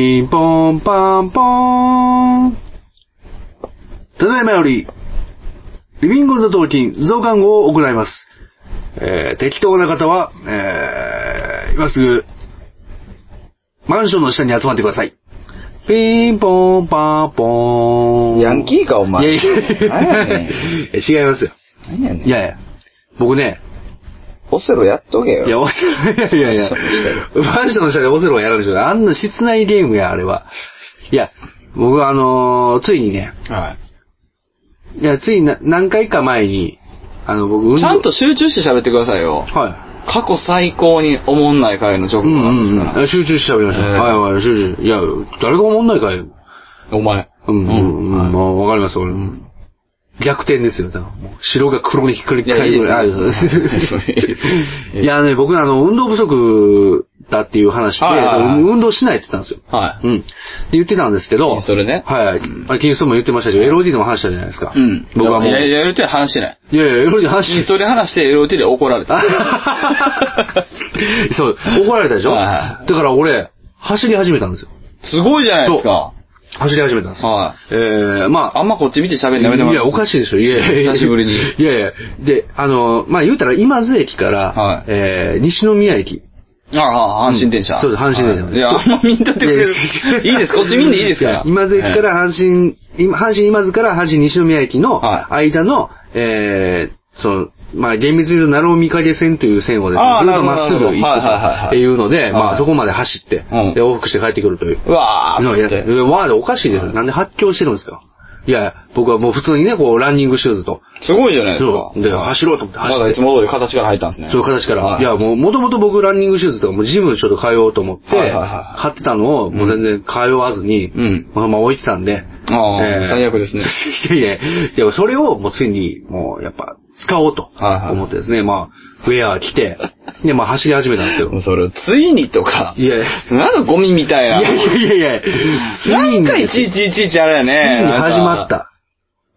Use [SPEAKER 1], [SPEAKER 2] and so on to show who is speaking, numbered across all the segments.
[SPEAKER 1] ーン、パン、ポーン。ただいまより、リビング・ザ・トーキン増刊号を行います。えー、適当な方は、えー、今すぐ、マンションの下に集まってください。ピンポンパンポーン。
[SPEAKER 2] ヤンキーかお前
[SPEAKER 1] いやいや
[SPEAKER 2] 何やねん
[SPEAKER 1] え違いますよ。
[SPEAKER 2] 何やねん。
[SPEAKER 1] いやいや。僕ね、
[SPEAKER 2] オセロやっとけよ。
[SPEAKER 1] いや、オセロ、いやいやいや
[SPEAKER 2] そうで、
[SPEAKER 1] マンションの下でオセロはやらんでしょうね。あんな室内ゲームや、あれは。いや、僕はあのーついにね、
[SPEAKER 2] はい
[SPEAKER 1] や、ついな何回か前に、あの、僕、運動
[SPEAKER 3] ちゃんと、集中して喋ってくださいよ。
[SPEAKER 1] は
[SPEAKER 3] 過去最高に思んない回の直
[SPEAKER 1] い。う
[SPEAKER 3] 後
[SPEAKER 1] んう
[SPEAKER 3] なんです
[SPEAKER 1] ん
[SPEAKER 3] か
[SPEAKER 1] うん。
[SPEAKER 3] ら。
[SPEAKER 1] 集中して喋りました。
[SPEAKER 3] えー
[SPEAKER 1] はいはい、集中。いや、誰が思んないかよ。
[SPEAKER 3] お前。
[SPEAKER 1] うん、うん、うん。
[SPEAKER 3] はい
[SPEAKER 1] まあわかります、俺。逆転ですよ、多分もう白が黒にひっくり返るぐらい。
[SPEAKER 3] いやいいですいいです
[SPEAKER 1] あそう
[SPEAKER 3] ええ
[SPEAKER 1] いやね、僕あの、運動不足だっていう話で、
[SPEAKER 3] はいはいはい
[SPEAKER 1] 運動しないって言ったんですよ。
[SPEAKER 3] は
[SPEAKER 1] うん。って言ってたんですけど。
[SPEAKER 3] それね
[SPEAKER 1] はい。あ、キングストーンも言ってましたけど、LOD でも話したじゃないですか。
[SPEAKER 3] い。うん。
[SPEAKER 1] 僕はもう。
[SPEAKER 3] い
[SPEAKER 1] い
[SPEAKER 3] や
[SPEAKER 1] や
[SPEAKER 3] い
[SPEAKER 1] いや、
[SPEAKER 3] や、LT 話してない。
[SPEAKER 1] LOD 話
[SPEAKER 3] 筋
[SPEAKER 1] して。
[SPEAKER 3] トレ話して LT で怒られ た。
[SPEAKER 1] そう、怒られたでしょ
[SPEAKER 3] はい
[SPEAKER 1] だ
[SPEAKER 3] は
[SPEAKER 1] から俺、走り始めたんですよ。
[SPEAKER 3] すごいじゃないですか。
[SPEAKER 1] 走り始めたんですよ。
[SPEAKER 3] はい。
[SPEAKER 1] えー、まあ、
[SPEAKER 3] あんまこっち見て喋るのやめても
[SPEAKER 1] い
[SPEAKER 3] ら
[SPEAKER 1] や、おかしいでしょ。いやいやいや
[SPEAKER 3] 久しぶりに
[SPEAKER 1] いやいや。で、あの、まあ、言うたら、今津駅から、
[SPEAKER 3] はい
[SPEAKER 1] えー、西宮駅。
[SPEAKER 3] い。ああ、阪神電車。
[SPEAKER 1] そうです阪神電車
[SPEAKER 3] はいいや、あんま見んとってくれる。いいです、こっち見んでいいですか
[SPEAKER 1] や
[SPEAKER 3] ら。
[SPEAKER 1] 今津駅か
[SPEAKER 3] え
[SPEAKER 1] ら阪神、今阪神今津から阪神西宮駅の
[SPEAKER 3] は
[SPEAKER 1] 間の、えー、その、まあ、厳密に言うと、奈良見影線という線をですね
[SPEAKER 3] あ、ー
[SPEAKER 1] ずっ
[SPEAKER 3] なる
[SPEAKER 1] と
[SPEAKER 3] ほど
[SPEAKER 1] まっすぐ行って
[SPEAKER 3] はいはいはいは
[SPEAKER 1] た
[SPEAKER 3] い
[SPEAKER 1] っていうの
[SPEAKER 3] は
[SPEAKER 1] で、
[SPEAKER 3] い
[SPEAKER 1] まあ、そこまで走って、
[SPEAKER 3] うん
[SPEAKER 1] で、往復して帰ってくるという。
[SPEAKER 3] えうわー
[SPEAKER 1] の
[SPEAKER 3] っ
[SPEAKER 1] を
[SPEAKER 3] つ
[SPEAKER 1] や
[SPEAKER 3] っ
[SPEAKER 1] って
[SPEAKER 3] て。
[SPEAKER 1] わーでおかしいですよ。なんで発狂してるんですかいや、僕はもう普通にね、こう、ランニングシューズと。
[SPEAKER 3] すごいじゃないですか
[SPEAKER 1] そ。う。で、走ろうと思って
[SPEAKER 3] ま
[SPEAKER 1] 走
[SPEAKER 3] だ
[SPEAKER 1] っ
[SPEAKER 3] い
[SPEAKER 1] て
[SPEAKER 3] つ。も通り形から入ったんですね。
[SPEAKER 1] そういう形から。、
[SPEAKER 3] はい
[SPEAKER 1] や、もう、もともと僕ランニングシューズとかもジムちょっと通おうと思って、
[SPEAKER 3] はいはいはい
[SPEAKER 1] 買ってたのをもう全然通わずに、
[SPEAKER 3] うん
[SPEAKER 1] このまま置いてたんで。
[SPEAKER 3] ああ
[SPEAKER 1] えー
[SPEAKER 3] 最悪ですね
[SPEAKER 1] いやいや、でもそれをもうついに、もうやっぱ、使おうと
[SPEAKER 3] はいはい
[SPEAKER 1] 思ってですね、まあ、ウェア着 て、で、まあ走り始めたんですよ。
[SPEAKER 3] それ、ついにとか。
[SPEAKER 1] いやいや
[SPEAKER 3] なんかゴミみたいな。
[SPEAKER 1] いやいやいやいや、つい
[SPEAKER 3] 何
[SPEAKER 1] に、
[SPEAKER 3] 回い
[SPEAKER 1] つい
[SPEAKER 3] ち
[SPEAKER 1] に
[SPEAKER 3] いちいちいちあれやね。
[SPEAKER 1] 始まっ
[SPEAKER 3] なんか。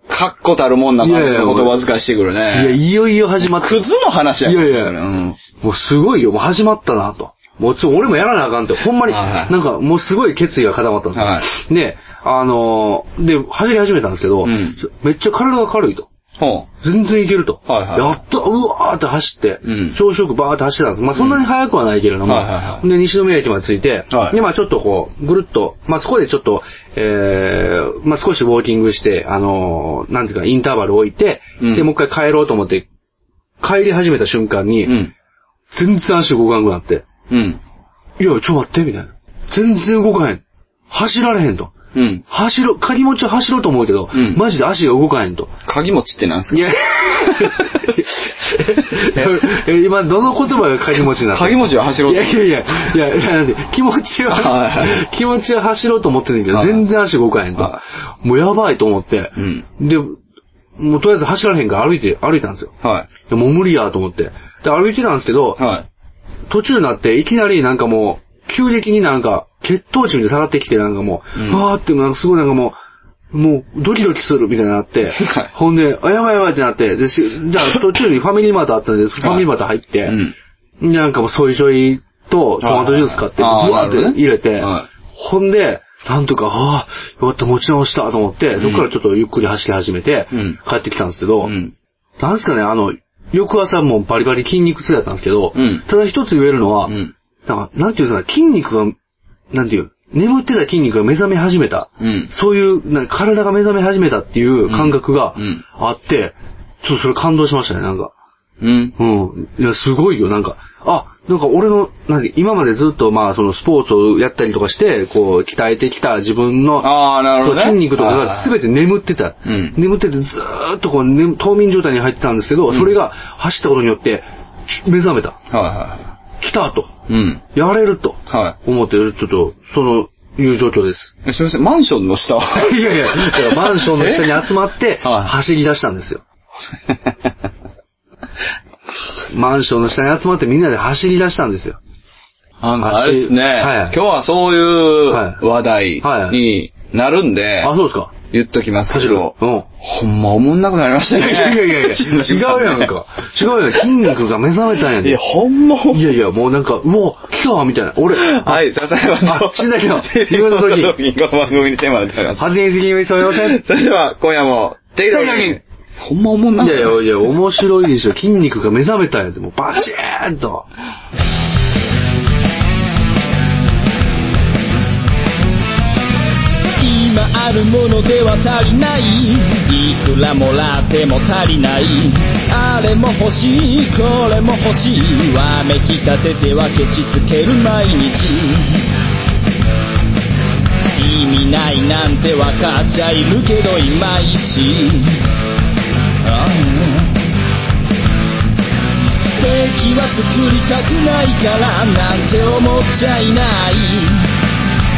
[SPEAKER 1] た。
[SPEAKER 3] かっこたるもんな感じの言葉遣いしてくるね。
[SPEAKER 1] いや、いよいよ始まった。
[SPEAKER 3] クズの話や
[SPEAKER 1] いやいや
[SPEAKER 3] うん。
[SPEAKER 1] もうすごいよ、もう始まったなと。もうちょ、俺もやらなあかんって、ほんまに、
[SPEAKER 3] はいはい
[SPEAKER 1] なんかもうすごい決意が固まったんですよ。
[SPEAKER 3] は
[SPEAKER 1] で、あのーで、走り始めたんですけど、
[SPEAKER 3] うん
[SPEAKER 1] めっちゃ体が軽いと。
[SPEAKER 3] ほ
[SPEAKER 1] 全然いけると。
[SPEAKER 3] はいはい
[SPEAKER 1] やった、うわーって走って、
[SPEAKER 3] うん
[SPEAKER 1] 調子よくバーって走ってたんです。まあそんなに速くはないけれども、
[SPEAKER 3] はいはいはい
[SPEAKER 1] で、西宮駅まで着いて、
[SPEAKER 3] はい
[SPEAKER 1] で、まあちょっとこう、ぐるっと、まあそこでちょっと、えー、まあ少しウォーキングして、あのーなんていうか、インターバル置いて、
[SPEAKER 3] うん
[SPEAKER 1] で、もう一回帰ろうと思って、帰り始めた瞬間に、
[SPEAKER 3] う。うん。
[SPEAKER 1] 全然足動かなくなって、
[SPEAKER 3] うん。
[SPEAKER 1] いや、ちょ待って、みたいな。全然動かへん。走られへんと。
[SPEAKER 3] うん。
[SPEAKER 1] 走ろ、鍵持ちは走ろうと思うけど、
[SPEAKER 3] うん
[SPEAKER 1] マジで足が動かへんと。
[SPEAKER 3] 鍵持ちってなんです
[SPEAKER 1] いや、 え今、どの言葉が鍵持ちな
[SPEAKER 3] か
[SPEAKER 1] の
[SPEAKER 3] 鍵持ちは走ろう
[SPEAKER 1] い
[SPEAKER 3] と
[SPEAKER 1] や。いやいや、いや、いやなんで気持ち
[SPEAKER 3] はいは
[SPEAKER 1] は、気持ちは走ろうと思ってんねんけど、
[SPEAKER 3] はい
[SPEAKER 1] 全然足動かへんと
[SPEAKER 3] は。
[SPEAKER 1] もうやばいと思って
[SPEAKER 3] う、ん。
[SPEAKER 1] で、もうとりあえず走られへんから歩いて、歩いたんですよ。
[SPEAKER 3] は
[SPEAKER 1] でもう無理やと思って。で、歩いてたんですけど
[SPEAKER 3] い。、はい。
[SPEAKER 1] 途中になって、いきなりなんかもう、急激になんか、血糖値みたいに下がってきて、なんかもう、
[SPEAKER 3] うん
[SPEAKER 1] わーって、なんかすごいなんかもう、もう、ドキドキするみたいになって
[SPEAKER 3] はい、
[SPEAKER 1] ほんで、あ、やばいやばいってなって、で、しじゃ あ途中にファミリーマートあったんで、ファミリーマート入って、
[SPEAKER 3] うん。
[SPEAKER 1] でなんかもう、ソイジョイとトマトジュース買って、ブ
[SPEAKER 3] はい
[SPEAKER 1] ワーって
[SPEAKER 3] あーなるほどね
[SPEAKER 1] 入れて
[SPEAKER 3] はい、
[SPEAKER 1] ほんで、なんとか、ああ、よかった、持ち直したと思って、そこからちょっとゆっくり走り始めて
[SPEAKER 3] うん、
[SPEAKER 1] 帰ってきたんですけど、
[SPEAKER 3] うん。
[SPEAKER 1] なんですかね、あの、翌朝もバリバリ筋肉痛だったんですけど、
[SPEAKER 3] うん
[SPEAKER 1] ただ一つ言えるのは、
[SPEAKER 3] うん。
[SPEAKER 1] なんか、なんていうんですか、筋肉が、なんていう、眠ってた筋肉が目覚め始めた。
[SPEAKER 3] うん。
[SPEAKER 1] そういう、なんか体が目覚め始めたっていう感覚が
[SPEAKER 3] うん
[SPEAKER 1] あって、ちょっとそれ感動しましたね、なんか。
[SPEAKER 3] うん。
[SPEAKER 1] うん。いや、すごいよ、なんか。あ、なんか俺の、なんか今までずっと、まあ、そのスポーツをやったりとかして、こう、鍛えてきた自分の、
[SPEAKER 3] ああ、なるほ
[SPEAKER 1] そ
[SPEAKER 3] ど
[SPEAKER 1] う
[SPEAKER 3] ね。
[SPEAKER 1] 筋肉とかが
[SPEAKER 3] べ
[SPEAKER 1] 全て眠ってた。
[SPEAKER 3] うん
[SPEAKER 1] 眠っててずーっとこう、ね、冬眠状態に入ってたんですけど、それが走ったことによって、ち目覚めた。
[SPEAKER 3] て。はいは
[SPEAKER 1] 来たと。
[SPEAKER 3] いはい。うん。
[SPEAKER 1] やれると。
[SPEAKER 3] は
[SPEAKER 1] 思って、ちょっと、その、いう状況 です。
[SPEAKER 3] い。えすみません、マンションの下は。
[SPEAKER 1] いやいや、だからマンションの下に集ま って、
[SPEAKER 3] えはい
[SPEAKER 1] 走り出したんで すよ。マンションの下に集まってみんなで走り出したんですよ。
[SPEAKER 3] なんかあれですね、
[SPEAKER 1] はい
[SPEAKER 3] 今日はそういう話題になるんで、
[SPEAKER 1] あ、そうですか。
[SPEAKER 4] 言っときます
[SPEAKER 5] 田
[SPEAKER 4] け
[SPEAKER 5] 代
[SPEAKER 4] ど。。
[SPEAKER 5] うん。
[SPEAKER 4] ほんま、おもんなくなりました
[SPEAKER 5] い
[SPEAKER 4] ね。
[SPEAKER 5] やいやいやいや、違うやんか。違うやん。筋肉が目覚めたんや
[SPEAKER 4] い
[SPEAKER 5] で
[SPEAKER 4] や、。ほんま、ほん
[SPEAKER 5] い
[SPEAKER 4] ま。
[SPEAKER 5] やいや、もうなんか、うお、来たわみたいな。俺、
[SPEAKER 4] はい、笹山
[SPEAKER 5] あ
[SPEAKER 4] と。
[SPEAKER 5] 死んだけど
[SPEAKER 4] 今の時。この番組にテーマだったから。
[SPEAKER 5] 発言責任を急ぎません。
[SPEAKER 4] それでは、今夜も、適当に。ほんまおもん
[SPEAKER 5] い
[SPEAKER 4] な
[SPEAKER 5] やいやいや、面白いでしょ。筋肉が目覚めたんやで。もうバチーンと。
[SPEAKER 3] 今あるものでは足りないいくらもらっても足りないあれも欲しいこれも欲しいわめきたててはケチつける毎日意味ないなんてわかっちゃいるけどいまいちああ敵は作りたくないからなんて思っちゃいない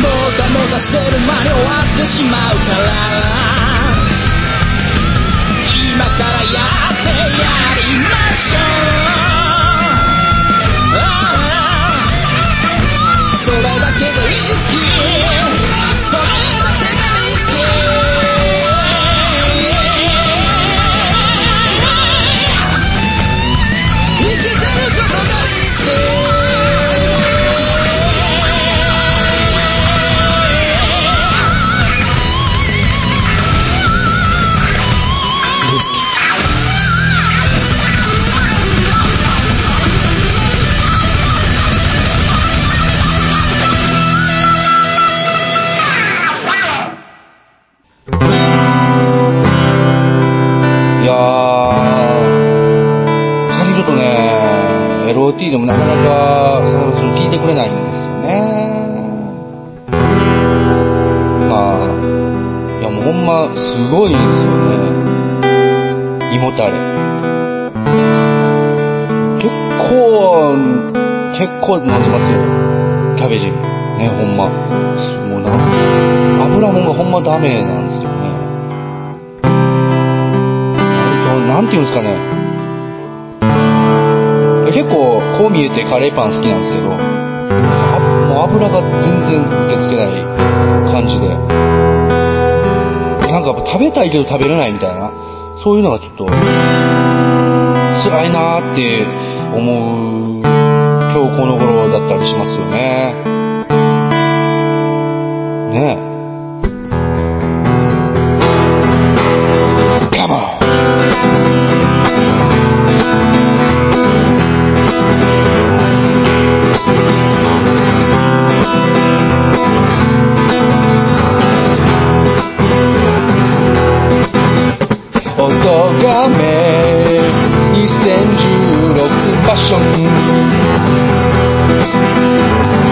[SPEAKER 3] もたもたしてる間に終わってしまうから今からやってやりましょうああそれだけでリスキーそれだけがリスキー生きてることがリスキー
[SPEAKER 1] いやー、最近ちょっとね、LOT でもなかなか、サダルス聞いてくれないんですよね。まあ、いやもうほんま、すごいんですよね。胃もたれ。結構、結構飲んでますよ。キャベジ。ね、ほんま。もうな、油もんがほんまダメなんですけどね。割と、なんていうんですかね。結構、こう見えてカレーパン好きなんですけど、あもう油が全然受け付けない感じで。なんかやっぱ食べたいけど食べれないみたいな、そういうのがちょっと、辛いなーって思う、今日この頃だったりしますよね。ねえ。Come on! 音がめ2016ファッション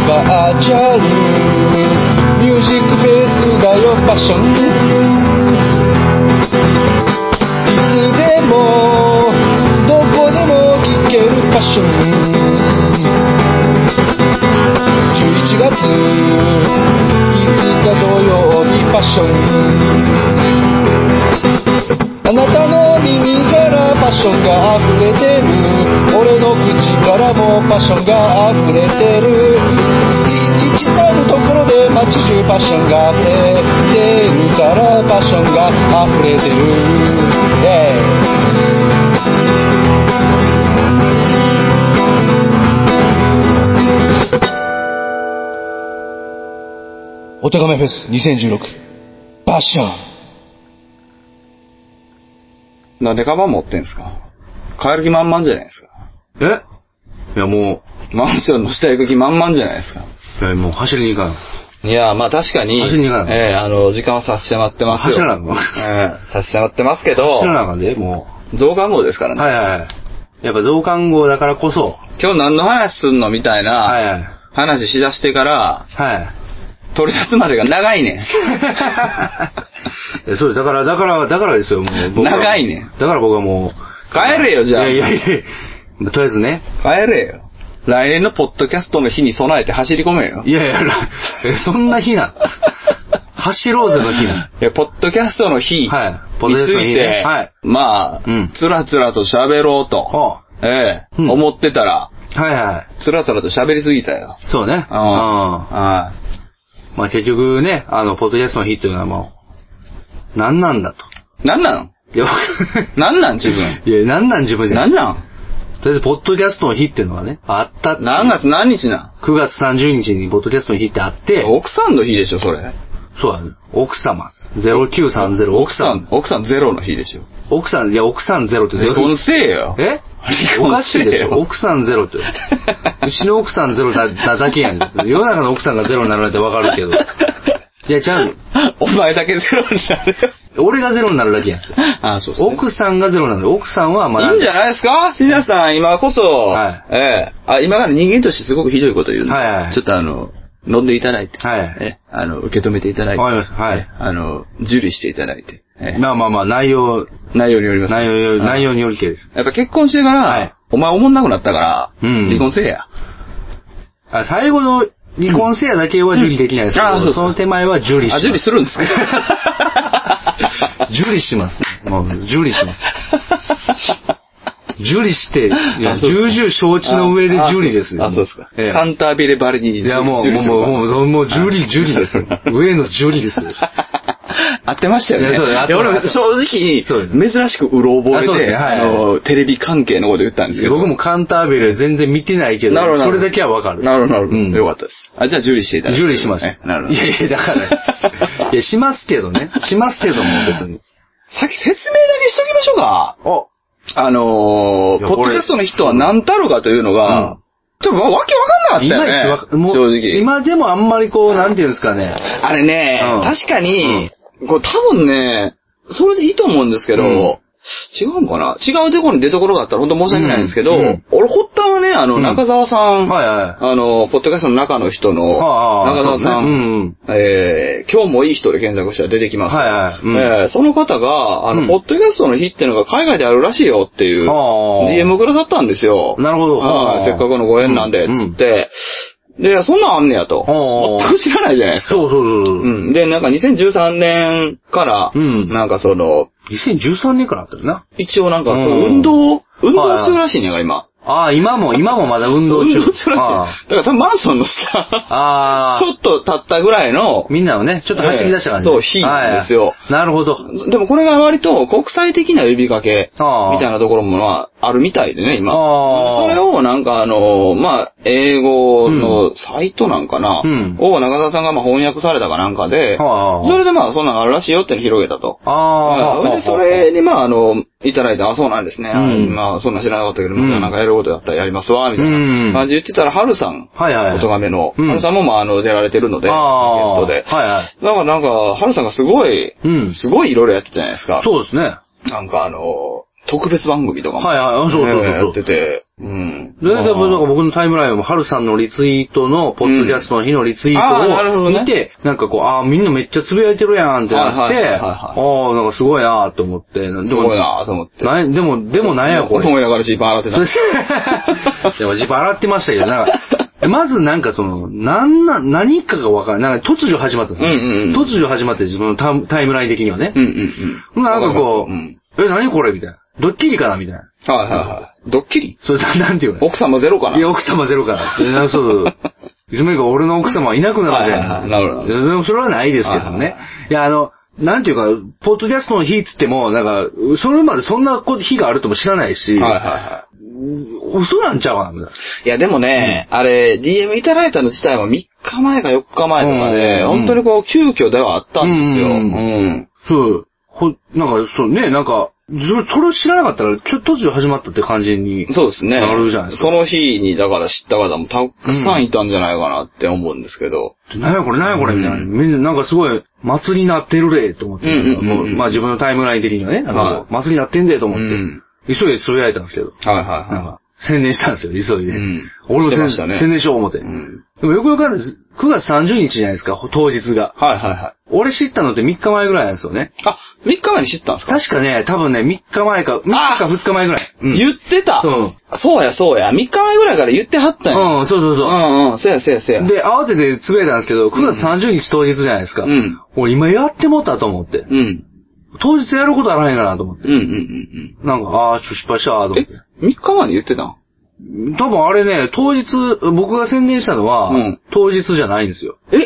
[SPEAKER 1] バーチャルミュージックフェスだよファッションいつでもどこでも聴けるファッション11月5日土曜日ファッションあなたの耳からパッションが溢れてる俺の口からもパッションが溢れてるい一たるところで街中パッションが溢れてるからパッションが溢れてる、ええお手紙フェス2016パッション
[SPEAKER 4] なんでカバン持ってんすか帰る気満々じゃないですか。
[SPEAKER 5] えいやも
[SPEAKER 4] マンションの下行く気満々じゃないですか。
[SPEAKER 5] う、いやもう走りに行かん。
[SPEAKER 4] いやー、まあ確かに、
[SPEAKER 5] 走りに行かない
[SPEAKER 4] ええあの、時間は差し迫ってますよ。
[SPEAKER 5] 走らなあ
[SPEAKER 4] ええ差し迫ってますけど
[SPEAKER 5] 走、らなあかんで、も
[SPEAKER 4] 増刊号ですか
[SPEAKER 5] う。
[SPEAKER 4] らね。
[SPEAKER 5] はいはいはい。やっぱ増刊号だからこそ。
[SPEAKER 4] 今日何の話すんのみた
[SPEAKER 5] は
[SPEAKER 4] い
[SPEAKER 5] い
[SPEAKER 4] な、
[SPEAKER 5] はい。
[SPEAKER 4] 話しだしてから、
[SPEAKER 5] はい。
[SPEAKER 4] 取り出すまでが長いねん。
[SPEAKER 1] えそうです。だから、だから、だからですよ、もう。僕は
[SPEAKER 3] 長いね。
[SPEAKER 1] だから僕はもう。
[SPEAKER 3] 帰れよじゃあ
[SPEAKER 1] いやいやいや、とりあえずね。
[SPEAKER 3] 帰れよ。来年のポッドキャストの日に備えて走り込めよ。
[SPEAKER 1] いやいや、らえそんな日 なん。走ろうぜの日なん。
[SPEAKER 3] いや、ポッドキャストの日につ
[SPEAKER 1] はいポッドキャストの日
[SPEAKER 3] いて
[SPEAKER 1] ね、はい
[SPEAKER 3] まあ、
[SPEAKER 1] うん
[SPEAKER 3] つらつらと喋ろうと、
[SPEAKER 1] は
[SPEAKER 3] ええ
[SPEAKER 1] うん
[SPEAKER 3] 思ってたら、
[SPEAKER 1] あ、はいはい。
[SPEAKER 3] つらつらと喋りすぎたよ。
[SPEAKER 1] そうね。うん
[SPEAKER 3] うんあ
[SPEAKER 1] まあ結局ね、あの、ポッドキャストの日っていうのはもう、何なんだと。
[SPEAKER 3] なんなん
[SPEAKER 1] いや、
[SPEAKER 3] なんなん自分。
[SPEAKER 1] いや、何なん自分じゃ
[SPEAKER 3] なんなん
[SPEAKER 1] とりあえず、ポッドキャストの日っていうのはね、あったっていう
[SPEAKER 3] 何月何日なん
[SPEAKER 1] ?9 月30日にポッドキャストの日ってあって、
[SPEAKER 3] 奥さんの日でしょ、それ。
[SPEAKER 1] そうだね。奥様。0930、奥さん。
[SPEAKER 3] 奥さんゼロの日でしょ。
[SPEAKER 1] 奥さん、いや、奥さんゼロって。
[SPEAKER 3] 離婚せえよ。
[SPEAKER 1] え
[SPEAKER 3] 離
[SPEAKER 1] お
[SPEAKER 3] 婚
[SPEAKER 1] かし
[SPEAKER 3] せ
[SPEAKER 1] いでし
[SPEAKER 3] え
[SPEAKER 1] ょ。
[SPEAKER 3] よ。
[SPEAKER 1] 奥さんゼロって。うちの奥さんゼロだだだけやん。世の中の奥さんがゼロになるなんてわかるけど。いや、ちゃう
[SPEAKER 3] お前だけゼロになるよ。
[SPEAKER 1] よ俺がゼロになるだけやん。
[SPEAKER 3] あ、そうそう、
[SPEAKER 1] 奥さんがゼロなので、奥さんはまだ。
[SPEAKER 3] いいんじゃないですか信者さん、今こそ、
[SPEAKER 1] はい
[SPEAKER 3] ええあ、今から人間としてすごくひどいこと言うので、
[SPEAKER 1] はいはいはい
[SPEAKER 3] ちょっとあの、飲んでいただいて、
[SPEAKER 1] はい
[SPEAKER 3] ええあの、受け止めていただいて、
[SPEAKER 1] わかりましたはい
[SPEAKER 3] ええあの、受理していただいて、ええ
[SPEAKER 1] まあまあまあ、内容、
[SPEAKER 3] 内容によります。
[SPEAKER 1] 内容よ、
[SPEAKER 3] はい
[SPEAKER 1] 内容によりけりです。
[SPEAKER 3] やっぱ結婚してから、
[SPEAKER 1] はい
[SPEAKER 3] お前おもんなくなったから、
[SPEAKER 1] うん
[SPEAKER 3] 離婚せえや。
[SPEAKER 1] あ、最後の離婚せやだけは受理できないですけど、
[SPEAKER 3] うんあそうそう
[SPEAKER 1] その手前は受理しま
[SPEAKER 3] あ、
[SPEAKER 1] す。
[SPEAKER 3] 受理するんですか
[SPEAKER 1] 受理します。もう、受理します。受理して、いや、
[SPEAKER 3] あそう
[SPEAKER 1] 重々承知の上で受理ですよ。
[SPEAKER 3] あ、あそうですか。
[SPEAKER 1] ええ
[SPEAKER 3] カンタービレバリに
[SPEAKER 1] いや、もう、
[SPEAKER 3] 受理する
[SPEAKER 1] もう、
[SPEAKER 3] から
[SPEAKER 1] もう、もう、もう、受理、受理ですよ。上の受理ですよ。
[SPEAKER 3] 合ってましたよ
[SPEAKER 1] い
[SPEAKER 3] ね。
[SPEAKER 1] やそうだよ合って
[SPEAKER 3] いや
[SPEAKER 1] ま
[SPEAKER 3] 俺
[SPEAKER 1] す
[SPEAKER 3] も正
[SPEAKER 1] そうで
[SPEAKER 3] 直、珍しくうろ覚
[SPEAKER 1] あ
[SPEAKER 3] え
[SPEAKER 1] そうです
[SPEAKER 3] で、
[SPEAKER 1] ねはい
[SPEAKER 3] あの、テレビ関係のこと言ったんですけど。
[SPEAKER 1] 僕もカンターベル全然見てないけど、
[SPEAKER 3] なるほど。
[SPEAKER 1] それだけはわかる。
[SPEAKER 3] なるほど、なるほど。
[SPEAKER 1] うん
[SPEAKER 3] よかったです。あ、じゃあ、受理していただいて
[SPEAKER 1] 受理します。
[SPEAKER 3] ねなるほど。
[SPEAKER 1] いやいや、だから、いや、しますけどね。しますけども、別に。
[SPEAKER 3] さっき説明だけしときましょうか。
[SPEAKER 1] お
[SPEAKER 3] あの
[SPEAKER 1] いや
[SPEAKER 3] ー、ポッドキャストの人は何たるかというの
[SPEAKER 1] うん
[SPEAKER 3] が、ちょっとわわけわかん
[SPEAKER 1] い
[SPEAKER 3] なか
[SPEAKER 1] ま
[SPEAKER 3] った
[SPEAKER 1] いち
[SPEAKER 3] よ
[SPEAKER 1] わ
[SPEAKER 3] ね
[SPEAKER 1] か、。もう、
[SPEAKER 3] 正直。
[SPEAKER 1] 今でもあんまりこう、なんていうんですかね。
[SPEAKER 3] あれね、
[SPEAKER 1] うん
[SPEAKER 3] 確かに、こう多分ね、それでいいと思うんですけど、
[SPEAKER 1] うん
[SPEAKER 3] 違うんかな違うところに出所があったら本当申し訳ないんですけど、
[SPEAKER 1] うんうん
[SPEAKER 3] 俺、発端はね、あの、
[SPEAKER 1] うん
[SPEAKER 3] 中澤さん、
[SPEAKER 1] はいはい。
[SPEAKER 3] あの、ポッドキャストの中の人の、
[SPEAKER 1] ああ
[SPEAKER 3] 中澤さん、
[SPEAKER 1] そうですねうん
[SPEAKER 3] えー今日もいい人で検索したら出てきます。
[SPEAKER 1] はいはいうん
[SPEAKER 3] えーその方が、あの、
[SPEAKER 1] うん
[SPEAKER 3] ポッドキャストの日っていうのが海外であるらしいよっていう、
[SPEAKER 1] ああ
[SPEAKER 3] DM くださったんですよ。
[SPEAKER 1] なるほどあ
[SPEAKER 3] は
[SPEAKER 1] あ
[SPEAKER 3] いせっかくのご縁なんで、
[SPEAKER 1] うんうん
[SPEAKER 3] つって。で、そんなんあんねやと。
[SPEAKER 1] ああ
[SPEAKER 3] 全く知らないじゃないですか。
[SPEAKER 1] そうそうそう。う、
[SPEAKER 3] うんん。で、なんか2013年から、
[SPEAKER 1] うん
[SPEAKER 3] なんかその、
[SPEAKER 1] 2013年からあったよな。
[SPEAKER 3] 一応なんかその
[SPEAKER 1] うん
[SPEAKER 3] 運動、運動中らしいねんが今。
[SPEAKER 1] ああ、今も、今もまだ運動中。
[SPEAKER 3] 運動中らしい。だ
[SPEAKER 1] あ
[SPEAKER 3] から多分マンションの
[SPEAKER 1] あ
[SPEAKER 3] 下、
[SPEAKER 1] ああ。
[SPEAKER 3] ちょっと経ったぐらいの、
[SPEAKER 1] みんなをね、ちょっと走り出した感じ。
[SPEAKER 3] ええそう火なんですよ
[SPEAKER 1] はいなるほど。
[SPEAKER 3] でもこれが割と国際的な呼びかけ、
[SPEAKER 1] ああ
[SPEAKER 3] みたいなところもまあ、あるみたいでね、今。
[SPEAKER 1] ああ
[SPEAKER 3] それをなんかあの、まあ、英語のサイトなんかな、
[SPEAKER 1] うん
[SPEAKER 3] を中澤さんがまあ翻訳されたかなんかで、
[SPEAKER 1] ああ
[SPEAKER 3] それでまあ、そんなのあるらしいよっていうの広げたと。
[SPEAKER 1] あ
[SPEAKER 3] はい
[SPEAKER 1] あ。
[SPEAKER 3] で、それに、まあ、あの、いただいて、あ、そうなんですね。
[SPEAKER 1] うん
[SPEAKER 3] まあ、そんなん知らなかったけど、
[SPEAKER 1] うん
[SPEAKER 3] まあなんかやることだったらやりますわ、みたい
[SPEAKER 1] うん
[SPEAKER 3] な感じで言ってたら、ハルさん、
[SPEAKER 1] はいはい。
[SPEAKER 3] おとがめの、ハ
[SPEAKER 1] うん
[SPEAKER 3] ルさんも、まあ、あの、出られてるので、ゲス
[SPEAKER 1] ああ
[SPEAKER 3] トで。
[SPEAKER 1] はいはい。
[SPEAKER 3] だからなんか、ハルさんがすごい、
[SPEAKER 1] うん。
[SPEAKER 3] すごいいろいろやってたじゃないですか。
[SPEAKER 1] そうですね。は
[SPEAKER 3] なんかあの、特別番組とか
[SPEAKER 1] い
[SPEAKER 3] も。
[SPEAKER 1] はい。あそうそうそうそう。
[SPEAKER 3] ええやってて、うん。
[SPEAKER 1] で、でなん
[SPEAKER 3] まあ
[SPEAKER 1] か僕のタイムラインも、ハルさんのリツイートの、ポッドキャストの日のリツイー
[SPEAKER 3] うんあーなる
[SPEAKER 1] ト
[SPEAKER 3] ほ
[SPEAKER 1] を
[SPEAKER 3] どね
[SPEAKER 1] 見て、なんかこう、ああ、みんなめっちゃつぶやいてるやんってなって、
[SPEAKER 3] はいはいはいはい
[SPEAKER 1] ああ、なんかすごいなーと思って、でも、
[SPEAKER 3] すごいなと思って。
[SPEAKER 1] なでも、でもなんや これ。
[SPEAKER 3] 思いながらジーパン洗ってた
[SPEAKER 1] そ。れでも自分洗ってましたけど、なんか、まずなんかその、なんな、何かがわからない。なんか突如始まったんですよ
[SPEAKER 3] うんうんうん
[SPEAKER 1] 突如始まって自分のタイタイムライン的にはね
[SPEAKER 3] うん。うんうん。
[SPEAKER 1] なんかこう、
[SPEAKER 3] わります
[SPEAKER 1] え、何これみたいな。ドッキリかなみたいな。
[SPEAKER 3] うん。はいはいはい。ドッキリ
[SPEAKER 1] それ、ななんていうの
[SPEAKER 3] 奥様ゼロかない
[SPEAKER 1] や、奥様ゼロから。いや そう。いつの間にか俺の奥様はいなくなるじ
[SPEAKER 3] はいはい
[SPEAKER 1] ゃ
[SPEAKER 3] は
[SPEAKER 1] ん。
[SPEAKER 3] いなるほど
[SPEAKER 1] いやでもそれはないですけど
[SPEAKER 3] はいはい
[SPEAKER 1] ね
[SPEAKER 3] は。
[SPEAKER 1] いや、あの、なんていうか、ポッドキャストの日って言っても、なんか、それまでそんなこと日があるとも知らないし、
[SPEAKER 3] はいはいは
[SPEAKER 1] 嘘なんちゃうかなみたいな。
[SPEAKER 3] い。いやでもね、あれ、DM いただいたの自体は3日前か4日前とかで、
[SPEAKER 1] うん
[SPEAKER 3] 本当にこう、急遽ではあったんですよ。
[SPEAKER 1] う
[SPEAKER 3] うんん。
[SPEAKER 1] そう。ほ、なんか、そうね、なんか、それ、それを知らなかったら、ちょ突如始まったって感じに。
[SPEAKER 3] そうですね。
[SPEAKER 1] なるじゃないですか
[SPEAKER 3] その日に、だから知った方もたくさんいたんじゃないかなって思うんですけど。
[SPEAKER 1] なんやこれ、なんやこれ、みたいな。
[SPEAKER 3] うん
[SPEAKER 1] みんな、なんかすごい、祭りになってるで、と思って。
[SPEAKER 3] うんうんうんうん
[SPEAKER 1] もうまあ自分のタイムライン的にはね、なんかもう
[SPEAKER 3] はい
[SPEAKER 1] 祭りになってんで、と
[SPEAKER 3] う
[SPEAKER 1] 思って。
[SPEAKER 3] ん。
[SPEAKER 1] 急いでつぶやいたんですけど。
[SPEAKER 3] はいはい
[SPEAKER 1] なん
[SPEAKER 3] は
[SPEAKER 1] か、宣伝したんですよ、急いで。
[SPEAKER 3] うん
[SPEAKER 1] 俺も
[SPEAKER 3] して
[SPEAKER 1] 宣
[SPEAKER 3] ましたね
[SPEAKER 1] 宣伝しよう思って。
[SPEAKER 3] い。うん。
[SPEAKER 1] でもよくよく考えたらず9月30日じゃないですか、当日が。
[SPEAKER 3] はいはいはい。
[SPEAKER 1] 俺知ったのって3日前ぐらいなんですよね。
[SPEAKER 3] あ、3日前に知ったんですか、
[SPEAKER 1] 確かね、多分ね、3日前か、3日か2日前ぐらい。うん。
[SPEAKER 3] 言ってた、
[SPEAKER 1] うん
[SPEAKER 3] そうやそうや。3日前ぐらいから言ってはったんや。
[SPEAKER 1] うん、そうそう
[SPEAKER 3] う
[SPEAKER 1] そ
[SPEAKER 3] んうん、そうやそうやそうや。
[SPEAKER 1] う。で、慌ててつぶやいたんですけど、9月30日当日じゃないですか。
[SPEAKER 3] うん。
[SPEAKER 1] 俺今やってもったと思って。
[SPEAKER 3] うん。
[SPEAKER 1] 当日やることあらへんかなと思って。
[SPEAKER 3] うんうんうん
[SPEAKER 1] なんか、ああ、ちょっと失敗したと
[SPEAKER 3] うん。
[SPEAKER 1] 思っ
[SPEAKER 3] え
[SPEAKER 1] て。、
[SPEAKER 3] 3日前に言ってたん
[SPEAKER 1] 多分あれね、当日、僕が宣伝したのは、
[SPEAKER 3] うん
[SPEAKER 1] 当日じゃないんですよ。
[SPEAKER 3] え、そ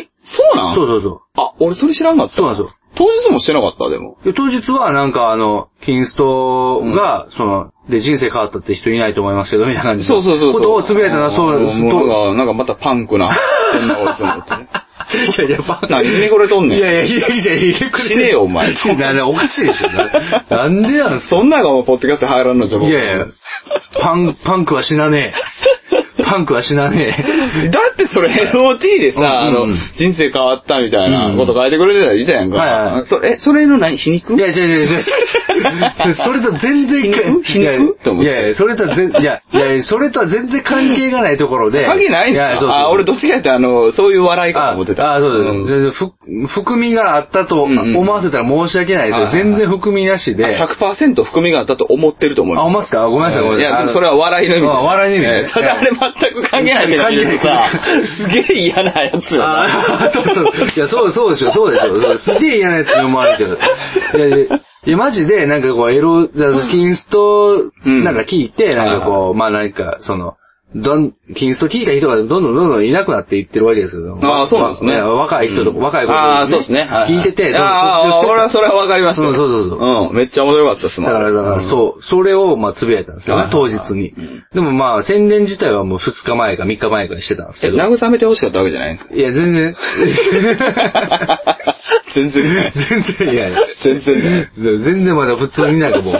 [SPEAKER 3] うなん
[SPEAKER 1] そうそうそ
[SPEAKER 3] あ、俺それ知らんかった。
[SPEAKER 1] そうなんですよ。
[SPEAKER 3] 当日もしてなかった、でも。
[SPEAKER 1] う。で当日はなんかあの、キンストが、その、で、人生変わったって人いないと思いますけど、みたいな感じの
[SPEAKER 3] そうそうそうそ
[SPEAKER 1] こ
[SPEAKER 3] う。
[SPEAKER 1] とをつぶやいたのは、そう、
[SPEAKER 3] んも
[SPEAKER 1] と
[SPEAKER 3] なんか、なんかまたパン クな。そんな俺そう思ってね。
[SPEAKER 1] いやいや、バカ
[SPEAKER 3] 何ひねくれとんねん
[SPEAKER 1] いやいや、いやいや、ひねくれ
[SPEAKER 3] 死ねよお前
[SPEAKER 1] 死ななおかしいでしょ。ななんでなんす
[SPEAKER 3] そんなんがもうポッドキャスト入らんのじゃ
[SPEAKER 1] か
[SPEAKER 3] 僕。
[SPEAKER 1] いやいや、パン、パンクは死なねえ。パンクは死なね
[SPEAKER 3] だってそれ LOT でさ、
[SPEAKER 1] うん
[SPEAKER 3] あの
[SPEAKER 1] うん、
[SPEAKER 3] 人生変わったみたいなこと書いてくれてたらいいじゃんか。
[SPEAKER 1] はいはい
[SPEAKER 3] それ、え、それの何皮
[SPEAKER 1] え。
[SPEAKER 3] 肉
[SPEAKER 1] いや、違う違う違う。そそれと全然か、
[SPEAKER 3] 皮肉皮肉と思っ
[SPEAKER 1] い
[SPEAKER 3] て
[SPEAKER 1] やいや、それとは全、いや、いやいや、それとは全然関係がないところで。
[SPEAKER 3] 関係ないんす
[SPEAKER 1] い
[SPEAKER 3] か
[SPEAKER 1] やそうそう
[SPEAKER 3] あ、俺どっちかやってあの、そういう笑いかと
[SPEAKER 1] あ
[SPEAKER 3] 思ってた。
[SPEAKER 1] あ、そうです
[SPEAKER 3] ん
[SPEAKER 1] 全然ふ。含みがあったと
[SPEAKER 3] うんうん
[SPEAKER 1] 思わせたら申し訳ないですよ。
[SPEAKER 3] はいはいはい
[SPEAKER 1] 全然含みなしで。
[SPEAKER 3] あ100%含みがあったと思ってると思います。
[SPEAKER 1] あ思いますかごめんなさいごめんなさい
[SPEAKER 3] や、でもそれは笑いの意味で。
[SPEAKER 1] あ笑いの意味で
[SPEAKER 3] ええただあれ全く関係ないって感じでさ、すげえ嫌なやつよな。
[SPEAKER 1] あーそうそう。いや、そう、そうでしょ、そうでしょ。そうすげえ嫌なやつに思われてる。いやいや、いや、マジで、なんかこう、エロ、じゃあキンスト、
[SPEAKER 3] うん
[SPEAKER 1] なんか聞いて、なんかこう、まあなんか、その、どん、キンスト聞いた人がどんどんどんどんいなくなっていってるわけですよ。
[SPEAKER 3] あーそうなんですね
[SPEAKER 1] いや若い人と、
[SPEAKER 3] うん
[SPEAKER 1] 若い子と
[SPEAKER 3] あーそうですねはい
[SPEAKER 1] 聞いてて、
[SPEAKER 3] あー俺はそれはわかりました
[SPEAKER 1] うんそうそうそう。
[SPEAKER 3] うん、めっちゃ面白かったっすもん。
[SPEAKER 1] だから、だから、
[SPEAKER 3] うん。
[SPEAKER 1] そう、それを、まあ、つぶやいたんですよね
[SPEAKER 3] は、い
[SPEAKER 1] 当
[SPEAKER 3] はい
[SPEAKER 1] 日
[SPEAKER 3] はい
[SPEAKER 1] に
[SPEAKER 3] うん。
[SPEAKER 1] でもまあ、宣伝自体はもう2日前か3日前かにしてたんですけ
[SPEAKER 3] え
[SPEAKER 1] ど。
[SPEAKER 3] 慰めてほしかったわけじゃないんですか
[SPEAKER 1] いや、全然。
[SPEAKER 3] 全 然。
[SPEAKER 1] 全然、いやいや。
[SPEAKER 3] 全然。
[SPEAKER 1] 全然まだ普通になんか もう、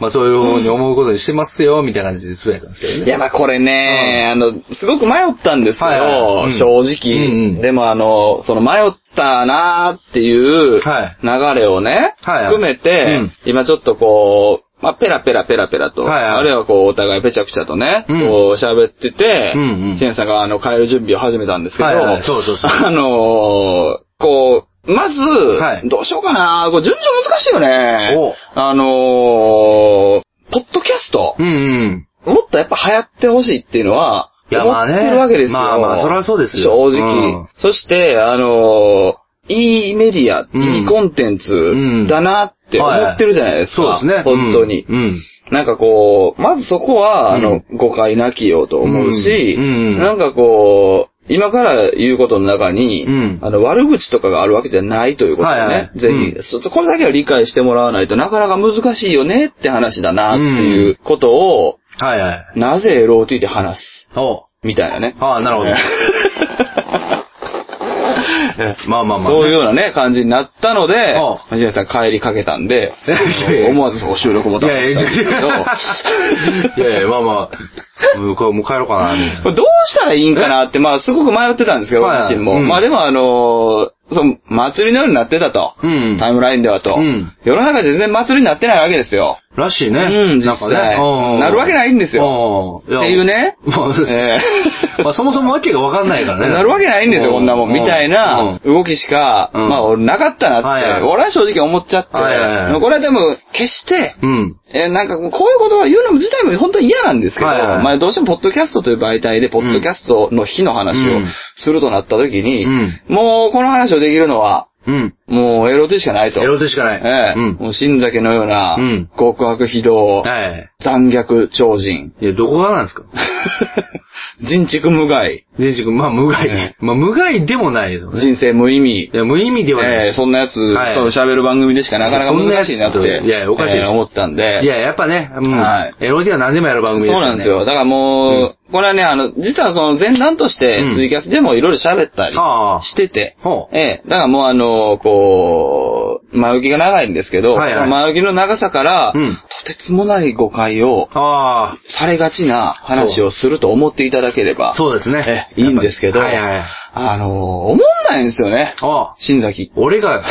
[SPEAKER 1] まあそういうふうに思うことにしてますよ、みたいな感じでつぶやいたんですけどね。
[SPEAKER 3] いや、まあこれね、あの、すごく迷ったんですよ、
[SPEAKER 1] はいはいうん
[SPEAKER 3] 正
[SPEAKER 1] うん
[SPEAKER 3] 直、
[SPEAKER 1] うん
[SPEAKER 3] でもあの、その迷ったなーっていう流
[SPEAKER 1] はい
[SPEAKER 3] れをね、
[SPEAKER 1] はいはい
[SPEAKER 3] 含めて、
[SPEAKER 1] うん
[SPEAKER 3] 今ちょっとこう、まあペラペラペラペラと、
[SPEAKER 1] はいはい
[SPEAKER 3] あるいはこうお互いペチャクチャとね、
[SPEAKER 1] うん
[SPEAKER 3] こう喋ってて、
[SPEAKER 1] うんうん
[SPEAKER 3] シエンさんがあの帰る準備を始めたんですけど、
[SPEAKER 1] はいはいそうそうそう
[SPEAKER 3] あのーこう、まず、
[SPEAKER 1] はい
[SPEAKER 3] どうしようかなこう順序難しいよね。あのーポッドキャスト。
[SPEAKER 1] うんうん。
[SPEAKER 3] もっとやっぱ流行ってほしいっていうのは、
[SPEAKER 1] いや
[SPEAKER 3] 思
[SPEAKER 1] まあね
[SPEAKER 3] ってるわけですよ。
[SPEAKER 1] まあまあそりゃそうですよ
[SPEAKER 3] 正直。
[SPEAKER 1] うん
[SPEAKER 3] そして、あのーいいメディア、
[SPEAKER 1] ん
[SPEAKER 3] いいコンテン
[SPEAKER 1] ん
[SPEAKER 3] ツだなって思ってるじゃないですか。
[SPEAKER 1] そうですね。
[SPEAKER 3] 本当に。
[SPEAKER 1] うんうん。
[SPEAKER 3] なんかこう、まずそこは、あの、誤解なきようと思うし、
[SPEAKER 1] うんうん
[SPEAKER 3] なんかこう、今から言うことの中に、
[SPEAKER 1] うん
[SPEAKER 3] あの、悪口とかがあるわけじゃないということをね、
[SPEAKER 1] はいはい
[SPEAKER 3] ぜひ、
[SPEAKER 1] うん
[SPEAKER 3] ちょっとこれだけは理解してもらわないとなかなか難しいよねって話だなっていうことを、
[SPEAKER 1] はいはい。
[SPEAKER 3] なぜ LOT で話す
[SPEAKER 1] お
[SPEAKER 3] みたいなね。
[SPEAKER 1] ああ、なる ほど。まあまあまあ。
[SPEAKER 3] そういうようなね、感じになったので
[SPEAKER 1] おう、
[SPEAKER 3] 藤井さん帰りかけたんで
[SPEAKER 1] いやいや、
[SPEAKER 3] 思わずそこ収録ボ
[SPEAKER 1] い
[SPEAKER 3] タンを
[SPEAKER 1] や
[SPEAKER 3] 押
[SPEAKER 1] い
[SPEAKER 3] し
[SPEAKER 1] や
[SPEAKER 3] たんですけど、
[SPEAKER 1] いや、いやいや、まあまあ、もうこれもう帰ろうかな、みたいな
[SPEAKER 3] これ どうしたらいいんかなって、まあ、すごく迷ってたんですけど、
[SPEAKER 1] はい
[SPEAKER 3] 私も。
[SPEAKER 1] うん
[SPEAKER 3] まあ、でも、あのーその、祭りのようになってたと。
[SPEAKER 1] うん
[SPEAKER 3] タイムラインではと。
[SPEAKER 1] うん
[SPEAKER 3] 世の中全然祭りになってないわけですよ。
[SPEAKER 1] らしいね。
[SPEAKER 3] うん実際
[SPEAKER 1] なんかね。う
[SPEAKER 3] なるわけないんです
[SPEAKER 1] よ。って
[SPEAKER 3] っていうね
[SPEAKER 1] まあ、
[SPEAKER 3] ええ
[SPEAKER 1] まあそもそもわけがわかんないからね。
[SPEAKER 3] なるわけないんですよ、
[SPEAKER 1] う
[SPEAKER 3] こんなもん。みたいな
[SPEAKER 1] うん
[SPEAKER 3] 動きしか、
[SPEAKER 1] うん
[SPEAKER 3] まあ、俺なかったなって、
[SPEAKER 1] はいはい
[SPEAKER 3] 俺は正直思っちゃって。
[SPEAKER 1] はいはいはい
[SPEAKER 3] これはでも、決して、
[SPEAKER 1] うん。
[SPEAKER 3] えーなんかもうこういうことを言うの自体も本当に嫌なんですけど、
[SPEAKER 1] はいはい
[SPEAKER 3] まあどうしてもポッドキャストという媒体で、ポッドキャストの日の話
[SPEAKER 1] う
[SPEAKER 3] を
[SPEAKER 1] ん
[SPEAKER 3] するとなった時に、
[SPEAKER 1] うん
[SPEAKER 3] もうこの話をできるのは、
[SPEAKER 1] うん。
[SPEAKER 3] もうエロテしかないと。
[SPEAKER 1] エロでしかない。
[SPEAKER 3] ええ
[SPEAKER 1] うん。
[SPEAKER 3] もう新酒のような
[SPEAKER 1] うん、
[SPEAKER 3] 極悪非
[SPEAKER 1] は
[SPEAKER 3] 道、
[SPEAKER 1] い。
[SPEAKER 3] 残虐超人、
[SPEAKER 1] いや、どこがなんですか
[SPEAKER 3] 人畜無害、
[SPEAKER 1] デンジ君、まあ、無害。
[SPEAKER 3] え
[SPEAKER 1] まあ、無害でもないよね。
[SPEAKER 3] 人生無意味
[SPEAKER 1] い、や、無意味ではない
[SPEAKER 3] ええ
[SPEAKER 1] です。
[SPEAKER 3] そんなやつと
[SPEAKER 1] はい
[SPEAKER 3] 喋る番組でしかなかなか難しいなっ
[SPEAKER 1] そんなや
[SPEAKER 3] て
[SPEAKER 1] つ、といやいやおかしいです
[SPEAKER 3] ええ思ったんで。
[SPEAKER 1] いや、やっぱね、うん
[SPEAKER 3] はい
[SPEAKER 1] エロでは何でもやる番組です
[SPEAKER 3] そ
[SPEAKER 1] よ
[SPEAKER 3] う
[SPEAKER 1] ね。
[SPEAKER 3] なんですよ。だからもう、これはね、あの、実はその前段として
[SPEAKER 1] うん、
[SPEAKER 3] ツイキャスでもいろいろ喋ったり
[SPEAKER 1] はあ
[SPEAKER 3] してて、
[SPEAKER 1] ほう
[SPEAKER 3] ええ、だからもうあの、こう、前置きが長いんですけど、
[SPEAKER 1] はいはい
[SPEAKER 3] その前置きの長さから、
[SPEAKER 1] うん
[SPEAKER 3] とてつもない誤解を
[SPEAKER 1] あ
[SPEAKER 3] されがちな話をすると思っていただければ、
[SPEAKER 1] あ、そうですね。
[SPEAKER 3] ええいいんですけど、
[SPEAKER 1] はいはいはい。
[SPEAKER 3] あの、思んないんですよね、
[SPEAKER 1] ああ、
[SPEAKER 3] 新崎。
[SPEAKER 1] 俺が、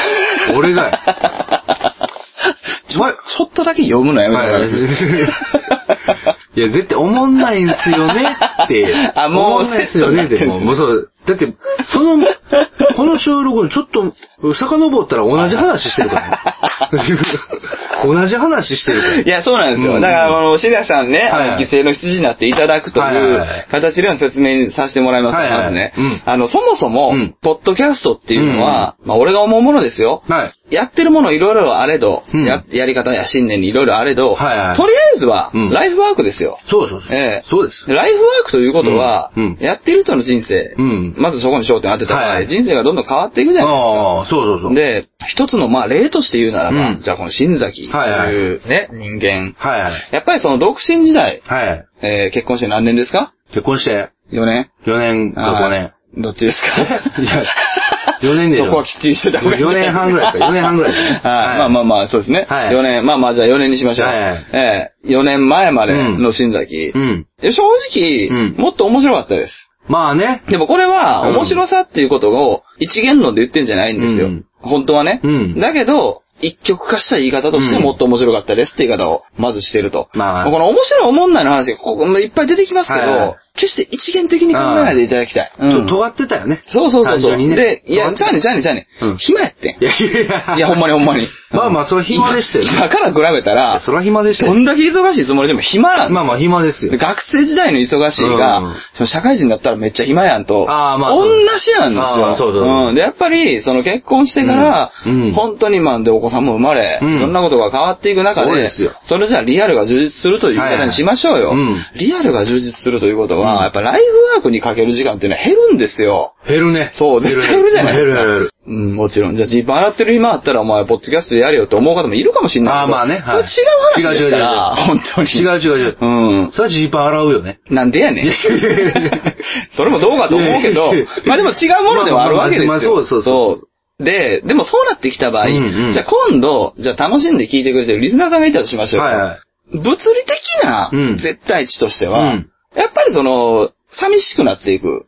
[SPEAKER 1] 俺が、
[SPEAKER 3] ちょち ょっとだけ読むのやめてもらえます
[SPEAKER 1] はいいや、絶対思んないんすよねって、
[SPEAKER 3] あもう
[SPEAKER 1] 思わないですよね、で
[SPEAKER 3] セットにな
[SPEAKER 1] も。
[SPEAKER 3] ってんすね
[SPEAKER 1] もうそう。だって、その、この収録にちょっと、遡ったら同じ話してるからね。 同じ話してるから。
[SPEAKER 3] いや、そうなんですよ。
[SPEAKER 1] うん
[SPEAKER 3] だから、あの、シダさんね、
[SPEAKER 1] はい
[SPEAKER 3] あの、犠牲の羊になっていただくと
[SPEAKER 1] はいはいいは
[SPEAKER 3] う
[SPEAKER 1] い
[SPEAKER 3] 形での説明させてもらいますか
[SPEAKER 1] はいはい
[SPEAKER 3] らね
[SPEAKER 1] うん。
[SPEAKER 3] あの、そもそも
[SPEAKER 1] うん、
[SPEAKER 3] ポッドキャストっていうのは、まあ、俺が思うものですよ。
[SPEAKER 1] はい。
[SPEAKER 3] やってるものいろいろあれど、
[SPEAKER 1] うん
[SPEAKER 3] や、やり方や信念にいろいろあれど、とり
[SPEAKER 1] はい
[SPEAKER 3] あ
[SPEAKER 1] はい
[SPEAKER 3] えずは、
[SPEAKER 1] うん
[SPEAKER 3] ライフワークですよ。
[SPEAKER 1] そうそうそう。
[SPEAKER 3] ええ
[SPEAKER 1] そうです。
[SPEAKER 3] ライフワークということは
[SPEAKER 1] うん、うん
[SPEAKER 3] やってる人の人生
[SPEAKER 1] うん、
[SPEAKER 3] まずそこに焦点当てた場
[SPEAKER 1] は
[SPEAKER 3] 合、
[SPEAKER 1] い
[SPEAKER 3] 人生がどんどん変わっていくじゃないですか。
[SPEAKER 1] ああ、そうそうそう。
[SPEAKER 3] で、一つの、まあ、例として言うならば、
[SPEAKER 1] うん
[SPEAKER 3] じゃあこの新崎と
[SPEAKER 1] はいはい
[SPEAKER 3] いうね、人間。
[SPEAKER 1] はいはい。
[SPEAKER 3] やっぱりその独身時代、
[SPEAKER 1] はい。
[SPEAKER 3] えー結婚して何年ですか
[SPEAKER 1] 結婚して、
[SPEAKER 3] ?4 年
[SPEAKER 1] 4年か5年。
[SPEAKER 3] 年。どっちですか
[SPEAKER 1] いや、4年でしょ。
[SPEAKER 3] そこはきっちりしてた方がいい
[SPEAKER 1] 4年半ぐらいですか。4年半ぐらいですね。
[SPEAKER 3] はい。まあまあまあ、そうですね。
[SPEAKER 1] はい
[SPEAKER 3] 4年、まあまあ、じゃあ4年にしましょう。
[SPEAKER 1] はい
[SPEAKER 3] ええ4年前までの新崎。
[SPEAKER 1] うん。
[SPEAKER 3] 正直、
[SPEAKER 1] うん
[SPEAKER 3] もっと面白かったです。
[SPEAKER 1] まあね。
[SPEAKER 3] でもこれは、
[SPEAKER 1] うん
[SPEAKER 3] 面白さっていうことを一元論で言ってんじゃないんですよ。
[SPEAKER 1] うん
[SPEAKER 3] 本当はね。
[SPEAKER 1] うん
[SPEAKER 3] だけど、一極化した言い方として
[SPEAKER 1] うん
[SPEAKER 3] もっと面白かったですって言い方をまずしてると。
[SPEAKER 1] まあ
[SPEAKER 3] この面白いおもんないの話がここいっぱい出てきますけど、
[SPEAKER 1] はいはい
[SPEAKER 3] 決して一元的に考えないでいただきたい。
[SPEAKER 1] ちょ
[SPEAKER 3] うん
[SPEAKER 1] っと尖ってたよね。
[SPEAKER 3] そうそうそう
[SPEAKER 1] 単
[SPEAKER 3] そう。
[SPEAKER 1] 純にね
[SPEAKER 3] で、いや、
[SPEAKER 1] 尖っ
[SPEAKER 3] ちゃうねんちゃうねんちゃうねん、
[SPEAKER 1] うん
[SPEAKER 3] 暇やって
[SPEAKER 1] いやいや
[SPEAKER 3] ん。いや、ほんまにほんまに。
[SPEAKER 1] まあまあ、それは暇でしたよね。
[SPEAKER 3] 今から比べたら、
[SPEAKER 1] それは暇でした
[SPEAKER 3] ど
[SPEAKER 1] よ。
[SPEAKER 3] んだけ忙しいつもりでも暇なんですよ
[SPEAKER 1] まあまあ、暇ですよ
[SPEAKER 3] で。学生時代の忙しいが、
[SPEAKER 1] うん
[SPEAKER 3] その社会人になったらめっちゃ暇やんと、
[SPEAKER 1] あーまあ
[SPEAKER 3] 同じなんですよ。
[SPEAKER 1] あーそうそう
[SPEAKER 3] うん。で、やっぱり、その結婚してから、
[SPEAKER 1] うんうん
[SPEAKER 3] 本当にまあ、で、お子さんも生まれ、
[SPEAKER 1] うん
[SPEAKER 3] いろんなことが変わっていく中で、
[SPEAKER 1] そうですよ
[SPEAKER 3] それじゃあリアルが充実するという言い方にしましょうよ。
[SPEAKER 1] はいはいうん
[SPEAKER 3] リアルが充実するということは、
[SPEAKER 1] うん
[SPEAKER 3] やっぱライフワークにかける時間っていうのは減るんですよ。
[SPEAKER 1] 減るね。
[SPEAKER 3] そう絶対減るじゃない
[SPEAKER 1] 減る減る減る。
[SPEAKER 3] うん、もちろん。じゃあ、ジーパン洗ってる今あったら、お前、ポッドキャストでやれよって思う方もいるかもしれないけど。
[SPEAKER 1] あーまあねはい
[SPEAKER 3] それ違う話です
[SPEAKER 1] 違う違う
[SPEAKER 3] から、
[SPEAKER 1] 違う
[SPEAKER 3] 本当に。
[SPEAKER 1] 違う違う違う。
[SPEAKER 3] うん。
[SPEAKER 1] それはジーパン洗うよ ね。
[SPEAKER 3] なんでやねん。 それもどうかと思うけど
[SPEAKER 1] いやいやいや、
[SPEAKER 3] まあでも違うものではあるわけですよ。
[SPEAKER 1] まあまあまあまあそうそうそう
[SPEAKER 3] で、でもそうなってきた場合、
[SPEAKER 1] うんうん
[SPEAKER 3] じゃあ今度、じゃあ楽しんで聞いてくれてるリスナーさんがいたとしましょう。
[SPEAKER 1] はいはい。
[SPEAKER 3] 物理的な
[SPEAKER 1] うん
[SPEAKER 3] 絶対値としては、
[SPEAKER 1] うん
[SPEAKER 3] やっぱりその、寂しくなっていく。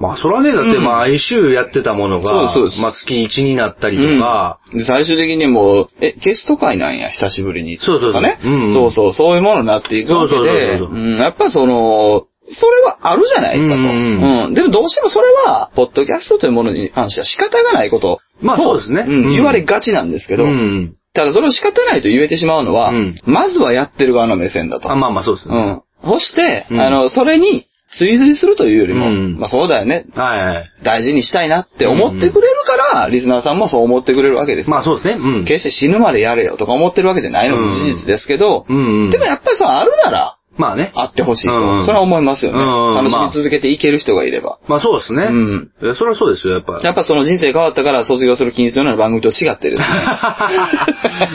[SPEAKER 1] まあ、そらね、だって、
[SPEAKER 3] うん
[SPEAKER 1] まあ、毎週やってたものが、
[SPEAKER 3] そうですそうです
[SPEAKER 1] まあ、月1になったり
[SPEAKER 3] うん
[SPEAKER 1] とか、
[SPEAKER 3] で最終的にもう、え、ゲスト会なんや、久しぶりに。
[SPEAKER 1] そうそうそう
[SPEAKER 3] とかね、
[SPEAKER 1] うんうん
[SPEAKER 3] そうそう、そういうものになっていくわけで、
[SPEAKER 1] そうそうそうそう
[SPEAKER 3] うんやっぱその、それはあるじゃないかと。
[SPEAKER 1] うんうんうん
[SPEAKER 3] でもどうしてもそれは、ポッドキャストというものに関しては仕方がないこと。
[SPEAKER 1] まあそうですね
[SPEAKER 3] ん
[SPEAKER 1] うん
[SPEAKER 3] 言われがちなんですけど、
[SPEAKER 1] うん。
[SPEAKER 3] ただそれを仕方ないと言えてしまうのは、
[SPEAKER 1] うん
[SPEAKER 3] まずはやってる側の目線だと。
[SPEAKER 1] あまあまあ、そうです
[SPEAKER 3] う
[SPEAKER 1] ね。
[SPEAKER 3] ん。そして、
[SPEAKER 1] うん
[SPEAKER 3] あの、それに追随するというよりも、
[SPEAKER 1] うん
[SPEAKER 3] まあそうだよね、
[SPEAKER 1] はいはい。
[SPEAKER 3] 大事にしたいなって思ってくれるから、リスナーさんもそう思ってくれるわけですよ
[SPEAKER 1] まあ、そうですね。うん。
[SPEAKER 3] 決して死ぬまでやれよとか思ってるわけじゃないのも
[SPEAKER 1] うん
[SPEAKER 3] 事実ですけど、
[SPEAKER 1] うんうん。
[SPEAKER 3] でもやっぱりそうあるなら、
[SPEAKER 1] まあね。
[SPEAKER 3] あってほしいと、
[SPEAKER 1] うんうん
[SPEAKER 3] それは思いますよね、
[SPEAKER 1] うんうん
[SPEAKER 3] 楽しみ続けていける人がいれば。
[SPEAKER 1] まあ、そうですね。
[SPEAKER 3] うん
[SPEAKER 1] いやそれはそうですよ、やっぱ。
[SPEAKER 3] やっぱその人生変わったから卒業する金曜のような番組と 違ってですね。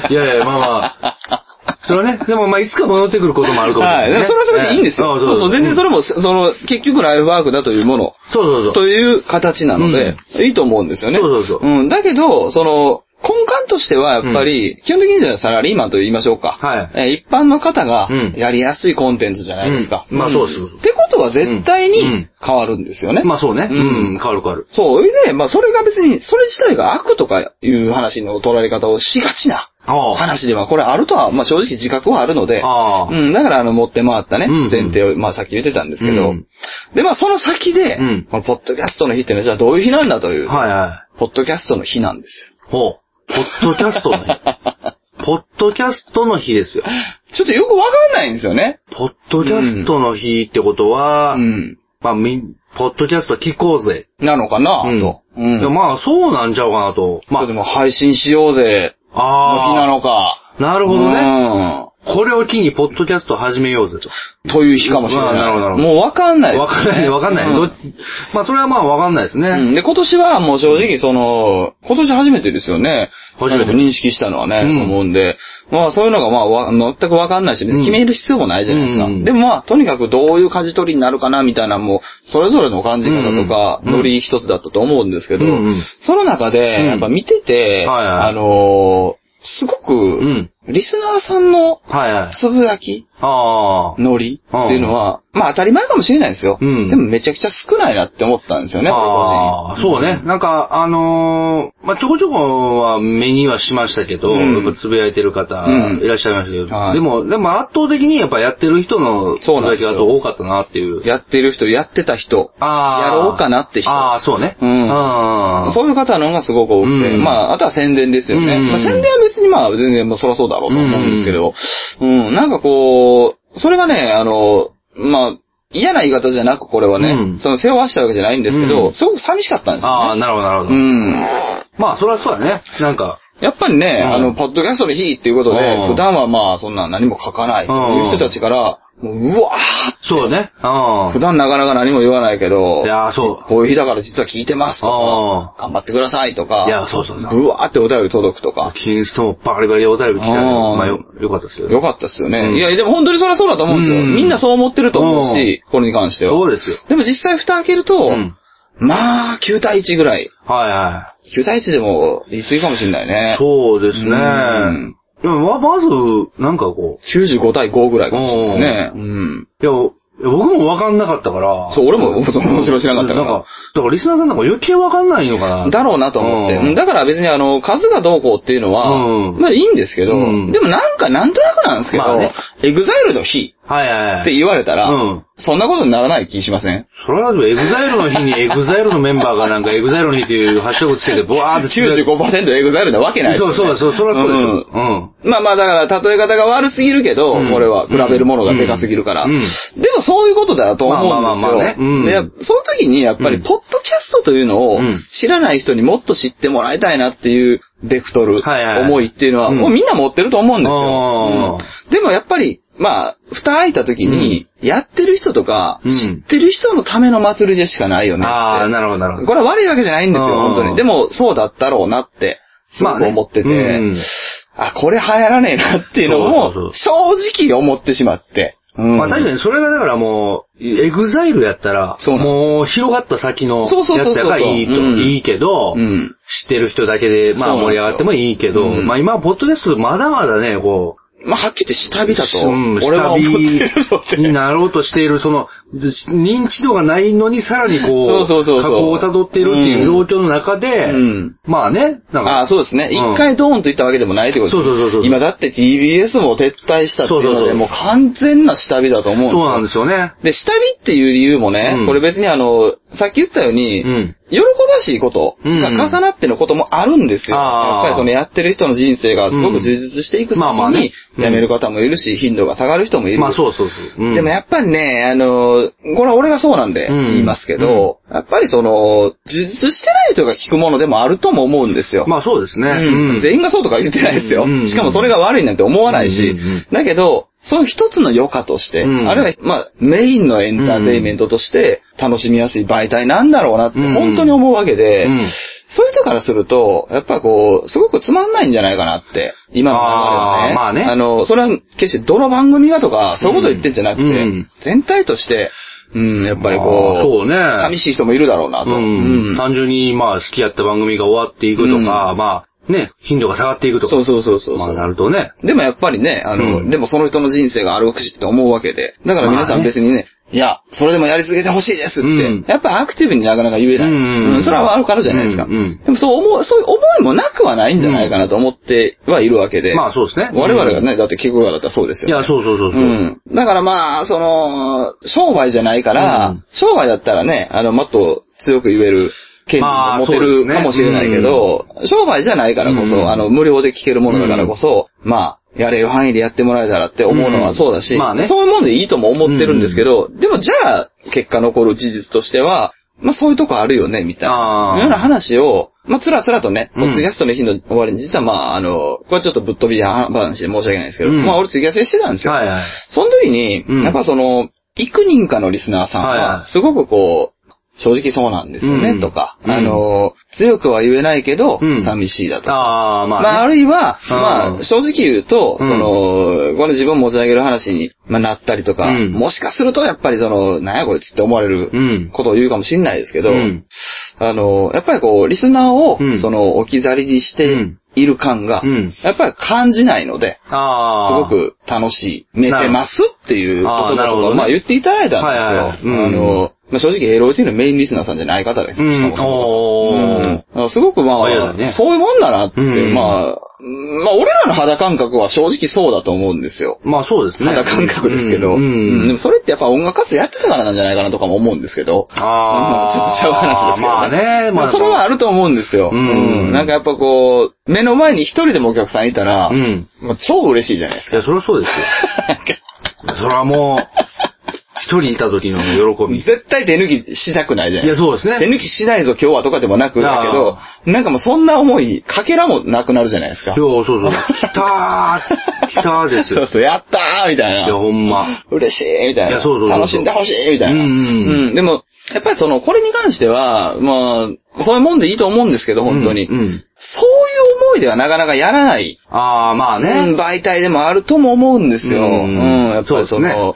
[SPEAKER 1] いやいや、まあまあ。それはね、でもまあ、いつか戻ってくることもあるかもしれ
[SPEAKER 3] は
[SPEAKER 1] ない
[SPEAKER 3] い。
[SPEAKER 1] ね、
[SPEAKER 3] でもそれはそれでいいんですよ。
[SPEAKER 1] ええ
[SPEAKER 3] そうそう。全然そ
[SPEAKER 1] れ。
[SPEAKER 3] れも、その、結局ライフワークだというもの、
[SPEAKER 1] そうそうそう。
[SPEAKER 3] という形なので、いいと思うんですよね。。
[SPEAKER 1] そうそうそうん
[SPEAKER 3] だけど、その、根幹としてはやっぱり、基本的にじゃあサラリーマンと言いましょうか。
[SPEAKER 1] はい
[SPEAKER 3] えー一般の方が
[SPEAKER 1] うん、
[SPEAKER 3] やりやすいコンテンツじゃないですか。
[SPEAKER 1] うんまあそうです
[SPEAKER 3] ってことは絶対
[SPEAKER 1] う
[SPEAKER 3] に
[SPEAKER 1] ん
[SPEAKER 3] 変わるんですよね。
[SPEAKER 1] まあそうね。
[SPEAKER 3] う
[SPEAKER 1] うんん、変わる変わる。
[SPEAKER 3] そう。で、まあそれが別に、それ自体が悪とかいう話の捉え方をしがちな
[SPEAKER 1] ああ。
[SPEAKER 3] 話では、これあるとは、まあ正直自覚はあるので、
[SPEAKER 1] ああ。
[SPEAKER 3] うん、だからあの、持って回ったね、
[SPEAKER 1] うん
[SPEAKER 3] 前提を、まあさっき言ってたんですけど、
[SPEAKER 1] うん
[SPEAKER 3] で、まあその先で、
[SPEAKER 1] うん
[SPEAKER 3] このポッドキャストの日っていうのは、じゃあどういう日なんだという、
[SPEAKER 1] はいは
[SPEAKER 3] ポッドキャストの日なんです
[SPEAKER 1] い。ほう。ポッドキャストの 日。ポッドキャストの日ですよ。
[SPEAKER 3] よ。ちょっとよくわかんないんですよね。
[SPEAKER 1] ポッドキャストの日ってことは、
[SPEAKER 3] うん。
[SPEAKER 1] まあみ、ポッドキャスト聞こうぜ。
[SPEAKER 3] なのかな、と。
[SPEAKER 1] うん。まあ、そうなんちゃうかなと。ま
[SPEAKER 3] まあ、でも配信しようぜ、
[SPEAKER 1] あ、
[SPEAKER 3] の日な
[SPEAKER 1] あ
[SPEAKER 3] のか。
[SPEAKER 1] あ。なるほどね。
[SPEAKER 3] ね。
[SPEAKER 1] これを機に、ポッドキャスト始めようぜと。
[SPEAKER 3] うん。という日かもしれな
[SPEAKER 1] ま
[SPEAKER 3] い。
[SPEAKER 1] あなるほどなるほど
[SPEAKER 3] もうわかんないです。
[SPEAKER 1] わかんない、わかんない。どっまあ、それはまあ、わかんないですね。
[SPEAKER 3] うん、で、今年はもう正直その、今年初めてですよね。
[SPEAKER 1] 初めて
[SPEAKER 3] その認識したのはね、
[SPEAKER 1] うん
[SPEAKER 3] 思うんで。まあそういうのがまあわ全くわかんないし、
[SPEAKER 1] ん
[SPEAKER 3] 決める必要もないじゃないですか。
[SPEAKER 1] うん
[SPEAKER 3] でもまあ、とにかくどういう舵取りになるかなみたいなもう、それぞれの感じ方とか、
[SPEAKER 1] うんうん
[SPEAKER 3] ノリ一つだったと思うんですけど、
[SPEAKER 1] うんうん
[SPEAKER 3] その中で、
[SPEAKER 1] うん
[SPEAKER 3] やっぱ見てて、
[SPEAKER 1] はいはい
[SPEAKER 3] あのーすご
[SPEAKER 1] う
[SPEAKER 3] く、
[SPEAKER 1] ん。
[SPEAKER 3] リスナーさんの
[SPEAKER 1] はいはい。
[SPEAKER 3] つぶやき、
[SPEAKER 1] ああ。
[SPEAKER 3] ノリっていうのは、まあ当たり前かもしれないですよ。
[SPEAKER 1] うん
[SPEAKER 3] でもめちゃくちゃ少ないなって思ったんですよね、個人
[SPEAKER 1] ああ、そうね。なんか、あのーまあ、ちょこちょこは目にはしましたけど、
[SPEAKER 3] うん
[SPEAKER 1] やっぱつぶやいてる方
[SPEAKER 3] うん
[SPEAKER 1] いらっしゃいましたけど、
[SPEAKER 3] はい
[SPEAKER 1] でも、でも圧倒的にやっぱやってる人の
[SPEAKER 3] そうなんですよ
[SPEAKER 1] だけだと多かったなっていう。
[SPEAKER 3] やってる人、やってた人、
[SPEAKER 1] ああ。
[SPEAKER 3] やろうかなって人
[SPEAKER 1] ああ、そうね。
[SPEAKER 3] うん
[SPEAKER 1] ああ。
[SPEAKER 3] そういう方の方がすごく多くて、
[SPEAKER 1] うん
[SPEAKER 3] まあ、あとは宣伝ですよね。
[SPEAKER 1] うん
[SPEAKER 3] まあ、宣伝は別にまあ、全然、まあ、そらそうだろうと思うんですけど、うん、なんかこう、それがね、あの、まあ、嫌な言い方じゃなく、これはね、
[SPEAKER 1] うん
[SPEAKER 3] その、背負わしたわけじゃないんですけど、
[SPEAKER 1] うん
[SPEAKER 3] すごく寂しかったんです
[SPEAKER 1] あ
[SPEAKER 3] よ
[SPEAKER 1] あ、
[SPEAKER 3] ね。
[SPEAKER 1] なるほど、なるほ
[SPEAKER 3] う
[SPEAKER 1] ど。
[SPEAKER 3] ん。
[SPEAKER 1] まあ、それはそうだね。なんか、
[SPEAKER 3] やっぱりね、
[SPEAKER 1] うん
[SPEAKER 3] あの、ポッドキャストの日っていうことで、
[SPEAKER 1] うん
[SPEAKER 3] 普段はまあ、そんな何も書かないという人たちから、もう、うわ
[SPEAKER 1] そうだね。あ
[SPEAKER 3] ー普段なかなか何も言わないけど
[SPEAKER 1] あ。い、やー、そ
[SPEAKER 3] こういう日だから実は聞いてますと
[SPEAKER 1] あ
[SPEAKER 3] か、頑張ってくださいとか、
[SPEAKER 1] いやそうそうそう
[SPEAKER 3] ぶわーってお便り届くとか
[SPEAKER 1] う。、キンストンバリバリお便り来たけど、
[SPEAKER 3] ああ
[SPEAKER 1] まあ、よ、よかったですよね。
[SPEAKER 3] よかったっすよね。
[SPEAKER 1] うん
[SPEAKER 3] いや、でも本当にそりゃそうだと思うんです
[SPEAKER 1] う
[SPEAKER 3] よ。
[SPEAKER 1] ん
[SPEAKER 3] みんなそう思ってると思うし、これに関しては。
[SPEAKER 1] そうですよ。
[SPEAKER 3] でも実際蓋開けると、
[SPEAKER 1] うん
[SPEAKER 3] まあ、9対1ぐらい。
[SPEAKER 1] はいは
[SPEAKER 3] 9対1でも言い過ぎかもしれない
[SPEAKER 1] い。
[SPEAKER 3] ね。
[SPEAKER 1] そうですね。
[SPEAKER 3] うん
[SPEAKER 1] でもま、まず、なんかこ
[SPEAKER 3] 95対5ぐらいかもしれないね。うん。
[SPEAKER 1] う、いや、いや僕もわかんなかったから。
[SPEAKER 3] そう、俺も、その面白知らなかったか
[SPEAKER 1] なん
[SPEAKER 3] ら
[SPEAKER 1] か、。だからリスナーさんなんか余計わかんないのかな。
[SPEAKER 3] だろうなと思って。
[SPEAKER 1] うん
[SPEAKER 3] だから別にあの、数がどうこうっていうのは、
[SPEAKER 1] うん
[SPEAKER 3] まあいいんですけど、
[SPEAKER 1] うん
[SPEAKER 3] でもなんかなんとなくなんですけど、
[SPEAKER 1] まあね
[SPEAKER 3] エグザイルの日
[SPEAKER 1] はいはいはい。
[SPEAKER 3] って言われたら、
[SPEAKER 1] うん
[SPEAKER 3] そんなことにならない気しません
[SPEAKER 1] それはでもエグザイルの日に エグザイルのメンバーがなんかエグザイルの日っていうハッシュタグつけてボワーってつぶやいて
[SPEAKER 3] ?95% エグザイルなわけないです
[SPEAKER 1] そ
[SPEAKER 3] よ
[SPEAKER 1] う
[SPEAKER 3] ね
[SPEAKER 1] そうそう、それはそうですよ。
[SPEAKER 3] うん
[SPEAKER 1] うん。
[SPEAKER 3] まあまあだから、例え方が悪すぎるけど、
[SPEAKER 1] うん
[SPEAKER 3] これは比べるものがでかすぎるから。
[SPEAKER 1] うん
[SPEAKER 3] でもそういうことだと思うんです
[SPEAKER 1] まあまあまあまあねう
[SPEAKER 3] よ
[SPEAKER 1] ん
[SPEAKER 3] でやっ。その時にやっぱ
[SPEAKER 1] う
[SPEAKER 3] り、
[SPEAKER 1] ん
[SPEAKER 3] ポッドキャストというのを
[SPEAKER 1] うん
[SPEAKER 3] 知らない人にもっと知ってもらいたいなっていう、ベクトル、
[SPEAKER 1] はいはいはい
[SPEAKER 3] 思いっていうのは、
[SPEAKER 1] うん
[SPEAKER 3] もうみんな持ってると思うんですよ
[SPEAKER 1] あ。
[SPEAKER 3] うんでもやっぱり、まあ、蓋開いた時に、やってる人とか、
[SPEAKER 1] うん
[SPEAKER 3] 知ってる人のための祭りでしかないよねって。
[SPEAKER 1] ああ、なるほど、なるほど。
[SPEAKER 3] これは悪いわけじゃないんですよ、
[SPEAKER 1] あー
[SPEAKER 3] 本当に。でも、そうだったろうなって、すごく思ってて、
[SPEAKER 1] まあねうん
[SPEAKER 3] あ、これ流行らねえなっていうの
[SPEAKER 1] そう
[SPEAKER 3] も、正
[SPEAKER 1] そ
[SPEAKER 3] 直思ってしまって。うん
[SPEAKER 1] まあ確かにそれがだからもう、エグザイルやったら、
[SPEAKER 3] そうなんです
[SPEAKER 1] もう広がった先のや
[SPEAKER 3] そうそうそうそう
[SPEAKER 1] つやからいいと、
[SPEAKER 3] うん
[SPEAKER 1] いいけど、
[SPEAKER 3] うん
[SPEAKER 1] 知ってる人だけで、まあ
[SPEAKER 3] そうなん
[SPEAKER 1] 盛
[SPEAKER 3] です
[SPEAKER 1] り
[SPEAKER 3] よ
[SPEAKER 1] 上がってもいいけど、
[SPEAKER 3] うん
[SPEAKER 1] まあ今、ポッドキャストまだまだね、こう、
[SPEAKER 3] まあ、はっきり言って下火だと、
[SPEAKER 1] うん、
[SPEAKER 3] 俺は
[SPEAKER 1] 下
[SPEAKER 3] 思って
[SPEAKER 1] 火
[SPEAKER 3] るので。
[SPEAKER 1] になろうとしている、その、認知度がないのにさらにこう、
[SPEAKER 3] そうそうそうそう
[SPEAKER 1] 過去を辿っているっていう状況の中で、
[SPEAKER 3] うん
[SPEAKER 1] まあね、なんか、
[SPEAKER 3] ああ、そうですね。
[SPEAKER 1] うん
[SPEAKER 3] 一回ドーンといったわけでもないってことです
[SPEAKER 1] そ
[SPEAKER 3] ね
[SPEAKER 1] うそうそうそう
[SPEAKER 3] 今だって TBS も撤退したって
[SPEAKER 1] そう
[SPEAKER 3] いうの
[SPEAKER 1] そうそ
[SPEAKER 3] で、
[SPEAKER 1] う
[SPEAKER 3] もう完全な下火だと思うんです
[SPEAKER 1] そ
[SPEAKER 3] よ
[SPEAKER 1] うなんですよね。
[SPEAKER 3] で、下火っていう理由もね、
[SPEAKER 1] うん
[SPEAKER 3] これ別にあの、さっき言ったように、
[SPEAKER 1] うん
[SPEAKER 3] 喜ばしいことが重なってのこともあるんですよ。
[SPEAKER 1] あー
[SPEAKER 3] やっぱりそのやってる人の人生がすごく充実していく
[SPEAKER 1] うん
[SPEAKER 3] 先
[SPEAKER 1] まあまあね
[SPEAKER 3] に、
[SPEAKER 1] うん
[SPEAKER 3] 辞める方もいるし、頻度が下がる人もいる。
[SPEAKER 1] まあそうそうそう。うん
[SPEAKER 3] でもやっぱりね、あの、これは俺がそうなんで
[SPEAKER 1] うん
[SPEAKER 3] 言いますけど、やっぱりその、充実してない人が聞くものでもあるとも思うんですよ。
[SPEAKER 1] まあそうですね。
[SPEAKER 3] うん
[SPEAKER 1] うん
[SPEAKER 3] 全員がそうとか言ってないですよ。
[SPEAKER 1] うん
[SPEAKER 3] しかもそれが悪いなんて思わないし、
[SPEAKER 1] うんうんうん
[SPEAKER 3] だけど、その一つの余暇として、
[SPEAKER 1] うん
[SPEAKER 3] あるいは、まあ、メインのエンターテインメントとして、楽しみやすい媒体なんだろうなって、
[SPEAKER 1] うん
[SPEAKER 3] 本当に思うわけで、
[SPEAKER 1] うん
[SPEAKER 3] そういう人からすると、やっぱこう、すごくつまんないんじゃないかなって、今の流れはね。
[SPEAKER 1] あーまあね
[SPEAKER 3] の、それは決してどの番組がとか、そういうこと言ってんじゃなくて、
[SPEAKER 1] うんうん
[SPEAKER 3] 全体として、うん、やっぱり
[SPEAKER 1] ま
[SPEAKER 3] こ
[SPEAKER 1] あ
[SPEAKER 3] う、
[SPEAKER 1] そうね
[SPEAKER 3] 寂しい人もいるだろうなと。
[SPEAKER 1] うん
[SPEAKER 3] うん
[SPEAKER 1] 単純に、まあ、好きやった番組が終わっていくとか、
[SPEAKER 3] うん
[SPEAKER 1] まあ、ね、頻度が下がっていくとか。
[SPEAKER 3] そうそうそうそうそう。
[SPEAKER 1] まあ、なるとね。
[SPEAKER 3] でもやっぱりね、あの、
[SPEAKER 1] うん
[SPEAKER 3] でもその人の人生があるわけって思うわけで。だから皆
[SPEAKER 1] まあ
[SPEAKER 3] さん
[SPEAKER 1] ね
[SPEAKER 3] 別にね、いや、それでもやり続けてほしいですって、
[SPEAKER 1] うん
[SPEAKER 3] やっぱアクティブになかなか言えない。
[SPEAKER 1] うんうん
[SPEAKER 3] それはあるからじゃないですか。
[SPEAKER 1] うんうん
[SPEAKER 3] でもそう思う、そういう思いもなくはないんじゃないかなと思ってはいるわけで。
[SPEAKER 1] まあそうですね
[SPEAKER 3] 我々がね、だって聞く側だったらそうですよ、
[SPEAKER 1] い
[SPEAKER 3] ね。
[SPEAKER 1] や、そうそうそうそう。
[SPEAKER 3] うん。だからまあ、その、商売じゃないから、
[SPEAKER 1] うん
[SPEAKER 3] 商売だったらね、あの、もっと強く言える権利
[SPEAKER 1] ま
[SPEAKER 3] を
[SPEAKER 1] あ
[SPEAKER 3] 持て
[SPEAKER 1] そうです
[SPEAKER 3] る
[SPEAKER 1] ね
[SPEAKER 3] かもしれないけど、商売じゃないからこそ、
[SPEAKER 1] うん
[SPEAKER 3] あの、無料で聞けるものだからこそ、まあ、やれる範囲でやってもらえたらって思うのはそうだし、
[SPEAKER 1] うんまあね
[SPEAKER 3] そういうもんでいいとも思ってるんですけど、でもじゃあ、結果残る事実としては、まあそういうとこあるよね、みたい
[SPEAKER 1] あ
[SPEAKER 3] な。
[SPEAKER 1] ー
[SPEAKER 3] ような話を、まあつらつらとね、
[SPEAKER 1] う
[SPEAKER 3] ポ
[SPEAKER 1] ん
[SPEAKER 3] ッドキャストの日の終わりに、実はまああの、これはちょっとぶっ飛び話で申し訳ないですけど、
[SPEAKER 1] うん
[SPEAKER 3] まあ俺ツイキャスしてたんですよ。
[SPEAKER 1] はいはい。
[SPEAKER 3] その時に、
[SPEAKER 1] うん
[SPEAKER 3] やっぱその、幾人かのリスナーさん
[SPEAKER 1] はい
[SPEAKER 3] は
[SPEAKER 1] は、い
[SPEAKER 3] すごくこう、正直そうなんですよね、
[SPEAKER 1] うん
[SPEAKER 3] とか、
[SPEAKER 1] うん
[SPEAKER 3] あの、強くは言えないけど、
[SPEAKER 1] うん
[SPEAKER 3] 寂しいだとか。
[SPEAKER 1] ああ、ま
[SPEAKER 3] ま
[SPEAKER 1] あ、
[SPEAKER 3] あ、
[SPEAKER 1] ね。
[SPEAKER 3] あ、るいは、
[SPEAKER 1] うん
[SPEAKER 3] まあ、正直言うと、
[SPEAKER 1] うん
[SPEAKER 3] その、この自分を持ち上げる話に、まあ、なったりとか、
[SPEAKER 1] うん
[SPEAKER 3] もしかすると、やっぱりその、なんやこいつって思われる
[SPEAKER 1] うん。
[SPEAKER 3] ことを言うかもしれないですけ
[SPEAKER 1] う
[SPEAKER 3] ど、
[SPEAKER 1] ん。
[SPEAKER 3] あの、やっぱりこう、リスナーを、
[SPEAKER 1] うん
[SPEAKER 3] その、置き去りにしている感が、
[SPEAKER 1] うん
[SPEAKER 3] やっぱり感じないので、す
[SPEAKER 1] あ
[SPEAKER 3] ご
[SPEAKER 1] あ。。
[SPEAKER 3] く楽しい。寝てますっていう言
[SPEAKER 1] なるほどあ
[SPEAKER 3] 葉
[SPEAKER 1] ー
[SPEAKER 3] と
[SPEAKER 1] な
[SPEAKER 3] か
[SPEAKER 1] る
[SPEAKER 3] を、
[SPEAKER 1] ほどね
[SPEAKER 3] まあ言っていただいた
[SPEAKER 1] はいはいは
[SPEAKER 3] ん
[SPEAKER 1] い
[SPEAKER 3] ですよ。
[SPEAKER 1] うん
[SPEAKER 3] あの、まあ、正直 LOT のメインリスナーさんじゃない方です。
[SPEAKER 1] うん
[SPEAKER 3] 下もその
[SPEAKER 1] おー
[SPEAKER 3] うんだからすごくま
[SPEAKER 1] ありがた
[SPEAKER 3] あ、
[SPEAKER 1] いね
[SPEAKER 3] そういうもんだなって、
[SPEAKER 1] うん
[SPEAKER 3] まあ、まあ俺らの肌感覚は正直そうだと思うんですよ。
[SPEAKER 1] まあそうですね。
[SPEAKER 3] 肌感覚ですけ
[SPEAKER 1] うん。
[SPEAKER 3] ど、うん
[SPEAKER 1] うん
[SPEAKER 3] でもそれってやっぱ音楽活動やってたからなんじゃないかなとかも思うんですけど。
[SPEAKER 1] あー
[SPEAKER 3] うんちょっと違う話ですよ、
[SPEAKER 1] まあねまあ
[SPEAKER 3] それはあると思うんですよ。
[SPEAKER 1] うん
[SPEAKER 3] なんかやっぱこう、目の前に一人でもお客さんいたら、
[SPEAKER 1] うん。
[SPEAKER 3] まあ、超嬉しいじゃないです
[SPEAKER 1] い
[SPEAKER 3] か。
[SPEAKER 1] や、そりゃそうですよ。そりゃもう、一人いた時の喜び。
[SPEAKER 3] 絶対手抜きしたくないじゃな
[SPEAKER 1] い
[SPEAKER 3] いで
[SPEAKER 1] や、
[SPEAKER 3] すか。
[SPEAKER 1] そうです
[SPEAKER 3] 手
[SPEAKER 1] ね。
[SPEAKER 3] 抜きしないぞ今日はとかでもなく、だけど、なんかもうそんな思い、かけらもなくなるじゃないですか
[SPEAKER 1] いや、。そう そう。来たー来たーです
[SPEAKER 3] そう
[SPEAKER 1] よ。
[SPEAKER 3] そう、やったーみたいな。
[SPEAKER 1] いや、ほんま。
[SPEAKER 3] 嬉しいみたい
[SPEAKER 1] い
[SPEAKER 3] な。
[SPEAKER 1] やそうそうそうそう
[SPEAKER 3] 楽しんでほしいみたいな。
[SPEAKER 1] うんうん
[SPEAKER 3] でも、やっぱりその、これに関しては、まあ、そういうもんでいいと思うんですけど、本当に。
[SPEAKER 1] うんうん
[SPEAKER 3] そういう思いではなかなかやらない、
[SPEAKER 1] ああ、まあ
[SPEAKER 3] うん
[SPEAKER 1] ね。
[SPEAKER 3] 媒体でもあるとも思うんですよ。
[SPEAKER 1] う
[SPEAKER 3] うんん、やっぱりそ
[SPEAKER 1] そう
[SPEAKER 3] の、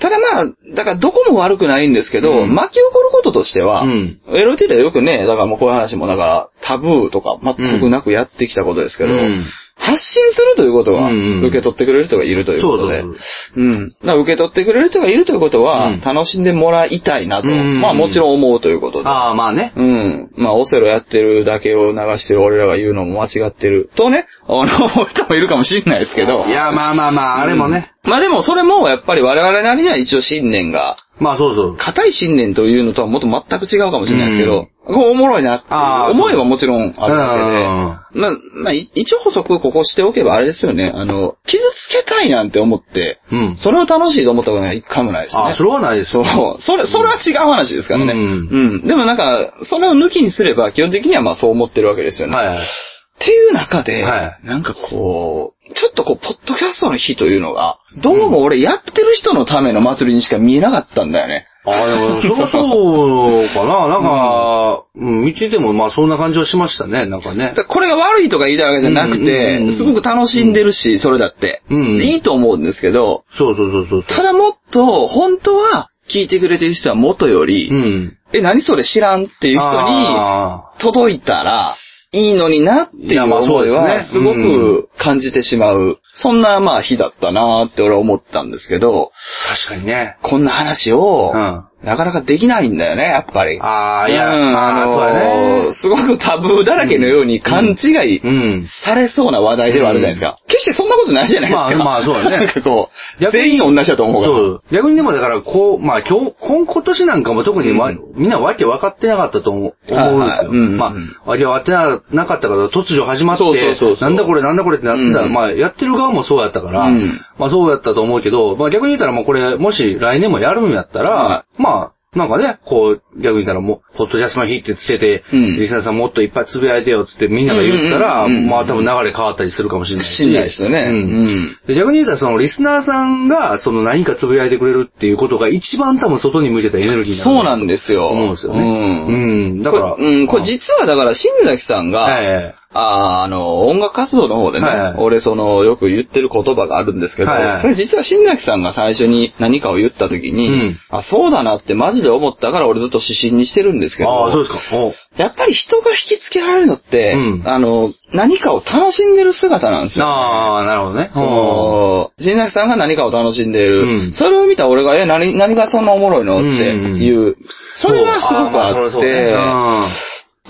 [SPEAKER 3] ただまあ、だからどこも悪くないんですけど、
[SPEAKER 1] うん
[SPEAKER 3] 巻き起こることとしては、
[SPEAKER 1] うん
[SPEAKER 3] LT ではよくね、だからもうこういう話も、だからタブーとか全くなくやってきたことですけど、
[SPEAKER 1] うん
[SPEAKER 3] 発信するということは、
[SPEAKER 1] うんうん
[SPEAKER 3] 受け取ってくれる人がいるということで、
[SPEAKER 1] そうそう
[SPEAKER 3] うん。だから受け取ってくれる人がいるということは、
[SPEAKER 1] うん
[SPEAKER 3] 楽しんでもらいたいなと、
[SPEAKER 1] うんうんうん
[SPEAKER 3] まあもちろん思うということで。
[SPEAKER 1] ああ、まあね。
[SPEAKER 3] うん。まあ、オセロやってるだけを流してる俺らが言うのも間違ってる。とね、あの、思う人もいるかもしれないですけど。
[SPEAKER 1] いや、まあまあまあ、あれもね。
[SPEAKER 3] まあでも、それもやっぱり我々なりには一応信念が、
[SPEAKER 1] まあそうそう。
[SPEAKER 3] 硬い信念というのとはもっと全く違うかもしれないですけど、こうおもろいなって
[SPEAKER 1] あー
[SPEAKER 3] いう思いはもちろんあるわけで、まあ、まあ、い一応補足ここしておけばあれですよね、あの、傷つけたいなんて思って、
[SPEAKER 1] うん。
[SPEAKER 3] それを楽しいと思ったことが一回もないですね。
[SPEAKER 1] ああ、それはないです
[SPEAKER 3] そ
[SPEAKER 1] よ。
[SPEAKER 3] う。それ、それは違う話ですからね。
[SPEAKER 1] う
[SPEAKER 3] うんん。でもなんか、それを抜きにすれば、基本的にはまあそう思ってるわけですよね。
[SPEAKER 1] はい
[SPEAKER 3] い。
[SPEAKER 1] はい。
[SPEAKER 3] っていう中で、
[SPEAKER 1] はい
[SPEAKER 3] なんかこう、ちょっとこう、ポッドキャストの日というのが、どうも俺やってる人のための祭りにしか見えなかったんだよね。
[SPEAKER 1] ああ、でも、そりゃそうか な。なんか、うん、見てても、まあそんな感じはしましたね、なんかね
[SPEAKER 3] だか。らこれが悪いとか言いたいわけじゃな
[SPEAKER 1] うん
[SPEAKER 3] く
[SPEAKER 1] うんうん
[SPEAKER 3] て、すごく楽しんでるし、それだって。
[SPEAKER 1] うんうん
[SPEAKER 3] いいと思うんですけど、
[SPEAKER 1] そうそうそうそう。
[SPEAKER 3] ただもっと、本当は、聞いてくれてる人は元より、
[SPEAKER 1] うん。
[SPEAKER 3] え、何それ知らんっていう人に、
[SPEAKER 1] あ
[SPEAKER 3] 届いたら、いいのになって
[SPEAKER 1] い
[SPEAKER 3] い
[SPEAKER 1] や
[SPEAKER 3] う
[SPEAKER 1] まあそう
[SPEAKER 3] 思
[SPEAKER 1] で
[SPEAKER 3] い
[SPEAKER 1] すね
[SPEAKER 3] は、すごく感じてしまう。そんな、まあ、日だったなって俺は思ったんですけど、
[SPEAKER 1] あ、確かにね。
[SPEAKER 3] こんな話
[SPEAKER 1] う
[SPEAKER 3] を、
[SPEAKER 1] ん。
[SPEAKER 3] なかなかできないんだよね、やっぱり。
[SPEAKER 1] ああ、いや、
[SPEAKER 3] うん
[SPEAKER 1] あ
[SPEAKER 3] あ
[SPEAKER 1] あ、
[SPEAKER 3] の
[SPEAKER 1] そうだね。
[SPEAKER 3] すごくタブーだらけのように勘違い
[SPEAKER 1] うん。
[SPEAKER 3] されそうな話題ではあるじゃないですか。決してそんなことないじゃないですか。
[SPEAKER 1] まあまあそうだね
[SPEAKER 3] なんかこう、
[SPEAKER 1] 逆に
[SPEAKER 3] 全員同じだと思うから。
[SPEAKER 1] そう。逆にでもだから、こう、まあ今日、今今年なんかも特に、まあみんなわけ分かってなかったと思う思うんですよ。
[SPEAKER 3] はいはいうんうん
[SPEAKER 1] まあ、わけ分かってなかったから突如始まって、
[SPEAKER 3] そうそうそうそう
[SPEAKER 1] なんだこれなんだこれってなってたら、
[SPEAKER 3] うん
[SPEAKER 1] まあやってる側もそうやったから、
[SPEAKER 3] うん
[SPEAKER 1] まあそうやったと思うけど、まあ逆に言ったらもうこれ、もし来年もやるんやったら、
[SPEAKER 3] は
[SPEAKER 1] まあ、なんかね、こう、逆に言ったらもう、ホットジャスの日ってつけて、
[SPEAKER 3] うん
[SPEAKER 1] リスナーさんもっといっぱいつぶやいてよっつってみんなが言ったら、
[SPEAKER 3] うんうんうんうん
[SPEAKER 1] まあ多分流れ変わったりするかもしれないし。
[SPEAKER 3] しんないですよね。
[SPEAKER 1] うんで逆に言うたら、その、リスナーさんが、その、何かつぶやいてくれるっていうことが、一番多分外に向けたエネルギーになる。
[SPEAKER 3] そうなんですよ。
[SPEAKER 1] 思うんですよね。
[SPEAKER 3] うん
[SPEAKER 1] うん。だから。
[SPEAKER 3] これうん、これ実はだから、新崎さんが、
[SPEAKER 1] はいはいはい
[SPEAKER 3] あーあの、音楽活動の方でね、
[SPEAKER 1] はいはい
[SPEAKER 3] 俺その、よく言ってる言葉があるんですけど、
[SPEAKER 1] はいはい
[SPEAKER 3] それ実は新崎さんが最初に何かを言った時に、
[SPEAKER 1] うん
[SPEAKER 3] あ、そうだなってマジで思ったから俺ずっと指針にしてるんですけど、
[SPEAKER 1] ああ、そうですか。おう
[SPEAKER 3] やっぱり人が引きつけられるのって、
[SPEAKER 1] うん
[SPEAKER 3] あの、何かを楽しんでる姿なんですよ。
[SPEAKER 1] ああ、なるほどね。
[SPEAKER 3] その、新崎さんが何かを楽しんでいる。
[SPEAKER 1] うん
[SPEAKER 3] それを見た俺が、え、何、何がそんなおもろいのっていう、それがすごくあって、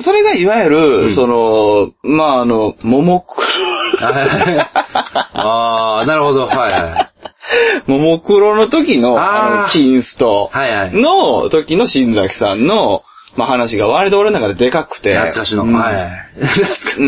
[SPEAKER 3] それがいわゆる、
[SPEAKER 1] うん
[SPEAKER 3] その、まあ、あの、ももクロ、
[SPEAKER 1] ああ、なるほど。はいはい。
[SPEAKER 3] ももクロ の時の、
[SPEAKER 1] あー
[SPEAKER 3] あの、キンスト
[SPEAKER 1] はいはい。
[SPEAKER 3] の時の新崎さんの、まあ、話が割と俺の中ででかくて。
[SPEAKER 1] 懐かしの。
[SPEAKER 3] うん
[SPEAKER 1] はい。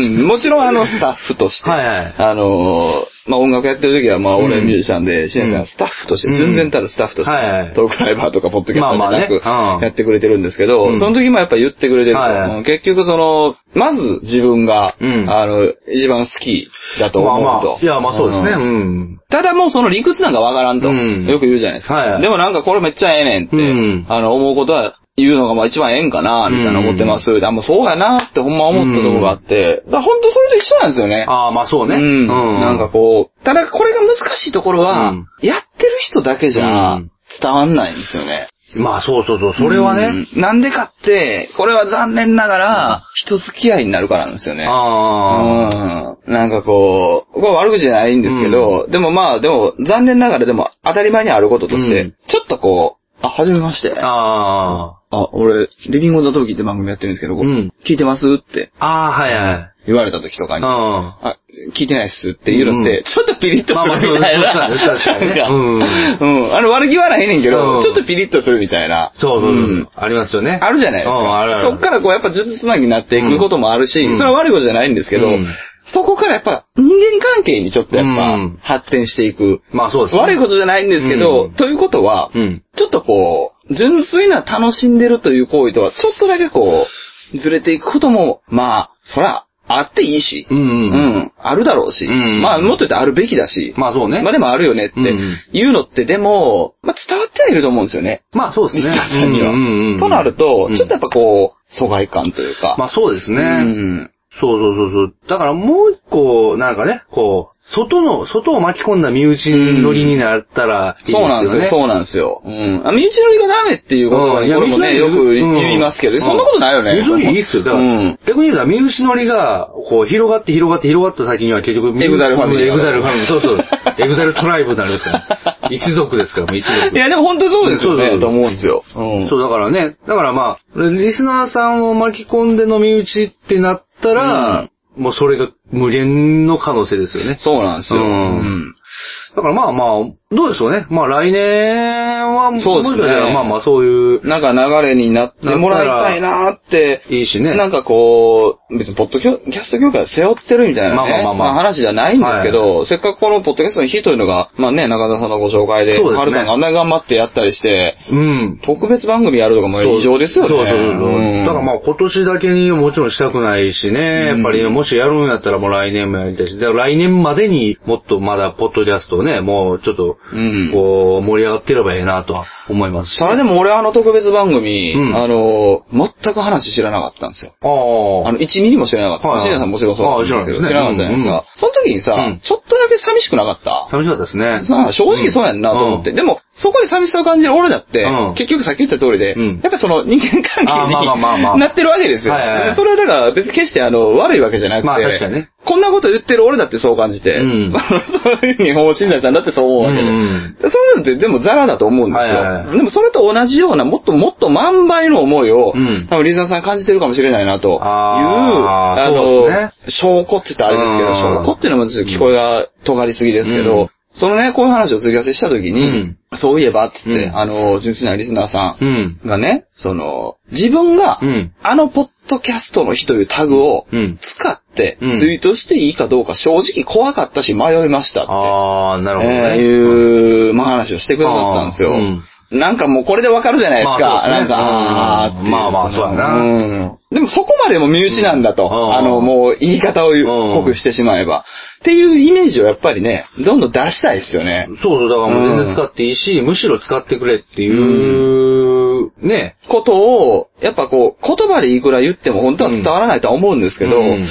[SPEAKER 3] うん、もちろんあの、スタッフとして、
[SPEAKER 1] はいはい
[SPEAKER 3] あのー、まあ、音楽やってる時は、まあ、俺はミュージシャンで、シネさんはスタッフとして、
[SPEAKER 1] うん
[SPEAKER 3] 全然たるスタッフとして、
[SPEAKER 1] はいはい
[SPEAKER 3] トークライバーとかポッドキャストじ
[SPEAKER 1] まあ
[SPEAKER 3] ゃ
[SPEAKER 1] まあ
[SPEAKER 3] な
[SPEAKER 1] ね
[SPEAKER 3] く
[SPEAKER 1] うん、
[SPEAKER 3] やってくれてるんですけど、
[SPEAKER 1] うん
[SPEAKER 3] その時もやっぱ言ってくれてると、
[SPEAKER 1] はいはい
[SPEAKER 3] うん結局その、まず自分が、
[SPEAKER 1] うん
[SPEAKER 3] あの、一番好きだと
[SPEAKER 1] ま
[SPEAKER 3] 思
[SPEAKER 1] あ
[SPEAKER 3] うと。
[SPEAKER 1] まあ。いや、まあそうですね。
[SPEAKER 3] ん
[SPEAKER 1] うん。
[SPEAKER 3] ただもうその理屈なんかわからんと、
[SPEAKER 1] うん
[SPEAKER 3] よく言うじゃないですか、
[SPEAKER 1] はい
[SPEAKER 3] でもなんかこれめっちゃええねんって、
[SPEAKER 1] うん
[SPEAKER 3] あの、思うことは、言うのがまあ一番ええんかな、みたいな思ってます。あ、もうそうやなってほんま思ったとこがあって、だからほんとそれと一緒なんですよね。
[SPEAKER 1] ああ、まあそうね。
[SPEAKER 3] うん。なんかこう、ただこれが難しいところは、
[SPEAKER 1] うん
[SPEAKER 3] やってる人だけじ
[SPEAKER 1] う
[SPEAKER 3] ゃ
[SPEAKER 1] ん
[SPEAKER 3] 伝わんないんですよね。
[SPEAKER 1] まあそうそうそう。それはね。
[SPEAKER 3] うんなんでかって、これは残念ながら、人付き合いになるからなんですよね。
[SPEAKER 1] ああ。
[SPEAKER 3] うんなんかこう、これ悪口じゃないんですけど、でもまあ、でも、残念ながらでも当たり前にあることとして、
[SPEAKER 1] うん
[SPEAKER 3] ちょっとこう、あ、はじめまして。あ、
[SPEAKER 1] あ
[SPEAKER 3] 俺、リビングオンザトーキーって番組やってるんですけど、こう
[SPEAKER 1] うん
[SPEAKER 3] 聞いてますって
[SPEAKER 1] あ。ああ、はいはい。
[SPEAKER 3] 言われた時とかに、
[SPEAKER 1] あ
[SPEAKER 3] あ、聞いてないっすって言うのって、
[SPEAKER 1] うん
[SPEAKER 3] ちょっとピリッと
[SPEAKER 1] まあまあ
[SPEAKER 3] するみたいな。
[SPEAKER 1] そうそうそう確かにね
[SPEAKER 3] なんかうん。あの、悪気はないねんけど、
[SPEAKER 1] うん
[SPEAKER 3] ちょっとピリッとするみたいな。
[SPEAKER 1] そうそうそう、
[SPEAKER 3] ん
[SPEAKER 1] ありますよね。
[SPEAKER 3] あるじゃないです
[SPEAKER 1] うん、
[SPEAKER 3] か。
[SPEAKER 1] あるある。
[SPEAKER 3] そっからこう、やっぱ呪術つなぎになっていくこともあるし、
[SPEAKER 1] うん
[SPEAKER 3] それは悪いことじゃないんですけど、
[SPEAKER 1] うん
[SPEAKER 3] そこからやっぱ人間関係にちょっとやっ
[SPEAKER 1] うん
[SPEAKER 3] ぱ発展していく。
[SPEAKER 1] まあそうですね。
[SPEAKER 3] 悪いことじゃないんですけど、
[SPEAKER 1] うん
[SPEAKER 3] ということは、
[SPEAKER 1] うん
[SPEAKER 3] ちょっとこう、純粋な楽しんでるという行為とは、ちょっとだけこう、ずれていくことも、まあ、そら、あっていいし、
[SPEAKER 1] うん
[SPEAKER 3] う
[SPEAKER 1] うん。
[SPEAKER 3] んあるだろうし、
[SPEAKER 1] うん
[SPEAKER 3] まあ、もっと言ってあるべきだし、
[SPEAKER 1] まあそうね。
[SPEAKER 3] まあでもあるよねって
[SPEAKER 1] うん
[SPEAKER 3] いうのって、でも、まあ伝わってはいると思うんですよね。
[SPEAKER 1] まあそうですね。
[SPEAKER 3] リスナーさんには。
[SPEAKER 1] うんうんうん
[SPEAKER 3] となると
[SPEAKER 1] う、ん
[SPEAKER 3] ちょっとやっぱこう、疎外感というか。
[SPEAKER 1] まあそうですね。
[SPEAKER 3] うん
[SPEAKER 1] そうそうそうそう。だからもう一個、なんかね、こう、外の、外を巻き込んだ身内乗りになったらいいです
[SPEAKER 3] そうな
[SPEAKER 1] よ
[SPEAKER 3] んですよ、
[SPEAKER 1] ね。
[SPEAKER 3] そうなんですよ。うん。あ、身内乗りがダメっていうこと
[SPEAKER 1] う
[SPEAKER 3] は
[SPEAKER 1] ん
[SPEAKER 3] ね、
[SPEAKER 1] いや
[SPEAKER 3] これもね、
[SPEAKER 1] 身内
[SPEAKER 3] よ
[SPEAKER 1] 乗
[SPEAKER 3] く
[SPEAKER 1] りうん
[SPEAKER 3] 言いますけど、そんなことないよね。
[SPEAKER 1] 身内乗りいいっすよ。だから、
[SPEAKER 3] うん
[SPEAKER 1] 逆に言うと、身内乗りが、こう、広がって広がって広がった先には結局、
[SPEAKER 3] エグザイルファミリー
[SPEAKER 1] エグザイルファミリー。そうそう。エグザイルトライブになるんですから。一族ですから、もう一族
[SPEAKER 3] い。や、でも本当にそうですよ
[SPEAKER 1] そうそうそう
[SPEAKER 3] ね。と思うんですよ。うん
[SPEAKER 1] そう、だからね。だからまあ、リスナーさんを巻き込んでの身内ってなったら、もうそれが無限の可能性ですよね。
[SPEAKER 3] そうなんですよ。
[SPEAKER 1] う
[SPEAKER 3] うんん。
[SPEAKER 1] だからまあまあ、どうでしょうね。まあ来年は、もし
[SPEAKER 3] そうですね
[SPEAKER 1] かしたらまあまあそういう、
[SPEAKER 3] なんか流れになってもらいたいなーって。
[SPEAKER 1] いいしね。
[SPEAKER 3] なんかこう、別にポッドキャスト業界を背負ってるみたいな、ね、
[SPEAKER 1] まあまあまあまあ
[SPEAKER 3] 話じゃないんですけど、せっかくこのポッドキャストの日というのが、まあね、中田さんのご紹介で、
[SPEAKER 1] そうですね
[SPEAKER 3] 春さんがあんなに頑張ってやったりして、
[SPEAKER 1] うん。
[SPEAKER 3] 特別番組やるとかも
[SPEAKER 1] そう
[SPEAKER 3] 異常ですよね。
[SPEAKER 1] そうそうそう。
[SPEAKER 3] うん
[SPEAKER 1] だからまあ今年だけにもちろんしたくないしね。やっぱりねもしやるんやったらもう来年もやりたいし。だから来年までにもっとまだポッドキャストをね、もうちょっと
[SPEAKER 3] うん、
[SPEAKER 1] こう盛り上がってればええなとは思いますし、
[SPEAKER 3] それでも俺あの特別番組、
[SPEAKER 1] うん
[SPEAKER 3] あの、全く話知らなかったんですよ。
[SPEAKER 1] ああ。
[SPEAKER 3] あの、1ミリも知らなかった。
[SPEAKER 1] はいはい
[SPEAKER 3] シーナさんもちろんそうだったんですけど、
[SPEAKER 1] あ知
[SPEAKER 3] 知
[SPEAKER 1] らな
[SPEAKER 3] ら
[SPEAKER 1] い
[SPEAKER 3] なか
[SPEAKER 1] ですねう
[SPEAKER 3] ったじゃないです
[SPEAKER 1] んうん
[SPEAKER 3] か。その時にさ、
[SPEAKER 1] うん
[SPEAKER 3] ちょっとだけ寂しくなかった
[SPEAKER 1] 寂しかったですね。
[SPEAKER 3] さあ、正直そうやんなと思って。
[SPEAKER 1] うん
[SPEAKER 3] でも、そこで寂しさを感じる俺だって、
[SPEAKER 1] うん
[SPEAKER 3] 結局さっき言った通りで、
[SPEAKER 1] うん
[SPEAKER 3] やっぱその人間関
[SPEAKER 1] あーまあまあまあ
[SPEAKER 3] 係
[SPEAKER 1] まあ
[SPEAKER 3] になってるわけですよ。
[SPEAKER 1] はいはいはい
[SPEAKER 3] それはだから別に決してあの、悪いわけじゃなくて、
[SPEAKER 1] まあ確かにね
[SPEAKER 3] こんなこと言ってる俺だってそう感じて、
[SPEAKER 1] うん
[SPEAKER 3] そのそういうふうに法信者さんだってそう思うわけで。
[SPEAKER 1] うんうん
[SPEAKER 3] でそういうのってでもザラだと思うんですよ、
[SPEAKER 1] はいはいはい
[SPEAKER 3] でもそれと同じようなもっともっと万倍の思いを、
[SPEAKER 1] うん
[SPEAKER 3] 多分リザーさん感じてるかもしれないなという、
[SPEAKER 1] あー
[SPEAKER 3] の
[SPEAKER 1] そうですね
[SPEAKER 3] 証拠って言ったらあれですけど、
[SPEAKER 1] うん
[SPEAKER 3] 証拠っていうのはちょっと聞こえが尖りすぎですけど、
[SPEAKER 1] うん
[SPEAKER 3] そのね、こういう話を追加せしたときに、
[SPEAKER 1] うん
[SPEAKER 3] そういえば、つって、
[SPEAKER 1] うん
[SPEAKER 3] あの、純粋なリスナーさ
[SPEAKER 1] うん。
[SPEAKER 3] んがね、その、自分が、
[SPEAKER 1] うん
[SPEAKER 3] あのポッドキャストの日というタグを
[SPEAKER 1] うん
[SPEAKER 3] 使って、
[SPEAKER 1] うん
[SPEAKER 3] ツイートしていいかどうか正直怖かったし迷いましたって。
[SPEAKER 1] ああ、なるほど
[SPEAKER 3] えー
[SPEAKER 1] ね。
[SPEAKER 3] いう、まあ話をしてくださったんですよ。
[SPEAKER 1] あー
[SPEAKER 3] なんかもうこれでわかるじゃないです
[SPEAKER 1] ま
[SPEAKER 3] か。
[SPEAKER 1] あそうですね
[SPEAKER 3] なんか、あーってい
[SPEAKER 1] まあまあそうやな
[SPEAKER 3] うんでもそこまでも身内なんだと。
[SPEAKER 1] うんうん
[SPEAKER 3] あの、もう言い方を
[SPEAKER 1] ん
[SPEAKER 3] 濃くしてしまえば。っていうイメージをやっぱりね、どんどん出したいですよね。
[SPEAKER 1] そうそう、だからもう全然使っていいし、むしろ使ってくれっていう、ね。
[SPEAKER 3] ことを、やっぱこう、言葉でいくら言っても本当は伝わらないとは思うんですけど、
[SPEAKER 1] うん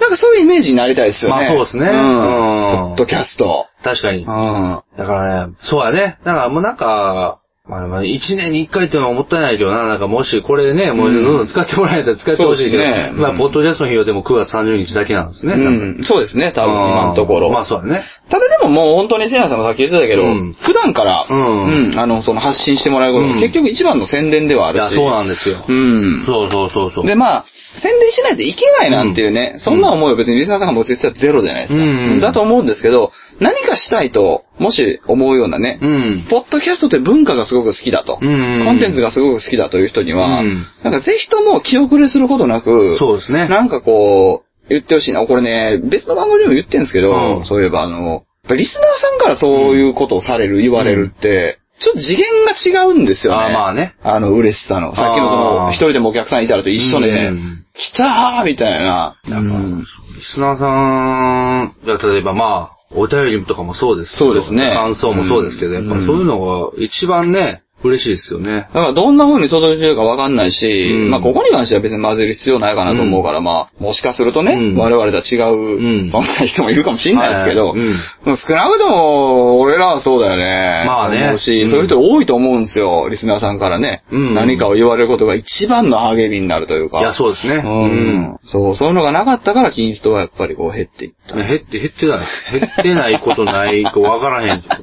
[SPEAKER 3] なんかそういうイメージになりたいですよ
[SPEAKER 1] ま
[SPEAKER 3] ね。
[SPEAKER 1] あそうですね
[SPEAKER 3] ん
[SPEAKER 1] うん
[SPEAKER 3] ポッドキャスト。
[SPEAKER 1] 確かに
[SPEAKER 3] う。ん。
[SPEAKER 1] だからね、そうやね。だからもうなんか、まあまあ、一年に一回っていうのはもったいないけどな。なんかもしこれね、もうどんどん使ってもらえたら使ってほしいけど、
[SPEAKER 3] そうですね
[SPEAKER 1] まあ、ポッドキャストの日はでも9月30日だけなんですね。なんか
[SPEAKER 3] うんそうですね、多分今のところ。
[SPEAKER 1] まあそうだね。
[SPEAKER 3] ただでももう本当にせいやさんがさっき言ってたけど、
[SPEAKER 1] うん
[SPEAKER 3] 普段から、
[SPEAKER 1] うん
[SPEAKER 3] うんあの、その発信してもらうことが
[SPEAKER 1] うん
[SPEAKER 3] 結局一番の宣伝ではあ
[SPEAKER 1] い
[SPEAKER 3] る
[SPEAKER 1] や、
[SPEAKER 3] し。
[SPEAKER 1] そうなんですよ。
[SPEAKER 3] うん
[SPEAKER 1] そうそうそうそう。
[SPEAKER 3] で、まあ、宣伝しないといけないなんていうね、そんな思いを別にリスナーさんが持ちてたらゼロじゃないですか、
[SPEAKER 1] うん
[SPEAKER 3] だと思うんですけど、何かしたいと、もし思うようなね、
[SPEAKER 1] うん。
[SPEAKER 3] ポッドキャストって文化がすごく好きだと、
[SPEAKER 1] うん
[SPEAKER 3] コンテンツがすごく好きだという人には、
[SPEAKER 1] うん
[SPEAKER 3] なんかぜひとも気遅れすることなく、
[SPEAKER 1] そうですね。
[SPEAKER 3] なんかこう、言ってほしいな。これね、別の番組でも言ってんですけど、
[SPEAKER 1] うん
[SPEAKER 3] そういえばあの、やっぱリスナーさんからそういうことをされる、言われるって、ちょっと次元が違うんですよね。
[SPEAKER 1] あーまあね。
[SPEAKER 3] あの、嬉しさの。さっきのそ
[SPEAKER 1] あー
[SPEAKER 3] の、一人でもお客さんいたらと一緒で、
[SPEAKER 1] うん
[SPEAKER 3] 来たーみたいな。うん
[SPEAKER 1] リスナーさんが、例えばまあ、お便りとかもそうですけど
[SPEAKER 3] そうですね
[SPEAKER 1] 感想もそうですけど、
[SPEAKER 3] うん
[SPEAKER 1] やっぱそういうのが一番ね、嬉しいですよね。
[SPEAKER 3] だからどんな風に届いてるかわかんないし、
[SPEAKER 1] うん
[SPEAKER 3] まあここに関しては別に混ぜる必要ないかなと思うから、まあもしかするとね、
[SPEAKER 1] うん
[SPEAKER 3] 我々とは違う、
[SPEAKER 1] うん
[SPEAKER 3] そんな人もいるかもしれないですけど、
[SPEAKER 1] はいはいうん
[SPEAKER 3] でも少なくとも俺らはそうだよね。
[SPEAKER 1] まあね
[SPEAKER 3] 思うし、
[SPEAKER 1] うん
[SPEAKER 3] そういう人多いと思うんですよ、リスナーさんからね。
[SPEAKER 1] うん
[SPEAKER 3] 何かを言われることが一番の励みになるというか。
[SPEAKER 1] いや、そうですね。
[SPEAKER 3] うん。そう、そういうのがなかったから、キンストはやっぱりこう減っていった。
[SPEAKER 1] うん。減って、減ってない。減ってないことない、こう、わからへんけど。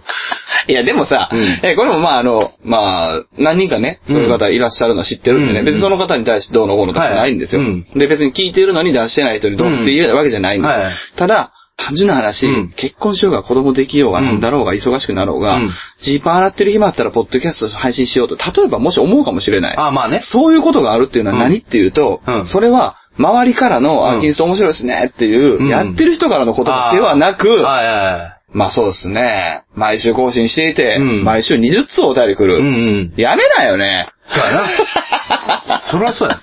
[SPEAKER 3] いや、でもさ、
[SPEAKER 1] うん
[SPEAKER 3] え、これもまああの、まあ、何人かね、そういう方いらっしゃるのは知ってるんでね、
[SPEAKER 1] うん
[SPEAKER 3] 別にその方に対してどうのこうのとか
[SPEAKER 1] はい
[SPEAKER 3] ないんですよ、
[SPEAKER 1] うん
[SPEAKER 3] で、別に聞いてるのに出してない人にどうって言えるわけじゃないんですよ、
[SPEAKER 1] うんはい
[SPEAKER 3] ただ、単純な話、
[SPEAKER 1] うん
[SPEAKER 3] 結婚しようが子供できようが
[SPEAKER 1] うん
[SPEAKER 3] なんだろうが忙しくなろうが
[SPEAKER 1] うん、
[SPEAKER 3] ジー、パン洗ってる暇あったらポッドキャスト配信しようと、例えばもし思うかもしれな い。
[SPEAKER 1] ああ、まあね。
[SPEAKER 3] そういうことがあるっていうのは
[SPEAKER 1] うん
[SPEAKER 3] 何っていうと、
[SPEAKER 1] うん
[SPEAKER 3] それは、周りからの、
[SPEAKER 1] うん
[SPEAKER 3] あ、キンスト面白いですねっていう、
[SPEAKER 1] うん
[SPEAKER 3] やってる人からの言葉ではなく、
[SPEAKER 1] ああはいはいはい。
[SPEAKER 3] まあそうですね。毎週更新していて、
[SPEAKER 1] うん
[SPEAKER 3] 毎週20通お便り来る。
[SPEAKER 1] うんうん。
[SPEAKER 3] やめなよね。
[SPEAKER 1] そうやな。そりゃそうや。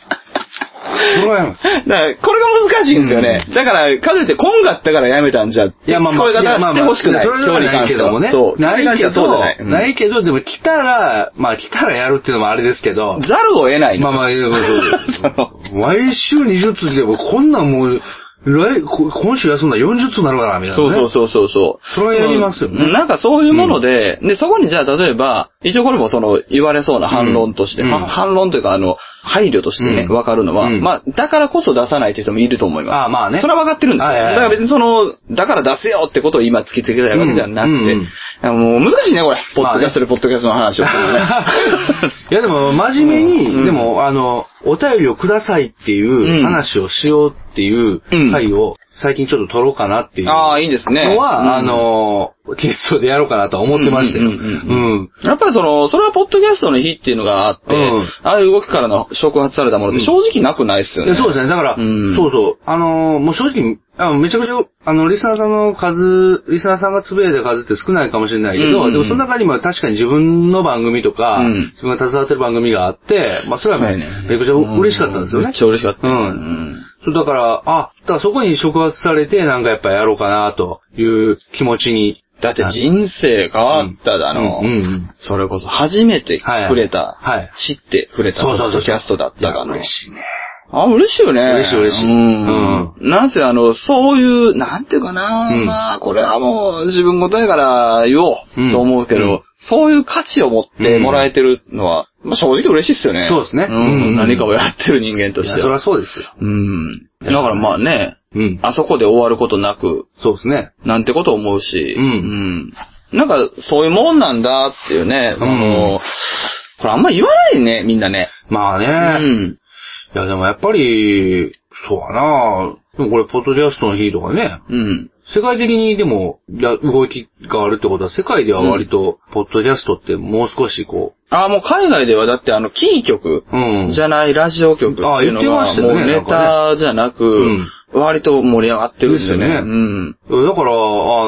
[SPEAKER 1] そりゃやん。
[SPEAKER 3] だから、これが難しいんですよね。だから、かずてこんがったからやめたんじゃっ
[SPEAKER 1] い
[SPEAKER 3] て。
[SPEAKER 1] や、まあまあ、
[SPEAKER 3] こういう方は知ってほしくない。
[SPEAKER 1] やまあまあそれではないけどもね。
[SPEAKER 3] そう。
[SPEAKER 1] ないけ
[SPEAKER 3] そうじ
[SPEAKER 1] ど
[SPEAKER 3] ゃない、うん
[SPEAKER 1] ないけど、でも来たら、まあ来たらやるっていうのもあれですけど、
[SPEAKER 3] ざるを得ない
[SPEAKER 1] まあ
[SPEAKER 3] の。
[SPEAKER 1] まあ、いやまあそう
[SPEAKER 3] そ
[SPEAKER 1] 毎週20通で、こんなんもう、来、こ今週休んだら40通になるから、みたいな
[SPEAKER 3] そ
[SPEAKER 1] ね。
[SPEAKER 3] うそうそうそうそう。
[SPEAKER 1] それはやりますよね
[SPEAKER 3] うんなんかそういうもので、で、そこにじゃあ例えば、一応これもその言われそうな反論として、
[SPEAKER 1] うん
[SPEAKER 3] は
[SPEAKER 1] うん
[SPEAKER 3] 反論というかあの、配慮としてね、
[SPEAKER 1] うん
[SPEAKER 3] わ、かるのは、
[SPEAKER 1] うん
[SPEAKER 3] まあ、だからこそ出さないという人もいると思います。
[SPEAKER 1] ああまあね
[SPEAKER 3] それはわかってるんですよ。
[SPEAKER 1] はいはいはい
[SPEAKER 3] だから別にその、だから出せよってことを今突きつけたいわけではなくて、
[SPEAKER 1] うん
[SPEAKER 3] もう難しいね、これ。ポッドキャストでポッドキャストの話をする のね。
[SPEAKER 1] いやでも真面目に、
[SPEAKER 3] うん
[SPEAKER 1] でもあの、お便りをくださいっていう話をしようっていう
[SPEAKER 3] うん
[SPEAKER 1] 回を最近ちょっと撮ろうかなっていう
[SPEAKER 3] あ
[SPEAKER 1] の
[SPEAKER 3] あ、いいですね。
[SPEAKER 1] は、
[SPEAKER 3] うん
[SPEAKER 1] あ、の、キリストでやろうかなとは思ってましたよ。
[SPEAKER 3] う
[SPEAKER 1] うん。
[SPEAKER 3] うんうんやっぱりその、それはポッドキャストの日っていうのがあって、
[SPEAKER 1] うん
[SPEAKER 3] ああいう動きからの触発されたものって正直なくないっすよ
[SPEAKER 1] い
[SPEAKER 3] ね。
[SPEAKER 1] やそうですね。だから、
[SPEAKER 3] うん
[SPEAKER 1] そうそう。あのーもう正直、あのめちゃくちゃ、あの、リスナーさんの数、リスナーさんがつぶやいた数って少ないかもしれないけど、
[SPEAKER 3] うん
[SPEAKER 1] でもその中にも確かに自分の番組とか、
[SPEAKER 3] うん
[SPEAKER 1] 自分が携わってる番組があって、まあそれは
[SPEAKER 3] そう
[SPEAKER 1] め
[SPEAKER 3] やね
[SPEAKER 1] めちゃくちゃ嬉しかったんですよね。
[SPEAKER 3] めっちゃ嬉しかった。
[SPEAKER 1] うん
[SPEAKER 3] うん
[SPEAKER 1] そう、だから、あ、だからそこに触発されて、なんかやっぱやろうかな、という気持ちに。
[SPEAKER 3] だって人生変わっただの。
[SPEAKER 1] うんうんうん
[SPEAKER 3] それこそ初めて触れた、
[SPEAKER 1] はいはい
[SPEAKER 3] 知って触れたポ
[SPEAKER 1] そうそうそう
[SPEAKER 3] ッドキャストだっただの。
[SPEAKER 1] 嬉しいね。
[SPEAKER 3] あ、嬉しいよね。
[SPEAKER 1] 嬉しい嬉しい
[SPEAKER 3] うん。なんせあの、そういう、なんていうかな、
[SPEAKER 1] うん
[SPEAKER 3] まあ、これはもう自分事やから言お
[SPEAKER 1] うん
[SPEAKER 3] うと思うけど、
[SPEAKER 1] うん
[SPEAKER 3] そういう価値を持ってもらえてるのは、まあ正直嬉しいっすよね。
[SPEAKER 1] そうですね
[SPEAKER 3] ん
[SPEAKER 1] うん
[SPEAKER 3] 何かをやってる人間と
[SPEAKER 1] い
[SPEAKER 3] し
[SPEAKER 1] や
[SPEAKER 3] て
[SPEAKER 1] そり
[SPEAKER 3] は。
[SPEAKER 1] ゃそうですよ。
[SPEAKER 3] うん。だからまあね、
[SPEAKER 1] うん。
[SPEAKER 3] あそこで終わることなく、
[SPEAKER 1] そうですね。
[SPEAKER 3] なんてこと思うし、
[SPEAKER 1] うん
[SPEAKER 3] うんなんか、そういうもんなんだっていうね、
[SPEAKER 1] うん
[SPEAKER 3] あの、これあんま言わないね、みんなね。
[SPEAKER 1] まあね。
[SPEAKER 3] うん。
[SPEAKER 1] いや、でもやっぱり、そうやなでもこれ、ポッドキャストの日とかね、
[SPEAKER 3] うん。
[SPEAKER 1] 世界的にでも、や動きがあるってことは、世界では割と、ポッドキャストってもう少しこ
[SPEAKER 3] ああ、もう海外ではだってあの、キー局
[SPEAKER 1] う、うん。
[SPEAKER 3] じゃないラジオ局っていうの
[SPEAKER 1] ああ言ってま
[SPEAKER 3] は、
[SPEAKER 1] した
[SPEAKER 3] も
[SPEAKER 1] よね
[SPEAKER 3] うネタじゃなく、割と盛り上がってるんですよね。
[SPEAKER 1] ですよね
[SPEAKER 3] うん。
[SPEAKER 1] だから、あ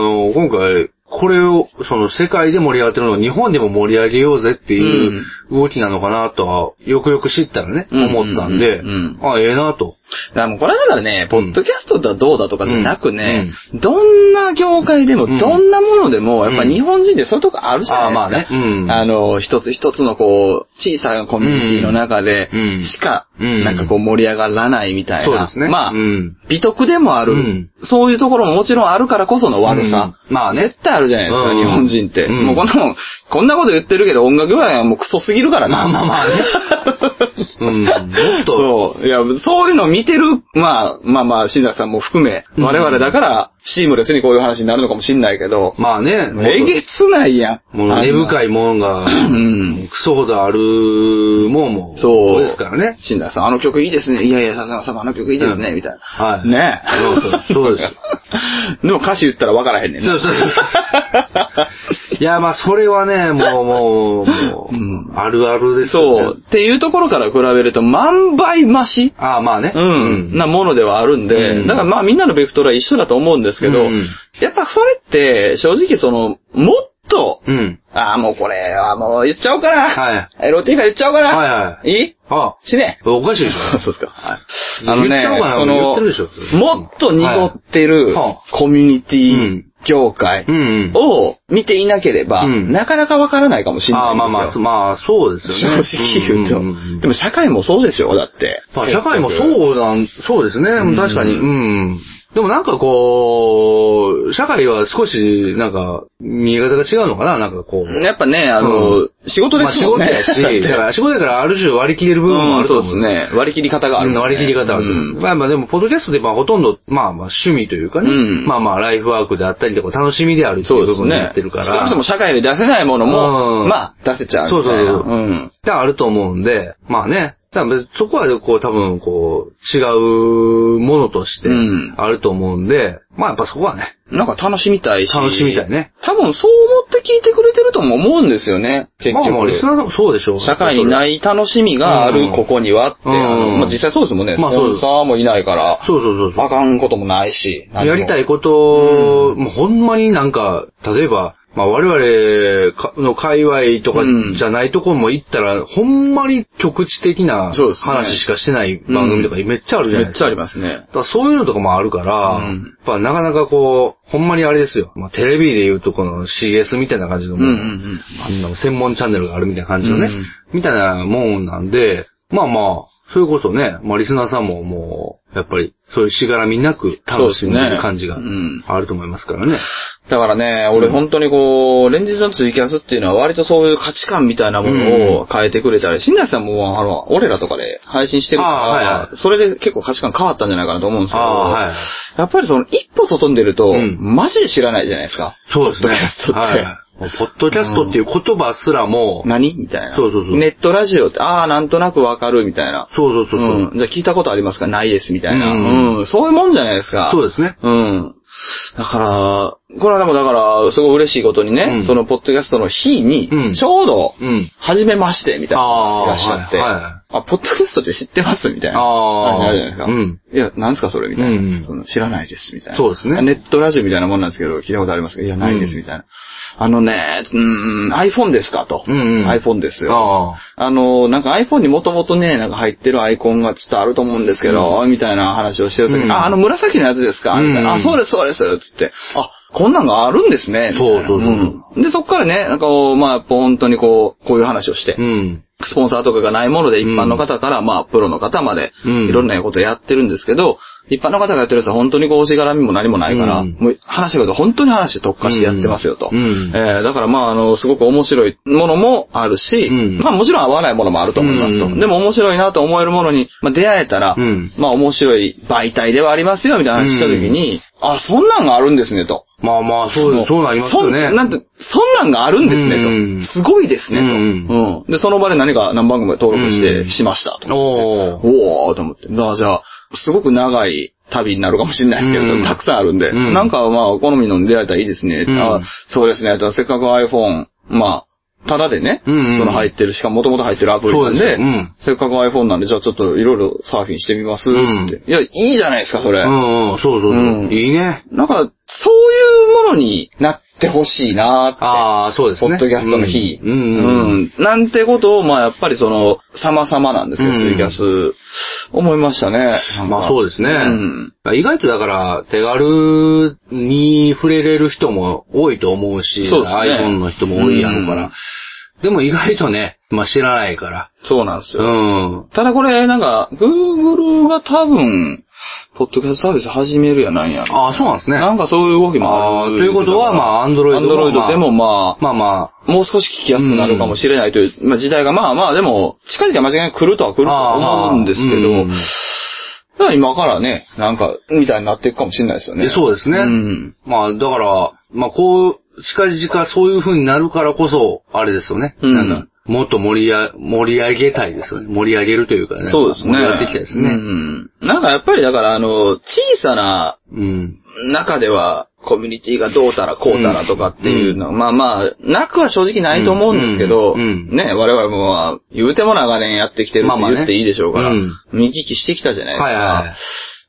[SPEAKER 1] の、今回、これを、その世界で盛り上がってるのを日本でも盛り上げようぜっていう動きなのかなとは、よくよく知ったらね、
[SPEAKER 3] うん
[SPEAKER 1] 思ったんで
[SPEAKER 3] うんうん、
[SPEAKER 1] あ、ええなと。
[SPEAKER 3] だからもうこれはだからね、ポッドキャストだどうだとかじゃなくね、どんな業界でも、
[SPEAKER 1] うん
[SPEAKER 3] どんなものでも、やっぱ
[SPEAKER 1] うん
[SPEAKER 3] 日本人でそういうとこあるじゃないですか。
[SPEAKER 1] ああまあねうん
[SPEAKER 3] あの、一つ一つのこう、小さなコミュニティの中で
[SPEAKER 1] うんうん、
[SPEAKER 3] しか、
[SPEAKER 1] うん
[SPEAKER 3] なんかこう盛り上がらないみたいな。
[SPEAKER 1] そうですね。
[SPEAKER 3] まあ
[SPEAKER 1] う、ん。
[SPEAKER 3] 美徳でもある、
[SPEAKER 1] うん
[SPEAKER 3] そういうところももちろんあるからこその悪さ。
[SPEAKER 1] うんまあね
[SPEAKER 3] 絶対あるじゃないですか、
[SPEAKER 1] うん
[SPEAKER 3] 日本人って。
[SPEAKER 1] うん
[SPEAKER 3] もうこの、こんなこと言ってるけど音楽業界はもうクソすぎるから
[SPEAKER 1] ま
[SPEAKER 3] な。
[SPEAKER 1] あまあまあね。 うん。もっと、
[SPEAKER 3] そう。いや、そういうのを見てる、まあ、まあまあ、新崎さんも含め、
[SPEAKER 1] うん
[SPEAKER 3] 我々だから、シームレスにこういう話になるのかもしんないけど、
[SPEAKER 1] まあね、もっと
[SPEAKER 3] えげつないやん。
[SPEAKER 1] もう根
[SPEAKER 3] い。
[SPEAKER 1] 深いもんが、
[SPEAKER 3] うん。
[SPEAKER 1] クソほどあるもんも、
[SPEAKER 3] そう。
[SPEAKER 1] ですからね。
[SPEAKER 3] 新崎さん、あの曲いいですね。いやいや、さすがさん、あの曲いいですね、
[SPEAKER 1] うん
[SPEAKER 3] みたいな。
[SPEAKER 1] はい。
[SPEAKER 3] ねえ。
[SPEAKER 1] そうそうそうです。
[SPEAKER 3] でも歌詞言ったら分からへんねんな
[SPEAKER 1] そうそうそうそう。いや、まあ、それはね、もう、もう、もう、
[SPEAKER 3] うん
[SPEAKER 1] あるあるです
[SPEAKER 3] そ
[SPEAKER 1] よね。
[SPEAKER 3] う。。っていうところから比べると、万倍増し
[SPEAKER 1] ああ、まあね。
[SPEAKER 3] うん。なものではあるんで、
[SPEAKER 1] うん
[SPEAKER 3] だからまあみんなのベクトルは一緒だと思うんですけど、
[SPEAKER 1] うん
[SPEAKER 3] やっぱそれって、正直その、もっと、
[SPEAKER 1] うん。
[SPEAKER 3] ああ、もうこれはもう言っちゃおうかな。。
[SPEAKER 1] はい
[SPEAKER 3] エロティカ言っちゃおうかな。。
[SPEAKER 1] はいはい
[SPEAKER 3] いい
[SPEAKER 1] あ、
[SPEAKER 3] しね。
[SPEAKER 1] おかしいでし
[SPEAKER 3] あ
[SPEAKER 1] ょ。
[SPEAKER 3] そうですか。はい。
[SPEAKER 1] 言っちゃおうかな
[SPEAKER 3] そ
[SPEAKER 1] 言っ
[SPEAKER 3] の
[SPEAKER 1] てるでしょ、
[SPEAKER 3] もっと濁ってる
[SPEAKER 1] はいは
[SPEAKER 3] コミュニテ
[SPEAKER 1] うん
[SPEAKER 3] ィ業界
[SPEAKER 1] うんうん。
[SPEAKER 3] を見ていなければ、
[SPEAKER 1] うん
[SPEAKER 3] なかなかわからないかもしれ
[SPEAKER 1] あ
[SPEAKER 3] ない
[SPEAKER 1] あ、
[SPEAKER 3] んです
[SPEAKER 1] まあ
[SPEAKER 3] よ。
[SPEAKER 1] まあ、そまあ、そうですよね。
[SPEAKER 3] 正直言うと。
[SPEAKER 1] んんん
[SPEAKER 3] でも社会もそうですよ、だって。
[SPEAKER 1] まあ、社会もそうなん、そうですね。確かに。うん。でもなんかこう、社会は少し、なんか、見え方が違うのかななんかこう。
[SPEAKER 3] やっぱね、あの、
[SPEAKER 1] うん
[SPEAKER 3] 仕事ですもんね。
[SPEAKER 1] まあ、仕事 やし、だから仕事やからある種割り切れる部分もあ
[SPEAKER 3] うん、
[SPEAKER 1] ると
[SPEAKER 3] そう
[SPEAKER 1] 思
[SPEAKER 3] です。ね。割り切り方がある、
[SPEAKER 1] うん割り切り方あ
[SPEAKER 3] う
[SPEAKER 1] る
[SPEAKER 3] ん。
[SPEAKER 1] まあまあでも、ポッドキャストでまあほとんど、まあまあ趣味というかね、
[SPEAKER 3] うん
[SPEAKER 1] まあまあライフワークであったりとか楽しみであるって
[SPEAKER 3] そ
[SPEAKER 1] いう
[SPEAKER 3] うで
[SPEAKER 1] 部
[SPEAKER 3] す
[SPEAKER 1] 分にな
[SPEAKER 3] ね
[SPEAKER 1] っ。てるから。
[SPEAKER 3] 少なくとも社会で出せないものも、
[SPEAKER 1] うん
[SPEAKER 3] まあ、出せちゃうみたいな。
[SPEAKER 1] そうそうそう
[SPEAKER 3] うん。
[SPEAKER 1] ってあると思うんで、まあね、多分そこはこう多分こう違うものとして
[SPEAKER 3] うん
[SPEAKER 1] あると思うんで、まあやっぱそこはね、
[SPEAKER 3] なんか楽しみたいし。
[SPEAKER 1] 楽しみたいね。
[SPEAKER 3] 多分そう思って聞いてくれてるとも思うんですよね。結
[SPEAKER 1] まあ
[SPEAKER 3] 局。
[SPEAKER 1] まあリスナーさんもそうでしょう。。
[SPEAKER 3] 社会にないい楽しみがあ
[SPEAKER 1] うん
[SPEAKER 3] るここにはって、
[SPEAKER 1] うん
[SPEAKER 3] あのまあ実際そうですもんね。ス
[SPEAKER 1] まあそ
[SPEAKER 3] ポ
[SPEAKER 1] うで
[SPEAKER 3] ン
[SPEAKER 1] す
[SPEAKER 3] サーもいないから、
[SPEAKER 1] そうそうそうそう。
[SPEAKER 3] あかんこともないし。何も
[SPEAKER 1] やりたいことを、もうほんまになんか、例えば、まあ我々かの界隈とか
[SPEAKER 3] うん
[SPEAKER 1] じゃないとこも行ったら、ほんまに局地的な
[SPEAKER 3] そうですね
[SPEAKER 1] 話しかしてない番組とかめっちゃあるじゃ
[SPEAKER 3] め
[SPEAKER 1] ないで
[SPEAKER 3] っ
[SPEAKER 1] す
[SPEAKER 3] ち
[SPEAKER 1] か。
[SPEAKER 3] ゃありますね。
[SPEAKER 1] だからそういうのとかもあるから、
[SPEAKER 3] うん
[SPEAKER 1] やっぱなかなかこう、ほんまにあれですよ。まあ、テレビで言うとこの CS みたいな感じの
[SPEAKER 3] う
[SPEAKER 1] も
[SPEAKER 3] ん
[SPEAKER 1] の、
[SPEAKER 3] うんうん。
[SPEAKER 1] あんな専門チャンネルがあるみたいな感じのね、
[SPEAKER 3] うん
[SPEAKER 1] みたいなもんなんで、まあまあ、それこそね、まあリスナーさんももう、やっぱりそういうしがらみなく楽しんでる感じが
[SPEAKER 3] そうですねうん
[SPEAKER 1] あると思いますからね。
[SPEAKER 3] だからね、俺本当にこう、連日のツイキャスっていうのは割とそういう価値観みたいなものを変えてくれたり、新内さんもあの、俺らとかで配信してるから、
[SPEAKER 1] あーはいは
[SPEAKER 3] それで結構価値観変わったんじゃないかなと思うんですけど、
[SPEAKER 1] あーはい
[SPEAKER 3] やっぱりその一歩外に出る
[SPEAKER 1] う
[SPEAKER 3] と、
[SPEAKER 1] ん
[SPEAKER 3] マジで知らないじゃないですか。
[SPEAKER 1] そうですね。
[SPEAKER 3] ポッドキャストって
[SPEAKER 1] はい。もうポッドキャストっていう言葉すらも、
[SPEAKER 3] 何みたいな。
[SPEAKER 1] そうそうそう
[SPEAKER 3] ネットラジオって、ああ、なんとなくわかるみたいな。
[SPEAKER 1] そうそうそうそう、
[SPEAKER 3] うん。じゃあ聞いたことありますかないですみたいな、
[SPEAKER 1] う
[SPEAKER 3] うんん。そういうもんじゃないですか。
[SPEAKER 1] そうですね。
[SPEAKER 3] うん。だから、これはでもだから、すごい嬉しいことにね、
[SPEAKER 1] うん
[SPEAKER 3] そのポッドキャストの日に
[SPEAKER 1] うん、
[SPEAKER 3] ちょうど、
[SPEAKER 1] うん。
[SPEAKER 3] 初めまして、みたいな、
[SPEAKER 1] あー
[SPEAKER 3] いらっしゃって、
[SPEAKER 1] はいは
[SPEAKER 3] あ、ポッドキャストって知ってますみたいな。
[SPEAKER 1] あー
[SPEAKER 3] 話になるじゃないですか。
[SPEAKER 1] うん。
[SPEAKER 3] いや、なんすかそれみたいな、
[SPEAKER 1] うんうん
[SPEAKER 3] その。知らないです、みたいな。
[SPEAKER 1] そうですね
[SPEAKER 3] ネットラジオみたいなもんなんですけど、聞いたことありますかいや、ないです、みたいな。あのね、うん、iPhone ですかと。
[SPEAKER 1] うんうん
[SPEAKER 3] iPhone ですよ。
[SPEAKER 1] あ
[SPEAKER 3] あの、なんか iPhone にもともとね、なんか入ってるアイコンがちょっとあると思うんですけど、みたいな話をしてる時に、
[SPEAKER 1] うん
[SPEAKER 3] あ、あの紫のやつですか、
[SPEAKER 1] うん
[SPEAKER 3] みたいな。あ、そうです、そうです、つって。あ、こんなんがあるんですね。みたいな
[SPEAKER 1] そうそうそう
[SPEAKER 3] うんで、そっからね、なんかこう、まあ、やっぱ本当にこう、こういう話をして、
[SPEAKER 1] うん。
[SPEAKER 3] スポンサーとかがないもので一般の方から、まあ、プロの方まで、
[SPEAKER 1] うん
[SPEAKER 3] いろんなことやってるんですけど、一般の方がやってるやつは本当にこう、しがらみも何もないから、
[SPEAKER 1] うん
[SPEAKER 3] もう話が本当に話で特化してやってますよと。
[SPEAKER 1] うんうん
[SPEAKER 3] えーだからまあ、あの、すごく面白いものもあるし、
[SPEAKER 1] うん
[SPEAKER 3] まあもちろん合わないものもあると思いますと。
[SPEAKER 1] うん
[SPEAKER 3] でも面白いなと思えるものに、まあ出会えたら、
[SPEAKER 1] うん
[SPEAKER 3] まあ面白い媒体ではありますよ、みたいな話した時に、あ、そんなんがあるんですねと。
[SPEAKER 1] まあまあ、そう
[SPEAKER 3] も
[SPEAKER 1] です、そうなりますよね。
[SPEAKER 3] そんなんて、そんなんがあるんです
[SPEAKER 1] うん
[SPEAKER 3] ねと。すごいですねと。
[SPEAKER 1] うん
[SPEAKER 3] うんで、その場で何か何番組も登録し
[SPEAKER 1] うん
[SPEAKER 3] て、しましたと。
[SPEAKER 1] おー。
[SPEAKER 3] おーと思って。まあじゃあ、すごく長い旅になるかもしれないですけれど、
[SPEAKER 1] うん
[SPEAKER 3] たくさんあるんで、
[SPEAKER 1] うん
[SPEAKER 3] なんかまあ、好みのに出会えたらいいですね。
[SPEAKER 1] うん
[SPEAKER 3] あそうですね。あとせっかく iPhone、まあ、ただでね、
[SPEAKER 1] うんうん
[SPEAKER 3] その入ってる、しかも元々入ってるアプリ
[SPEAKER 1] そ
[SPEAKER 3] なん
[SPEAKER 1] うで
[SPEAKER 3] で、
[SPEAKER 1] すようん
[SPEAKER 3] せっかく iPhone なんで、じゃあちょっといろいろサーフィンしてみます、つって、いや、いいじゃないですか、それ。
[SPEAKER 1] うんうん、そうそうそう。
[SPEAKER 3] うん
[SPEAKER 1] いいね。
[SPEAKER 3] なんか、そういうものになってほしいなーって。
[SPEAKER 1] ああ、そうです
[SPEAKER 3] ポ
[SPEAKER 1] ね。
[SPEAKER 3] ッドキャストの日。
[SPEAKER 1] うん。うんうん。
[SPEAKER 3] うんなんてことを、まあやっぱりその、様々なんですよ、
[SPEAKER 1] うん
[SPEAKER 3] ツイキャス。思いましたね。
[SPEAKER 1] まあそうですね。
[SPEAKER 3] うん
[SPEAKER 1] 意外とだから手軽に触れれる人も多いと思うし、
[SPEAKER 3] そうですね
[SPEAKER 1] iPhone の人も多いやろうから。
[SPEAKER 3] うん
[SPEAKER 1] でも意外とね、まあ知らないから。
[SPEAKER 3] そうなんです
[SPEAKER 1] う
[SPEAKER 3] よ。
[SPEAKER 1] ん。
[SPEAKER 3] ただこれ、なんか、Google が多分、ポッドキャストサービス始めるやないや。
[SPEAKER 1] ああ、そうなんですね。
[SPEAKER 3] なんかそういう動きもあ
[SPEAKER 1] あー
[SPEAKER 3] る。
[SPEAKER 1] ということはまあ Android
[SPEAKER 3] アンド
[SPEAKER 1] も
[SPEAKER 3] ロイ
[SPEAKER 1] まあ
[SPEAKER 3] ドでもまあ、
[SPEAKER 1] まあま
[SPEAKER 3] もう少し聞きやすくなるかもしれないという、まあ時代がまあまあでも、近々間違いなく来るとは来ると
[SPEAKER 1] あ
[SPEAKER 3] は
[SPEAKER 1] あ
[SPEAKER 3] 思うんですけど、
[SPEAKER 1] うん
[SPEAKER 3] だから今からね、なんか、みたいになっていくかもしれないですよ
[SPEAKER 1] あ、
[SPEAKER 3] ね。
[SPEAKER 1] そうですね。
[SPEAKER 3] うん。
[SPEAKER 1] まあだから、まあこう、近々そういう風になるからこそ、あれですよね。
[SPEAKER 3] うん
[SPEAKER 1] なんかもっと盛りあ盛り上げたいですよね。盛り上げるというかね。
[SPEAKER 3] そうですね。
[SPEAKER 1] 盛り上がっていきたいです
[SPEAKER 3] う
[SPEAKER 1] ね。
[SPEAKER 3] ん。なんかやっぱりだから、あの、小さな
[SPEAKER 1] うん。
[SPEAKER 3] 中では、コミュニティがどうたらこうたらとかっていうのは、まあまあ、なくは正直ないと思うんですけど、
[SPEAKER 1] うんうんうん
[SPEAKER 3] ね、我々もまあ、言うても長年やってきてる
[SPEAKER 1] まあ
[SPEAKER 3] って
[SPEAKER 1] まあね
[SPEAKER 3] 言っていいでしょうから、
[SPEAKER 1] うん
[SPEAKER 3] 見聞きしてきたじゃないですか。
[SPEAKER 1] はいはいはい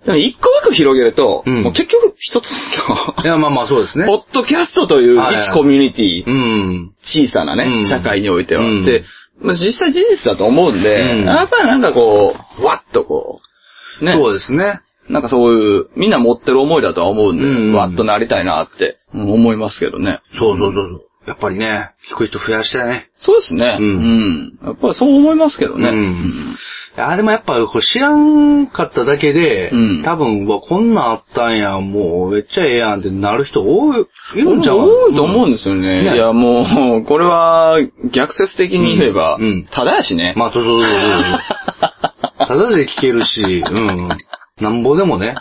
[SPEAKER 3] でも一個一個広げると、
[SPEAKER 1] うん
[SPEAKER 3] もう結局一つ
[SPEAKER 1] いや、まあまあそう ですね
[SPEAKER 3] の、。ポッドキャストという
[SPEAKER 1] はいはい
[SPEAKER 3] 一コミュニティ、
[SPEAKER 1] うん。
[SPEAKER 3] 小さな
[SPEAKER 1] うん
[SPEAKER 3] ね、社会においては。
[SPEAKER 1] うん
[SPEAKER 3] で、まあ、実際事実だと思うんで、
[SPEAKER 1] うん
[SPEAKER 3] やっぱりなんかこう、わっとこう、ね、
[SPEAKER 1] そうですね。
[SPEAKER 3] なんかそういう、みんな持ってる思いだとは思うんで、
[SPEAKER 1] うん
[SPEAKER 3] わっとなりたいなってうん思いますけどね。
[SPEAKER 1] そうそうそうそう。やっぱりね、聞く人増やしたいね。
[SPEAKER 3] そうですね。
[SPEAKER 1] う
[SPEAKER 3] うんん。やっぱりそう思いますけどね。
[SPEAKER 1] うんあれもやっぱこう知らんかっただけで、
[SPEAKER 3] うん
[SPEAKER 1] 多分、うわ、こんなんあったんや、もうめっちゃええやんってなる人多い、いるんちゃう
[SPEAKER 3] 多いと思うんですよね。
[SPEAKER 1] ね
[SPEAKER 3] いや、もう、これは、逆説的に言えば、
[SPEAKER 1] うんうん
[SPEAKER 3] ただやしね。
[SPEAKER 1] まあ、そうそうそうそう。ただで聞けるし、うん。なんぼでもね、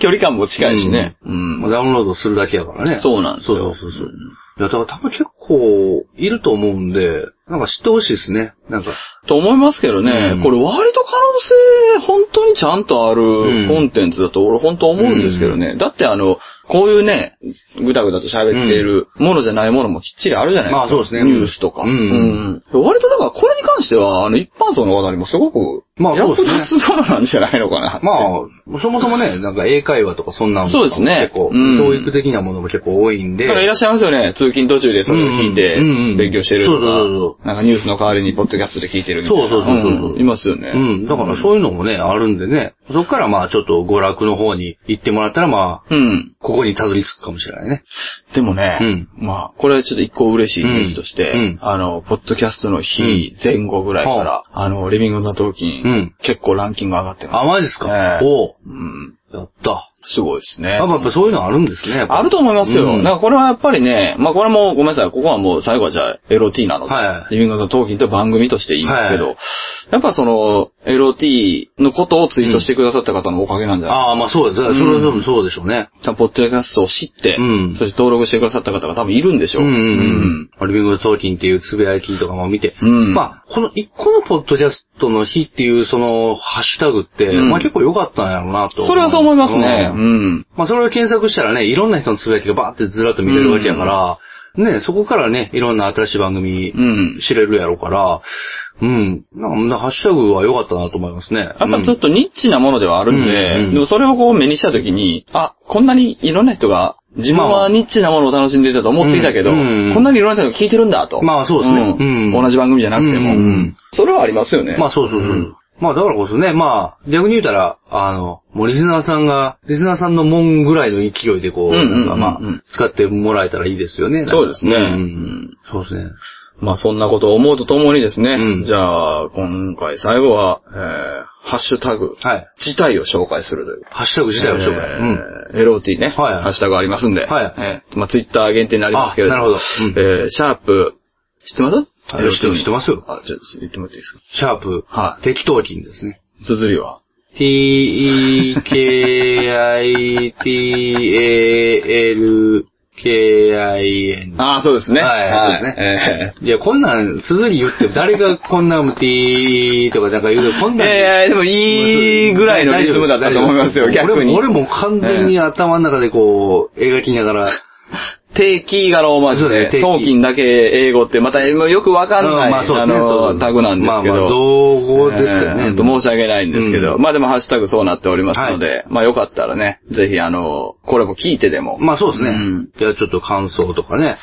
[SPEAKER 3] 距離感も近いしね。う
[SPEAKER 1] まあ
[SPEAKER 3] ん。
[SPEAKER 1] ダウンロードするだけやからね。
[SPEAKER 3] そうなんです
[SPEAKER 1] そ
[SPEAKER 3] よ。
[SPEAKER 1] うそうそうそう。いや、だから多分結構いると思うんで、なんか知ってほしいですね。なんか。
[SPEAKER 3] と思いますけどね、
[SPEAKER 1] うん
[SPEAKER 3] これ割と可能性、本当にちゃんとあ
[SPEAKER 1] うん
[SPEAKER 3] るコンテンツだと俺本当思うんですけどね。だってあの、こういうね、ぐだぐだと喋っているものじゃないものもきっちりあるじゃないですか。
[SPEAKER 1] まあそうですね
[SPEAKER 3] ニュースとか。
[SPEAKER 1] うん
[SPEAKER 3] うん割とだからこれに関しては、あの、一般層の方にもすごく、
[SPEAKER 1] まあそうですね
[SPEAKER 3] 役立つものなんじゃないのかなっ て。
[SPEAKER 1] まあ、そもそもね、なんか英会話とかそんなんも
[SPEAKER 3] そうですね
[SPEAKER 1] 結構、
[SPEAKER 3] うん
[SPEAKER 1] 教育的なものも結構多いんで。
[SPEAKER 3] なんかいらっしゃいますよね。通勤途中でそれを聞いて
[SPEAKER 1] うんうんうん、
[SPEAKER 3] 勉強してると
[SPEAKER 1] そうそうそう
[SPEAKER 3] か、なんかニュースの代わりにポッドキャストで聞いてるみたいな。
[SPEAKER 1] そうそうそうそうん
[SPEAKER 3] いますよね。
[SPEAKER 1] うん。だからそういうのもね、あるんでね。そっからまあちょっと娯楽の方に行ってもらったらまあ、
[SPEAKER 3] うん。
[SPEAKER 1] ここにたどり着くかもしれないね。
[SPEAKER 3] でもね、
[SPEAKER 1] うん
[SPEAKER 3] まあ、これはちょっと一個嬉しいニュースとして、
[SPEAKER 1] うんうん
[SPEAKER 3] あの、ポッドキャストの日前後ぐらいから、あの、リビングザトーキン、
[SPEAKER 1] うん
[SPEAKER 3] 結構ランキング上がってます。
[SPEAKER 1] あ、マジですか、
[SPEAKER 3] ええ
[SPEAKER 1] お
[SPEAKER 3] うん。
[SPEAKER 1] うやった。
[SPEAKER 3] すごいですね
[SPEAKER 1] やっ。ぱやっぱそういうのあるんですね。やっぱ
[SPEAKER 3] あると思いますよ。
[SPEAKER 1] うん
[SPEAKER 3] なんかこれはやっぱりね、まあこれもごめんなさい、ここはもう最後はじゃあ LOT なので、
[SPEAKER 1] はい
[SPEAKER 3] リビングザトーキンという番組として言いますけど、
[SPEAKER 1] は
[SPEAKER 3] やっぱその LOT のことをツイートしてくださった方のおかげなんじゃない
[SPEAKER 1] ああ、まあそうです。それは多分そうでしょうね。
[SPEAKER 3] ポッドキャストを知って、
[SPEAKER 1] うん
[SPEAKER 3] そして登録してくださった方が多分いるんでしょ
[SPEAKER 1] う
[SPEAKER 3] う。
[SPEAKER 1] んうんうん。リビングトーキンっていうつぶやきとかも見て。
[SPEAKER 3] うん
[SPEAKER 1] まあ、この一個のポッドキャストの日っていうそのハッシュタグって、
[SPEAKER 3] うん
[SPEAKER 1] まあ結構良かったんやろうなと。
[SPEAKER 3] それはそう思いますね。
[SPEAKER 1] う
[SPEAKER 3] うんん。
[SPEAKER 1] まあそれを検索したらね、いろんな人のつぶやきがバーってずらっと見れるわけやから、ね、そこからね、いろんな新しい番組
[SPEAKER 3] うん。
[SPEAKER 1] 知れるやろうから、うん。なんか、ハッシュタグは良かったなと思いますね。
[SPEAKER 3] やっぱちょっとニッチなものではあるんで、
[SPEAKER 1] うんうん
[SPEAKER 3] でもそれをこう目にしたときに、あ、こんなにいろんな人が、自分はニッチなものを楽しんでいたと思っていたけど、
[SPEAKER 1] うんうん
[SPEAKER 3] こんなにいろんな人が聞いてるんだと。
[SPEAKER 1] まあそうですね
[SPEAKER 3] ん
[SPEAKER 1] うん
[SPEAKER 3] 同じ番組じゃなくても、
[SPEAKER 1] うんうん
[SPEAKER 3] それはありますよね。
[SPEAKER 1] まあそうそうそう。まあだからこそね、まあ逆に言うたら、あの、もうリスナーさんが、リスナーさんの門ぐらいの勢いでこう、
[SPEAKER 3] うんうんう
[SPEAKER 1] な
[SPEAKER 3] ん
[SPEAKER 1] んかま
[SPEAKER 3] うんう
[SPEAKER 1] あ、使ってもらえたらいいですよね。なんか
[SPEAKER 3] そうですね
[SPEAKER 1] うんそうですね。
[SPEAKER 3] まあそんなことを思うとともにですね、
[SPEAKER 1] うん
[SPEAKER 3] じゃあ今回最後は、えー、ハッシュタグ
[SPEAKER 1] はい。
[SPEAKER 3] 自体を紹介するという。
[SPEAKER 1] ハッシュタグ自体を紹介。うん。
[SPEAKER 3] えー LOT ね、
[SPEAKER 1] はいはい
[SPEAKER 3] ハッシュタグありますんで、
[SPEAKER 1] はい
[SPEAKER 3] えーまあツイッター限定になりますけれど
[SPEAKER 1] あなるほど
[SPEAKER 3] えーシャープ、知ってます
[SPEAKER 1] はい知って知ってますよ
[SPEAKER 3] あ、じゃあ言ってもらっていいですか
[SPEAKER 1] シャープ、
[SPEAKER 3] はい
[SPEAKER 1] 適当金ですね。
[SPEAKER 3] 綴りは
[SPEAKER 1] t-e-k-i-t-a-l-k-i-n。
[SPEAKER 3] ああ、そうですね。
[SPEAKER 1] はいそうです
[SPEAKER 3] ね。
[SPEAKER 1] いや、こんなん、鈴木言って、誰がこんなん t とかなんか言うと、こん
[SPEAKER 3] え
[SPEAKER 1] なん。
[SPEAKER 3] えーでもいいぐらいのリズムだったと思いますよ、
[SPEAKER 1] 大丈夫
[SPEAKER 3] 逆
[SPEAKER 1] です
[SPEAKER 3] に。
[SPEAKER 1] 俺も俺も完全に頭の中でこう、描きながら、
[SPEAKER 3] 定期がローマ字
[SPEAKER 1] そうね
[SPEAKER 3] で、
[SPEAKER 1] 定期
[SPEAKER 3] トーキンだけ英語って、またよくわかん
[SPEAKER 1] う
[SPEAKER 3] なんい、
[SPEAKER 1] まあそうで
[SPEAKER 3] あ
[SPEAKER 1] すねそうそう
[SPEAKER 3] の、タグなんですけど。
[SPEAKER 1] まあまあ造語ですけどね
[SPEAKER 3] えーと申し訳ないんですけど、
[SPEAKER 1] うん
[SPEAKER 3] まあでもハッシュタグそうなっておりますので、まあよかったらね、ぜひあの、これも聞いてでも。
[SPEAKER 1] まあそうですね。
[SPEAKER 3] うん
[SPEAKER 1] いや、ちょっと感想とかね。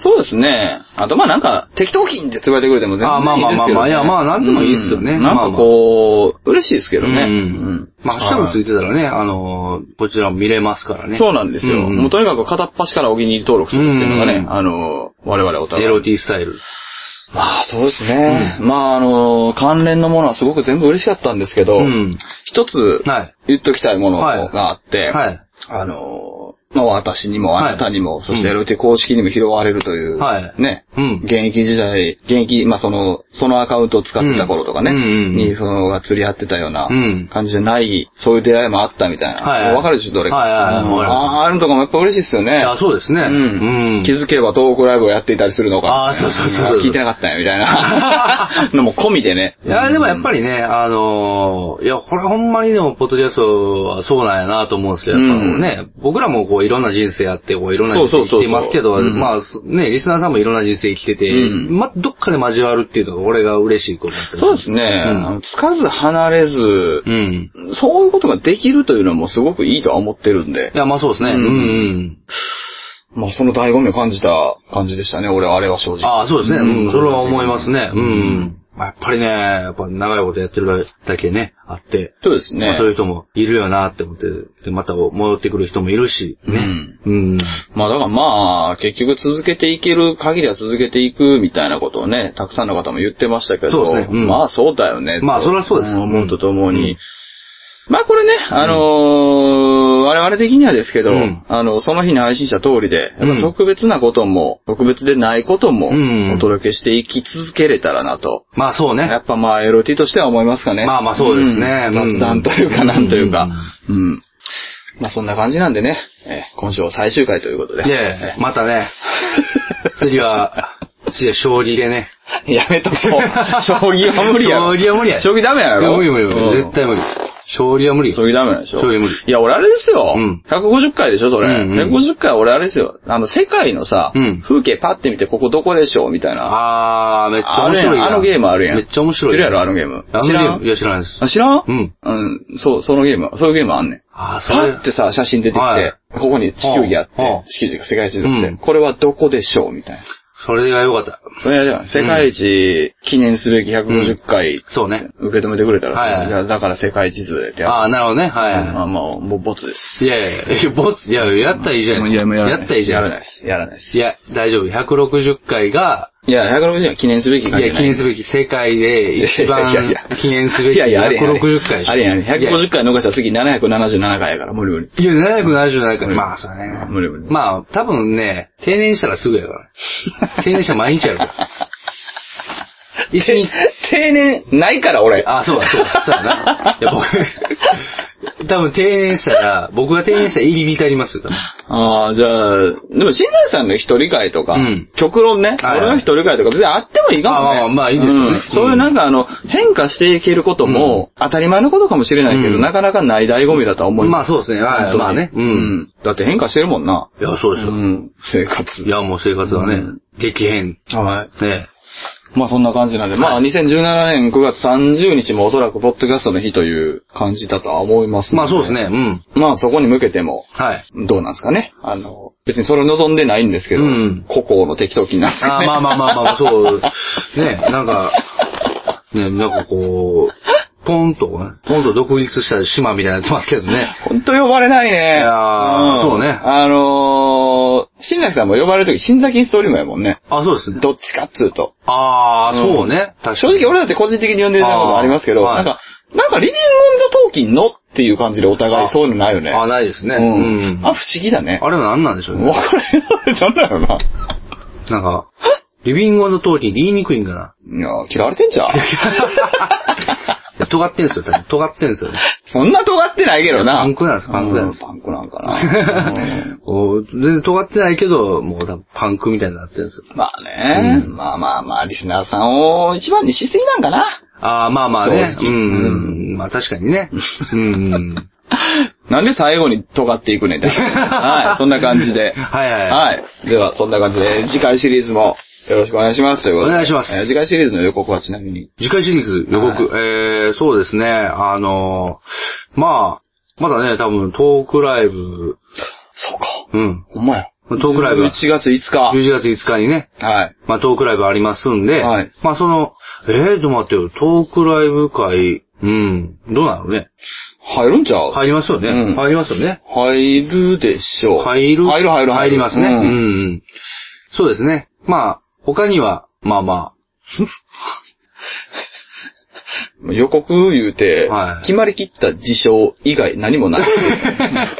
[SPEAKER 3] そうですね。あとまあなんか、適当金ってつぶやいてくれても全然
[SPEAKER 1] あーまあ
[SPEAKER 3] いいですけ
[SPEAKER 1] まあま
[SPEAKER 3] ど、ね。
[SPEAKER 1] あまあいやまあなんでもいいっすよね
[SPEAKER 3] うん
[SPEAKER 1] まあまあ
[SPEAKER 3] なんかこう、嬉しいですけど
[SPEAKER 1] う
[SPEAKER 3] ね。うん
[SPEAKER 1] ん。まあ、ハッシュタグついてたらね、あのー、こちらも見れますからね。
[SPEAKER 3] そうなんですよ。
[SPEAKER 1] うん
[SPEAKER 3] もうとにかく片っ端からお気に入り登録するっていうのが
[SPEAKER 1] う
[SPEAKER 3] ね、
[SPEAKER 1] ん
[SPEAKER 3] あの、我々お互い。
[SPEAKER 1] LT スタイル。
[SPEAKER 3] まあ、そうですね。まあ、あの、関連のものはすごく全部嬉しかったんですけど、
[SPEAKER 1] うん。
[SPEAKER 3] 一つ
[SPEAKER 1] はい
[SPEAKER 3] 言っときたいもの
[SPEAKER 1] はい
[SPEAKER 3] があって、
[SPEAKER 1] はい。
[SPEAKER 3] あの、まあ、私にも
[SPEAKER 1] はい
[SPEAKER 3] あなたにも、そして
[SPEAKER 1] うん
[SPEAKER 3] LT 公式にも拾われるという、
[SPEAKER 1] はい
[SPEAKER 3] ね、
[SPEAKER 1] うん
[SPEAKER 3] 現役時代、現役、まあ、その、そのアカウントを使ってた頃とかね、
[SPEAKER 1] うんうんうんうん
[SPEAKER 3] に、その、が釣り合ってたような
[SPEAKER 1] うん
[SPEAKER 3] 感じじゃない、そういう出会いもあったみたいな。
[SPEAKER 1] はいはい
[SPEAKER 3] もうわかるでしょ、どれか。
[SPEAKER 1] はいはいはい
[SPEAKER 3] うん
[SPEAKER 1] わかる
[SPEAKER 3] ああ、あるとかもやっぱ嬉しいですよね。
[SPEAKER 1] あそうですね。
[SPEAKER 3] うん。気
[SPEAKER 1] 気づ
[SPEAKER 3] づけばトークライブをやっていたりするのか。
[SPEAKER 1] あーそうそうそうそう
[SPEAKER 3] あ聞いてなかったんや、みた いな。のも込みでね。
[SPEAKER 1] いや、でもやっぱりね、あのーいや、これほんまにでも、ポッドキャストはそうなんやなと思うんですけど、やっぱ
[SPEAKER 3] うん
[SPEAKER 1] ね、僕らもこう、いろんな人生あって、こう、いろんな人生生きてますけど、
[SPEAKER 3] そうそうそうそううん
[SPEAKER 1] まあ、そね、リスナーさんもいろんな人生生きてて、
[SPEAKER 3] うん
[SPEAKER 1] ま、どっかで交わるっていうのが俺が嬉しいことだったり
[SPEAKER 3] そうですね。あのつかず離れず、
[SPEAKER 1] うん。
[SPEAKER 3] そういうことができるというのもすごくいいとは思ってるんで
[SPEAKER 1] い、や、まあそうですね。う、
[SPEAKER 3] うんん
[SPEAKER 1] うん。
[SPEAKER 3] まあその醍醐味を感じた感じでしたね、俺はあれは正直。
[SPEAKER 1] ああ、そうですね。うん、それは思いますね。うん。まあやっぱりね、やっぱ長いことやってるだけね、あって、
[SPEAKER 3] そうです
[SPEAKER 1] ま
[SPEAKER 3] ね
[SPEAKER 1] あ。そういう人もいるよなって思って、で、また戻ってくる人もいるし、
[SPEAKER 3] う
[SPEAKER 1] ね。
[SPEAKER 3] ん。
[SPEAKER 1] うん。
[SPEAKER 3] まあだからまあ、結局続けていける限りは続けていくみたいなことをね、たくさんの方も言ってましたけど、
[SPEAKER 1] そうですねうん
[SPEAKER 3] まあそうだよね。
[SPEAKER 1] まあそりゃそうです
[SPEAKER 3] 思うとともに。
[SPEAKER 1] うん
[SPEAKER 3] まあこれね、あのー我々的にはですけど、
[SPEAKER 1] うん
[SPEAKER 3] あの、その日に配信した通りで、
[SPEAKER 1] うん
[SPEAKER 3] やっぱ特別なことも、特別でないことも
[SPEAKER 1] うん、
[SPEAKER 3] お届けしていき続けれたらなと。
[SPEAKER 1] まあそう
[SPEAKER 3] や
[SPEAKER 1] ね。
[SPEAKER 3] っぱまあ LT としては思いますかね。
[SPEAKER 1] まあまあそうですね
[SPEAKER 3] う
[SPEAKER 1] う
[SPEAKER 3] ん
[SPEAKER 1] ん
[SPEAKER 3] 雑談というかなんというか。うん。まあそんな感じなんでね、えー今週は最終回ということで。
[SPEAKER 1] で、またね、次は、次は将棋でね。
[SPEAKER 3] やめ とこう。将棋は無理やろ。
[SPEAKER 1] 将棋は無理や
[SPEAKER 3] 将棋ダメや
[SPEAKER 1] いや
[SPEAKER 3] ろ。
[SPEAKER 1] 無理無理無
[SPEAKER 3] うん
[SPEAKER 1] 理。絶対無理。将棋は無理。
[SPEAKER 3] 将棋ダメなんでしょ
[SPEAKER 1] 将棋無理
[SPEAKER 3] いや、俺あれですよ。
[SPEAKER 1] うん
[SPEAKER 3] 150回でしょ、それ。
[SPEAKER 1] うんうん
[SPEAKER 3] 150回俺あれですよ。あの、世界のさ、
[SPEAKER 1] うん
[SPEAKER 3] 風景パッて見て、ここどこでしょうみたいな。
[SPEAKER 1] あー、めっちゃ
[SPEAKER 3] あ
[SPEAKER 1] 面
[SPEAKER 3] るやん
[SPEAKER 1] 白いやん。
[SPEAKER 3] あのゲームあるやん。
[SPEAKER 1] めっちゃ面白い。
[SPEAKER 3] 知ってるやろ、あのゲーム。
[SPEAKER 1] あの
[SPEAKER 3] 知
[SPEAKER 1] ゲ
[SPEAKER 3] ら
[SPEAKER 1] ー
[SPEAKER 3] ん
[SPEAKER 1] ムいや、知らないです。
[SPEAKER 3] あ、知らん
[SPEAKER 1] うん。
[SPEAKER 3] うん、そう、そのゲーム、そういうゲームあんねん。
[SPEAKER 1] あー、そ
[SPEAKER 3] パ
[SPEAKER 1] れ
[SPEAKER 3] ッてさ、写真出てきて、
[SPEAKER 1] はい
[SPEAKER 3] ここに地球儀あって
[SPEAKER 1] はあ、
[SPEAKER 3] 地球儀が世界地図あって、
[SPEAKER 1] うん
[SPEAKER 3] これはどこでしょうみたいな。
[SPEAKER 1] それが良かった。
[SPEAKER 3] それは世界一記念すべき150回、
[SPEAKER 1] そうね。
[SPEAKER 3] 受け止めてくれたら、
[SPEAKER 1] はいはい
[SPEAKER 3] いやだから世界地図でってや
[SPEAKER 1] ああ、なるほどね。はい
[SPEAKER 3] まあ
[SPEAKER 1] は
[SPEAKER 3] もう、もうボツです。
[SPEAKER 1] い。いやいやいや、ボツ、いや、やったらいいじゃないですか。
[SPEAKER 3] もう
[SPEAKER 1] やったらいいじゃ
[SPEAKER 3] や
[SPEAKER 1] な
[SPEAKER 3] ら
[SPEAKER 1] い
[SPEAKER 3] ない
[SPEAKER 1] で
[SPEAKER 3] です。やらないですす。
[SPEAKER 1] か。いや、大丈夫。160回が、
[SPEAKER 3] いや、160は記念すべき
[SPEAKER 1] いや、記念すべき世界で一番記念すべき
[SPEAKER 3] いやいや、あれやん
[SPEAKER 1] 160回でしょ。
[SPEAKER 3] あれやん、150
[SPEAKER 1] 回。
[SPEAKER 3] 回逃したら次777回やから、無理無理。
[SPEAKER 1] いや、777回。まあ、そうだね。
[SPEAKER 3] 無理無理。
[SPEAKER 1] まあ、多分ね、定年したらすぐや から。定年したら毎日やる から。一日、
[SPEAKER 3] 定年ないから、俺。
[SPEAKER 1] あ、そうだ、そうだ、そうだ な。いや、僕、多分定年したら、僕が定年したら入り浸りますよ、多分。
[SPEAKER 3] ああ、じゃあ、でも、新内さんの一人会とか、
[SPEAKER 1] うん
[SPEAKER 3] 極論ね、
[SPEAKER 1] はいはい
[SPEAKER 3] 俺の一人会とか別にあってもいいかもね。
[SPEAKER 1] あまあまあいいですよね
[SPEAKER 3] うん
[SPEAKER 1] うん
[SPEAKER 3] そういうなんかあの、変化していけることも、当たり前のことかもしれないけど、
[SPEAKER 1] うん
[SPEAKER 3] なかなかない醍醐味だとは思い
[SPEAKER 1] ま
[SPEAKER 3] ま
[SPEAKER 1] あ
[SPEAKER 3] す。
[SPEAKER 1] そうですね。
[SPEAKER 3] 本当
[SPEAKER 1] は
[SPEAKER 3] に
[SPEAKER 1] い、まあね。う。
[SPEAKER 3] うんん。だって変化してるもんな。
[SPEAKER 1] いや、そう
[SPEAKER 3] う
[SPEAKER 1] ですよ。
[SPEAKER 3] ん。生活
[SPEAKER 1] い。や、もう生活はね、
[SPEAKER 3] うん
[SPEAKER 1] 激変。
[SPEAKER 3] はい。
[SPEAKER 1] ね。
[SPEAKER 3] まあそんな感じなんで、まあ2017年9月30日もおそらくポッドキャストの日という感じだとは思いますの
[SPEAKER 1] まあそうです。ね。うん。
[SPEAKER 3] まあそこに向けても、
[SPEAKER 1] はい。
[SPEAKER 3] どうなんですかね。あの、別にそれを望んでないんですけど、
[SPEAKER 1] うん
[SPEAKER 3] 個々の適当気になる、
[SPEAKER 1] あーまあまあまあまあ、そう。ね、なんか、ね、なんかこう、ポンと、ポンと独立した島みたいになってますけどね。
[SPEAKER 3] 本当呼ばれないね。い
[SPEAKER 1] やーそうね
[SPEAKER 3] あのー、新崎さんも呼ばれるとき、新崎インストリームやもんね。
[SPEAKER 1] あ、そうですね。
[SPEAKER 3] どっちかっつうと。
[SPEAKER 1] ああ、
[SPEAKER 3] うん
[SPEAKER 1] そうね。確か
[SPEAKER 3] 正
[SPEAKER 1] に。
[SPEAKER 3] 直俺だって個人的に呼んでないことありますけど、
[SPEAKER 1] あーは
[SPEAKER 3] ないんか、なんかリビング・オン・ザ・トーキンのっていう感じでお互いそういうのないよね。
[SPEAKER 1] あ、ないですね。
[SPEAKER 3] う
[SPEAKER 1] うんん。。
[SPEAKER 3] あ、
[SPEAKER 1] あ
[SPEAKER 3] 不思議だね。
[SPEAKER 1] れは何なんでしょう
[SPEAKER 3] もう
[SPEAKER 1] ね。
[SPEAKER 3] これ、あれなんだろうな。
[SPEAKER 1] なんか、リビングの陶器って言いにくいんか な。
[SPEAKER 3] いやー、嫌われてん じゃん。
[SPEAKER 1] いや尖ってんすよ、多分尖ってんすよね。
[SPEAKER 3] そんな尖ってないけどな。
[SPEAKER 1] パンクなんですパンクなんです
[SPEAKER 3] うんパンクなん かな。うん
[SPEAKER 1] お全然尖ってないけど、もう多分パンクみたいになってるんですよ。
[SPEAKER 3] まあね、まあまあまあ、リスナーさんを一番にしすぎなんかな。
[SPEAKER 1] ああ、まあまあね。う
[SPEAKER 3] 正直
[SPEAKER 1] んうん。まあ確かに ね。うん。
[SPEAKER 3] なんで最後に尖っていくねんって。はい、そんな感じで。
[SPEAKER 1] はいはい
[SPEAKER 3] はい。では、そんな感じで、次回シリーズもよろしくお願いします。ということで。
[SPEAKER 1] お願いします
[SPEAKER 3] えー次回シリーズの予告はちなみに。
[SPEAKER 1] 次回シリーズ予告、えー、そうですね。あのーまあ、まだね、多分トークライブ、
[SPEAKER 3] そうか。
[SPEAKER 1] うん。
[SPEAKER 3] ほんまや。
[SPEAKER 1] トークライブは
[SPEAKER 3] 11月5日。
[SPEAKER 1] 11月5日にね、
[SPEAKER 3] はい。
[SPEAKER 1] まあトークライブありますんで、
[SPEAKER 3] はい
[SPEAKER 1] まあその、えー、と待ってよ、トークライブ会、うん、どうなのね。
[SPEAKER 3] 入るんちゃう
[SPEAKER 1] 入りますよね。
[SPEAKER 3] うん
[SPEAKER 1] 入りますよね。
[SPEAKER 3] 入るでしょう。
[SPEAKER 1] 入る
[SPEAKER 3] 入る入る
[SPEAKER 1] 入りますね。
[SPEAKER 3] う
[SPEAKER 1] うんん、うん。そうですね。まあ、他には、まあま
[SPEAKER 3] 予告言うて、
[SPEAKER 1] はい
[SPEAKER 3] 決まりきった事象以外何もない。
[SPEAKER 1] あ、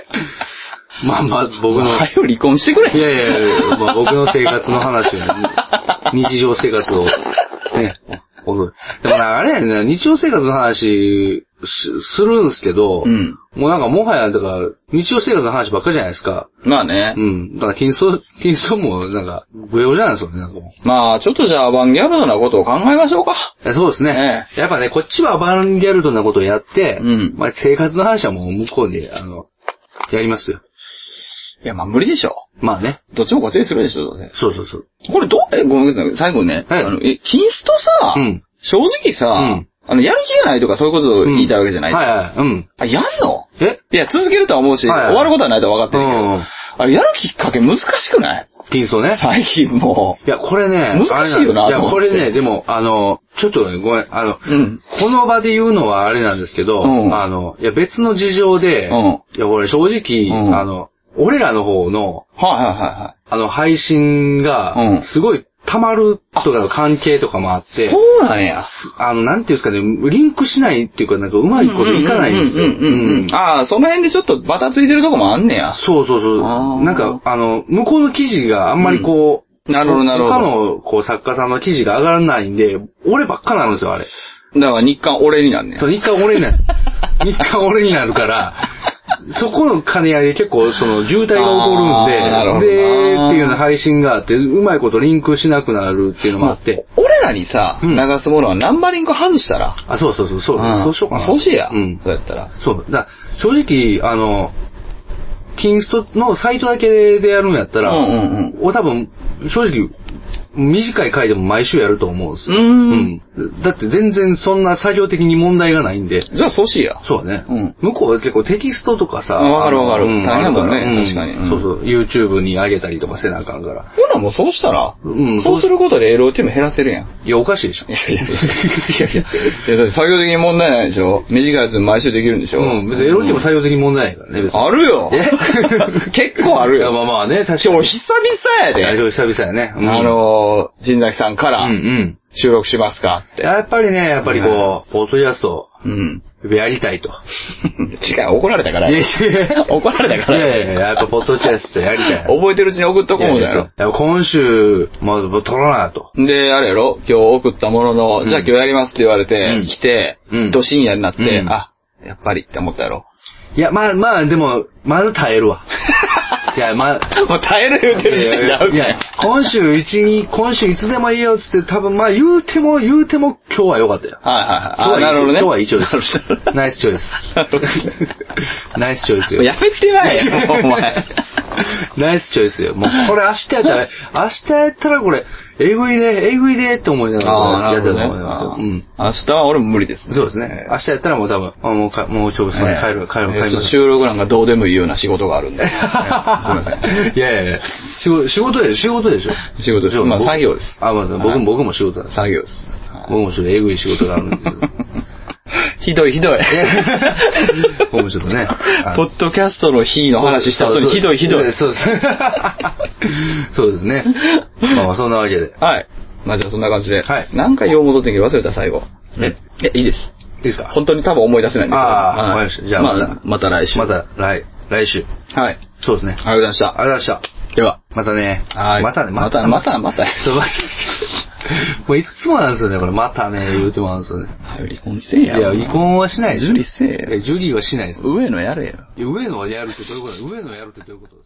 [SPEAKER 1] まあまあ、 僕
[SPEAKER 3] もう
[SPEAKER 1] の、
[SPEAKER 3] 早よ離婚してくれ。
[SPEAKER 1] いやいやいや、まあ、僕の生活の話を、日常生活を、ね、おでもな、あれやねんな、日常生活の話し、するんすけど、
[SPEAKER 3] うん。
[SPEAKER 1] もうなんかもはや、だから、日常生活の話ばっかりじゃないですか。
[SPEAKER 3] まあね。
[SPEAKER 1] うん。だから、金層、 金層も、なんか、不要じゃないですよね、なんかもう
[SPEAKER 3] まあ、ちょっとじゃあ、アバンギャルドなことを考えましょうか。
[SPEAKER 1] えそうですね。やっぱね、こっちはアバンギャルドなことをやって、
[SPEAKER 3] うん
[SPEAKER 1] まあ、生活の話はもう向こうで、あの、やりますよ。
[SPEAKER 3] いや、まあ無理でしょ。
[SPEAKER 1] まあね。
[SPEAKER 3] どっちもこっちにするでしょ、どうせ。
[SPEAKER 1] そうそうそう。
[SPEAKER 3] これどう、え、ごめんなさい。最後にね。
[SPEAKER 1] はい
[SPEAKER 3] あの、え、キンストさ、
[SPEAKER 1] うん
[SPEAKER 3] 正直さ、
[SPEAKER 1] うん
[SPEAKER 3] あの、やる気がないとかそういうことを言いたいわけじゃない。
[SPEAKER 1] うんはいはい。うん。
[SPEAKER 3] あ、やんの
[SPEAKER 1] え
[SPEAKER 3] いや、続けるとは思うし、
[SPEAKER 1] はいはい
[SPEAKER 3] 終わることはないとは分かってるけど、
[SPEAKER 1] うん
[SPEAKER 3] あれやるきっかけ難しくない
[SPEAKER 1] ティンソーね。
[SPEAKER 3] 最近も
[SPEAKER 1] いや、これね、
[SPEAKER 3] 難しいよな
[SPEAKER 1] あれんいや、
[SPEAKER 3] と思
[SPEAKER 1] こ
[SPEAKER 3] って
[SPEAKER 1] れね、でも、あの、ちょっとね、ごめん、あの、
[SPEAKER 3] う。うん。
[SPEAKER 1] この場で言うのはあれなんですけど、
[SPEAKER 3] うん
[SPEAKER 1] あの、いや、別の事情で、
[SPEAKER 3] うん
[SPEAKER 1] いや、俺正直、
[SPEAKER 3] うん
[SPEAKER 1] あの、俺らの方の、
[SPEAKER 3] はいはいはいは
[SPEAKER 1] あの、配信
[SPEAKER 3] うん
[SPEAKER 1] が、すごい溜まるとかの関係とかもあっ
[SPEAKER 3] い。
[SPEAKER 1] て、
[SPEAKER 3] そうなんや。
[SPEAKER 1] あの、なんていうんですかね、リンクしないっていうか、なんかうまいこといかないんですよ。
[SPEAKER 3] うんうんうんうんうん。ああ、その辺でちょっとバタついてるとこもあんねや。
[SPEAKER 1] そうそうそう
[SPEAKER 3] あ。ー
[SPEAKER 1] なんか、あの、向こうの記事があんまりこう、
[SPEAKER 3] なるほどなるほど
[SPEAKER 1] 他の、こう、作家さんの記事が上がらないんで、俺ばっかなんですよ、あれ。
[SPEAKER 3] だから日韓俺になんねや
[SPEAKER 1] そ。の日韓俺にな る。日韓俺になるから、そこの兼ね合いで結構その渋滞が起こ
[SPEAKER 3] あーなる
[SPEAKER 1] る
[SPEAKER 3] ほ
[SPEAKER 1] ん
[SPEAKER 3] ど
[SPEAKER 1] で、
[SPEAKER 3] な
[SPEAKER 1] で、っていうような配信があって、うまいことリンクしなくなるっていうのもあって、
[SPEAKER 3] 俺らにさ、
[SPEAKER 1] うん
[SPEAKER 3] 流すものはナンバリング外したら。
[SPEAKER 1] あ、そうそうそう、そう、
[SPEAKER 3] ん
[SPEAKER 1] そうしようかな。
[SPEAKER 3] そうしや。
[SPEAKER 1] うん
[SPEAKER 3] そ。うやったら。
[SPEAKER 1] そう。だから正直、あの、キンストのサイトだけでやるんやったら、
[SPEAKER 3] うんうん
[SPEAKER 1] 俺多分、正直、短い回でも毎週やると思うんですよ。
[SPEAKER 3] うん
[SPEAKER 1] うんだって全然そんな作業的に問題がないんで。
[SPEAKER 3] うん。じゃあそうしや。
[SPEAKER 1] そうだね。
[SPEAKER 3] うん
[SPEAKER 1] 向こうは結構テキストとかさ。
[SPEAKER 3] あわかるわかる
[SPEAKER 1] うん
[SPEAKER 3] 大変だもんね
[SPEAKER 1] あるら
[SPEAKER 3] 確かにうん
[SPEAKER 1] そうそう。YouTube に上げたりとかせなあかんから。
[SPEAKER 3] ほらもうそうしたら、
[SPEAKER 1] うん
[SPEAKER 3] そうすることで LOT も減らせるやん。
[SPEAKER 1] いや、おかしいでしょ
[SPEAKER 3] い。やいやいや。いやいや。いやだって作業的に問題ないでしょ短いやつ毎週できるんでしょ
[SPEAKER 1] うん。別にエロティも採用的に問題ないからね、別に。
[SPEAKER 3] あるよ
[SPEAKER 1] え
[SPEAKER 3] 結構ある
[SPEAKER 1] いや、
[SPEAKER 3] よ。
[SPEAKER 1] まあまあね、確か
[SPEAKER 3] 今
[SPEAKER 1] に。
[SPEAKER 3] 日久々や
[SPEAKER 1] いや
[SPEAKER 3] で。
[SPEAKER 1] 久々やね。うん
[SPEAKER 3] あ、のー、新崎さんか
[SPEAKER 1] うんう
[SPEAKER 3] ら
[SPEAKER 1] ん。
[SPEAKER 3] 収録しますかって。
[SPEAKER 1] やっぱりね、やっぱりこう、ポートジャスト、
[SPEAKER 3] うん。
[SPEAKER 1] やりたいと。
[SPEAKER 3] 違う、怒られたから
[SPEAKER 1] いや
[SPEAKER 3] や。
[SPEAKER 1] いや
[SPEAKER 3] 怒られたから
[SPEAKER 1] いやいやいや、やっぱポッドキャストやりたい。
[SPEAKER 3] 覚えてるうちに送っとこうも
[SPEAKER 1] い
[SPEAKER 3] だ
[SPEAKER 1] やいや
[SPEAKER 3] よ。
[SPEAKER 1] やっぱ今週、もう撮らなと。
[SPEAKER 3] で、あれやろ今日送ったものの、
[SPEAKER 1] うん
[SPEAKER 3] じゃあ今日やりますって言われて、
[SPEAKER 1] うん
[SPEAKER 3] 来て、
[SPEAKER 1] うん
[SPEAKER 3] ドシンやになって、
[SPEAKER 1] うん
[SPEAKER 3] あ、やっぱりって思ったやろ。
[SPEAKER 1] いや、まあまあ、でも、まず耐えるわ。いや、まあ、
[SPEAKER 3] もう耐える言うて
[SPEAKER 1] い
[SPEAKER 3] る時点でア
[SPEAKER 1] や
[SPEAKER 3] ウト
[SPEAKER 1] い
[SPEAKER 3] や
[SPEAKER 1] や、今週一に、今週いつでもいいよっつって、多分まあ言うても、言うても今日は良かったよ。
[SPEAKER 3] はいはいはい。あ、なるほどね。
[SPEAKER 1] 今日は一応です
[SPEAKER 3] なるほ。ど
[SPEAKER 1] ナイスチョイス。 ナイスチョイスよ。
[SPEAKER 3] やめてないよ、 お前。
[SPEAKER 1] ナイスチョイスよ。もうこれ明日やった ら、明日やったらこれ、えぐいで、えぐいでって思いながらやってたと思いますよ。うん。
[SPEAKER 3] 明日は俺も無理です。
[SPEAKER 1] そうですね。明日やったらもう多分、あもうか、もう調子まで帰る、帰る、
[SPEAKER 3] えー
[SPEAKER 1] 帰る
[SPEAKER 3] ちょっと。収録なんかどうでもいいような仕事がある んで。えーすいません。
[SPEAKER 1] いやいやいや、仕事、仕事で、仕事でしょ。
[SPEAKER 3] 仕事です
[SPEAKER 1] そう
[SPEAKER 3] まあ
[SPEAKER 1] 僕
[SPEAKER 3] 作業です
[SPEAKER 1] あ、まあ、僕
[SPEAKER 3] はい
[SPEAKER 1] も、僕も仕事なんです。
[SPEAKER 3] 作業です。は
[SPEAKER 1] 僕もちょっとえぐい仕事があるん ですよ。
[SPEAKER 3] いひどいひどい。
[SPEAKER 1] 僕もちょっとね。
[SPEAKER 3] ポッドキャストの日の話した後にひどいひど い。
[SPEAKER 1] そうです。そうですね。まあまあ、そんなわけで。い
[SPEAKER 3] はい。まあじゃあそんな感じで。
[SPEAKER 1] はい
[SPEAKER 3] 何回用戻ってんけど忘れた最後。え、いや、いいです。
[SPEAKER 1] いですか
[SPEAKER 3] 本当に多分思い出せないんで。
[SPEAKER 1] ああ
[SPEAKER 3] は
[SPEAKER 1] わかりましたじゃあまた
[SPEAKER 3] ままた来週。
[SPEAKER 1] ま
[SPEAKER 3] はい。
[SPEAKER 1] た来、来週。
[SPEAKER 3] あり
[SPEAKER 1] そうですね。
[SPEAKER 3] がとうございまし
[SPEAKER 1] あ
[SPEAKER 3] た。
[SPEAKER 1] りがとうございました。
[SPEAKER 3] では。
[SPEAKER 1] またね。
[SPEAKER 3] はい。
[SPEAKER 1] またね、
[SPEAKER 3] また、また、また。
[SPEAKER 1] そうまた もういつもなんですよね、これ。またね、言うてもなんですよね。
[SPEAKER 3] はい離婚せえ
[SPEAKER 1] い
[SPEAKER 3] や。
[SPEAKER 1] や、離婚はしないで
[SPEAKER 3] ジ
[SPEAKER 1] す
[SPEAKER 3] ュ
[SPEAKER 1] よ
[SPEAKER 3] リせえ
[SPEAKER 1] いや
[SPEAKER 3] や。
[SPEAKER 1] ジュリーはしないです。
[SPEAKER 3] 上野やれよ。
[SPEAKER 1] いや上野はやるってどういうことだ上野やるってどういうことですか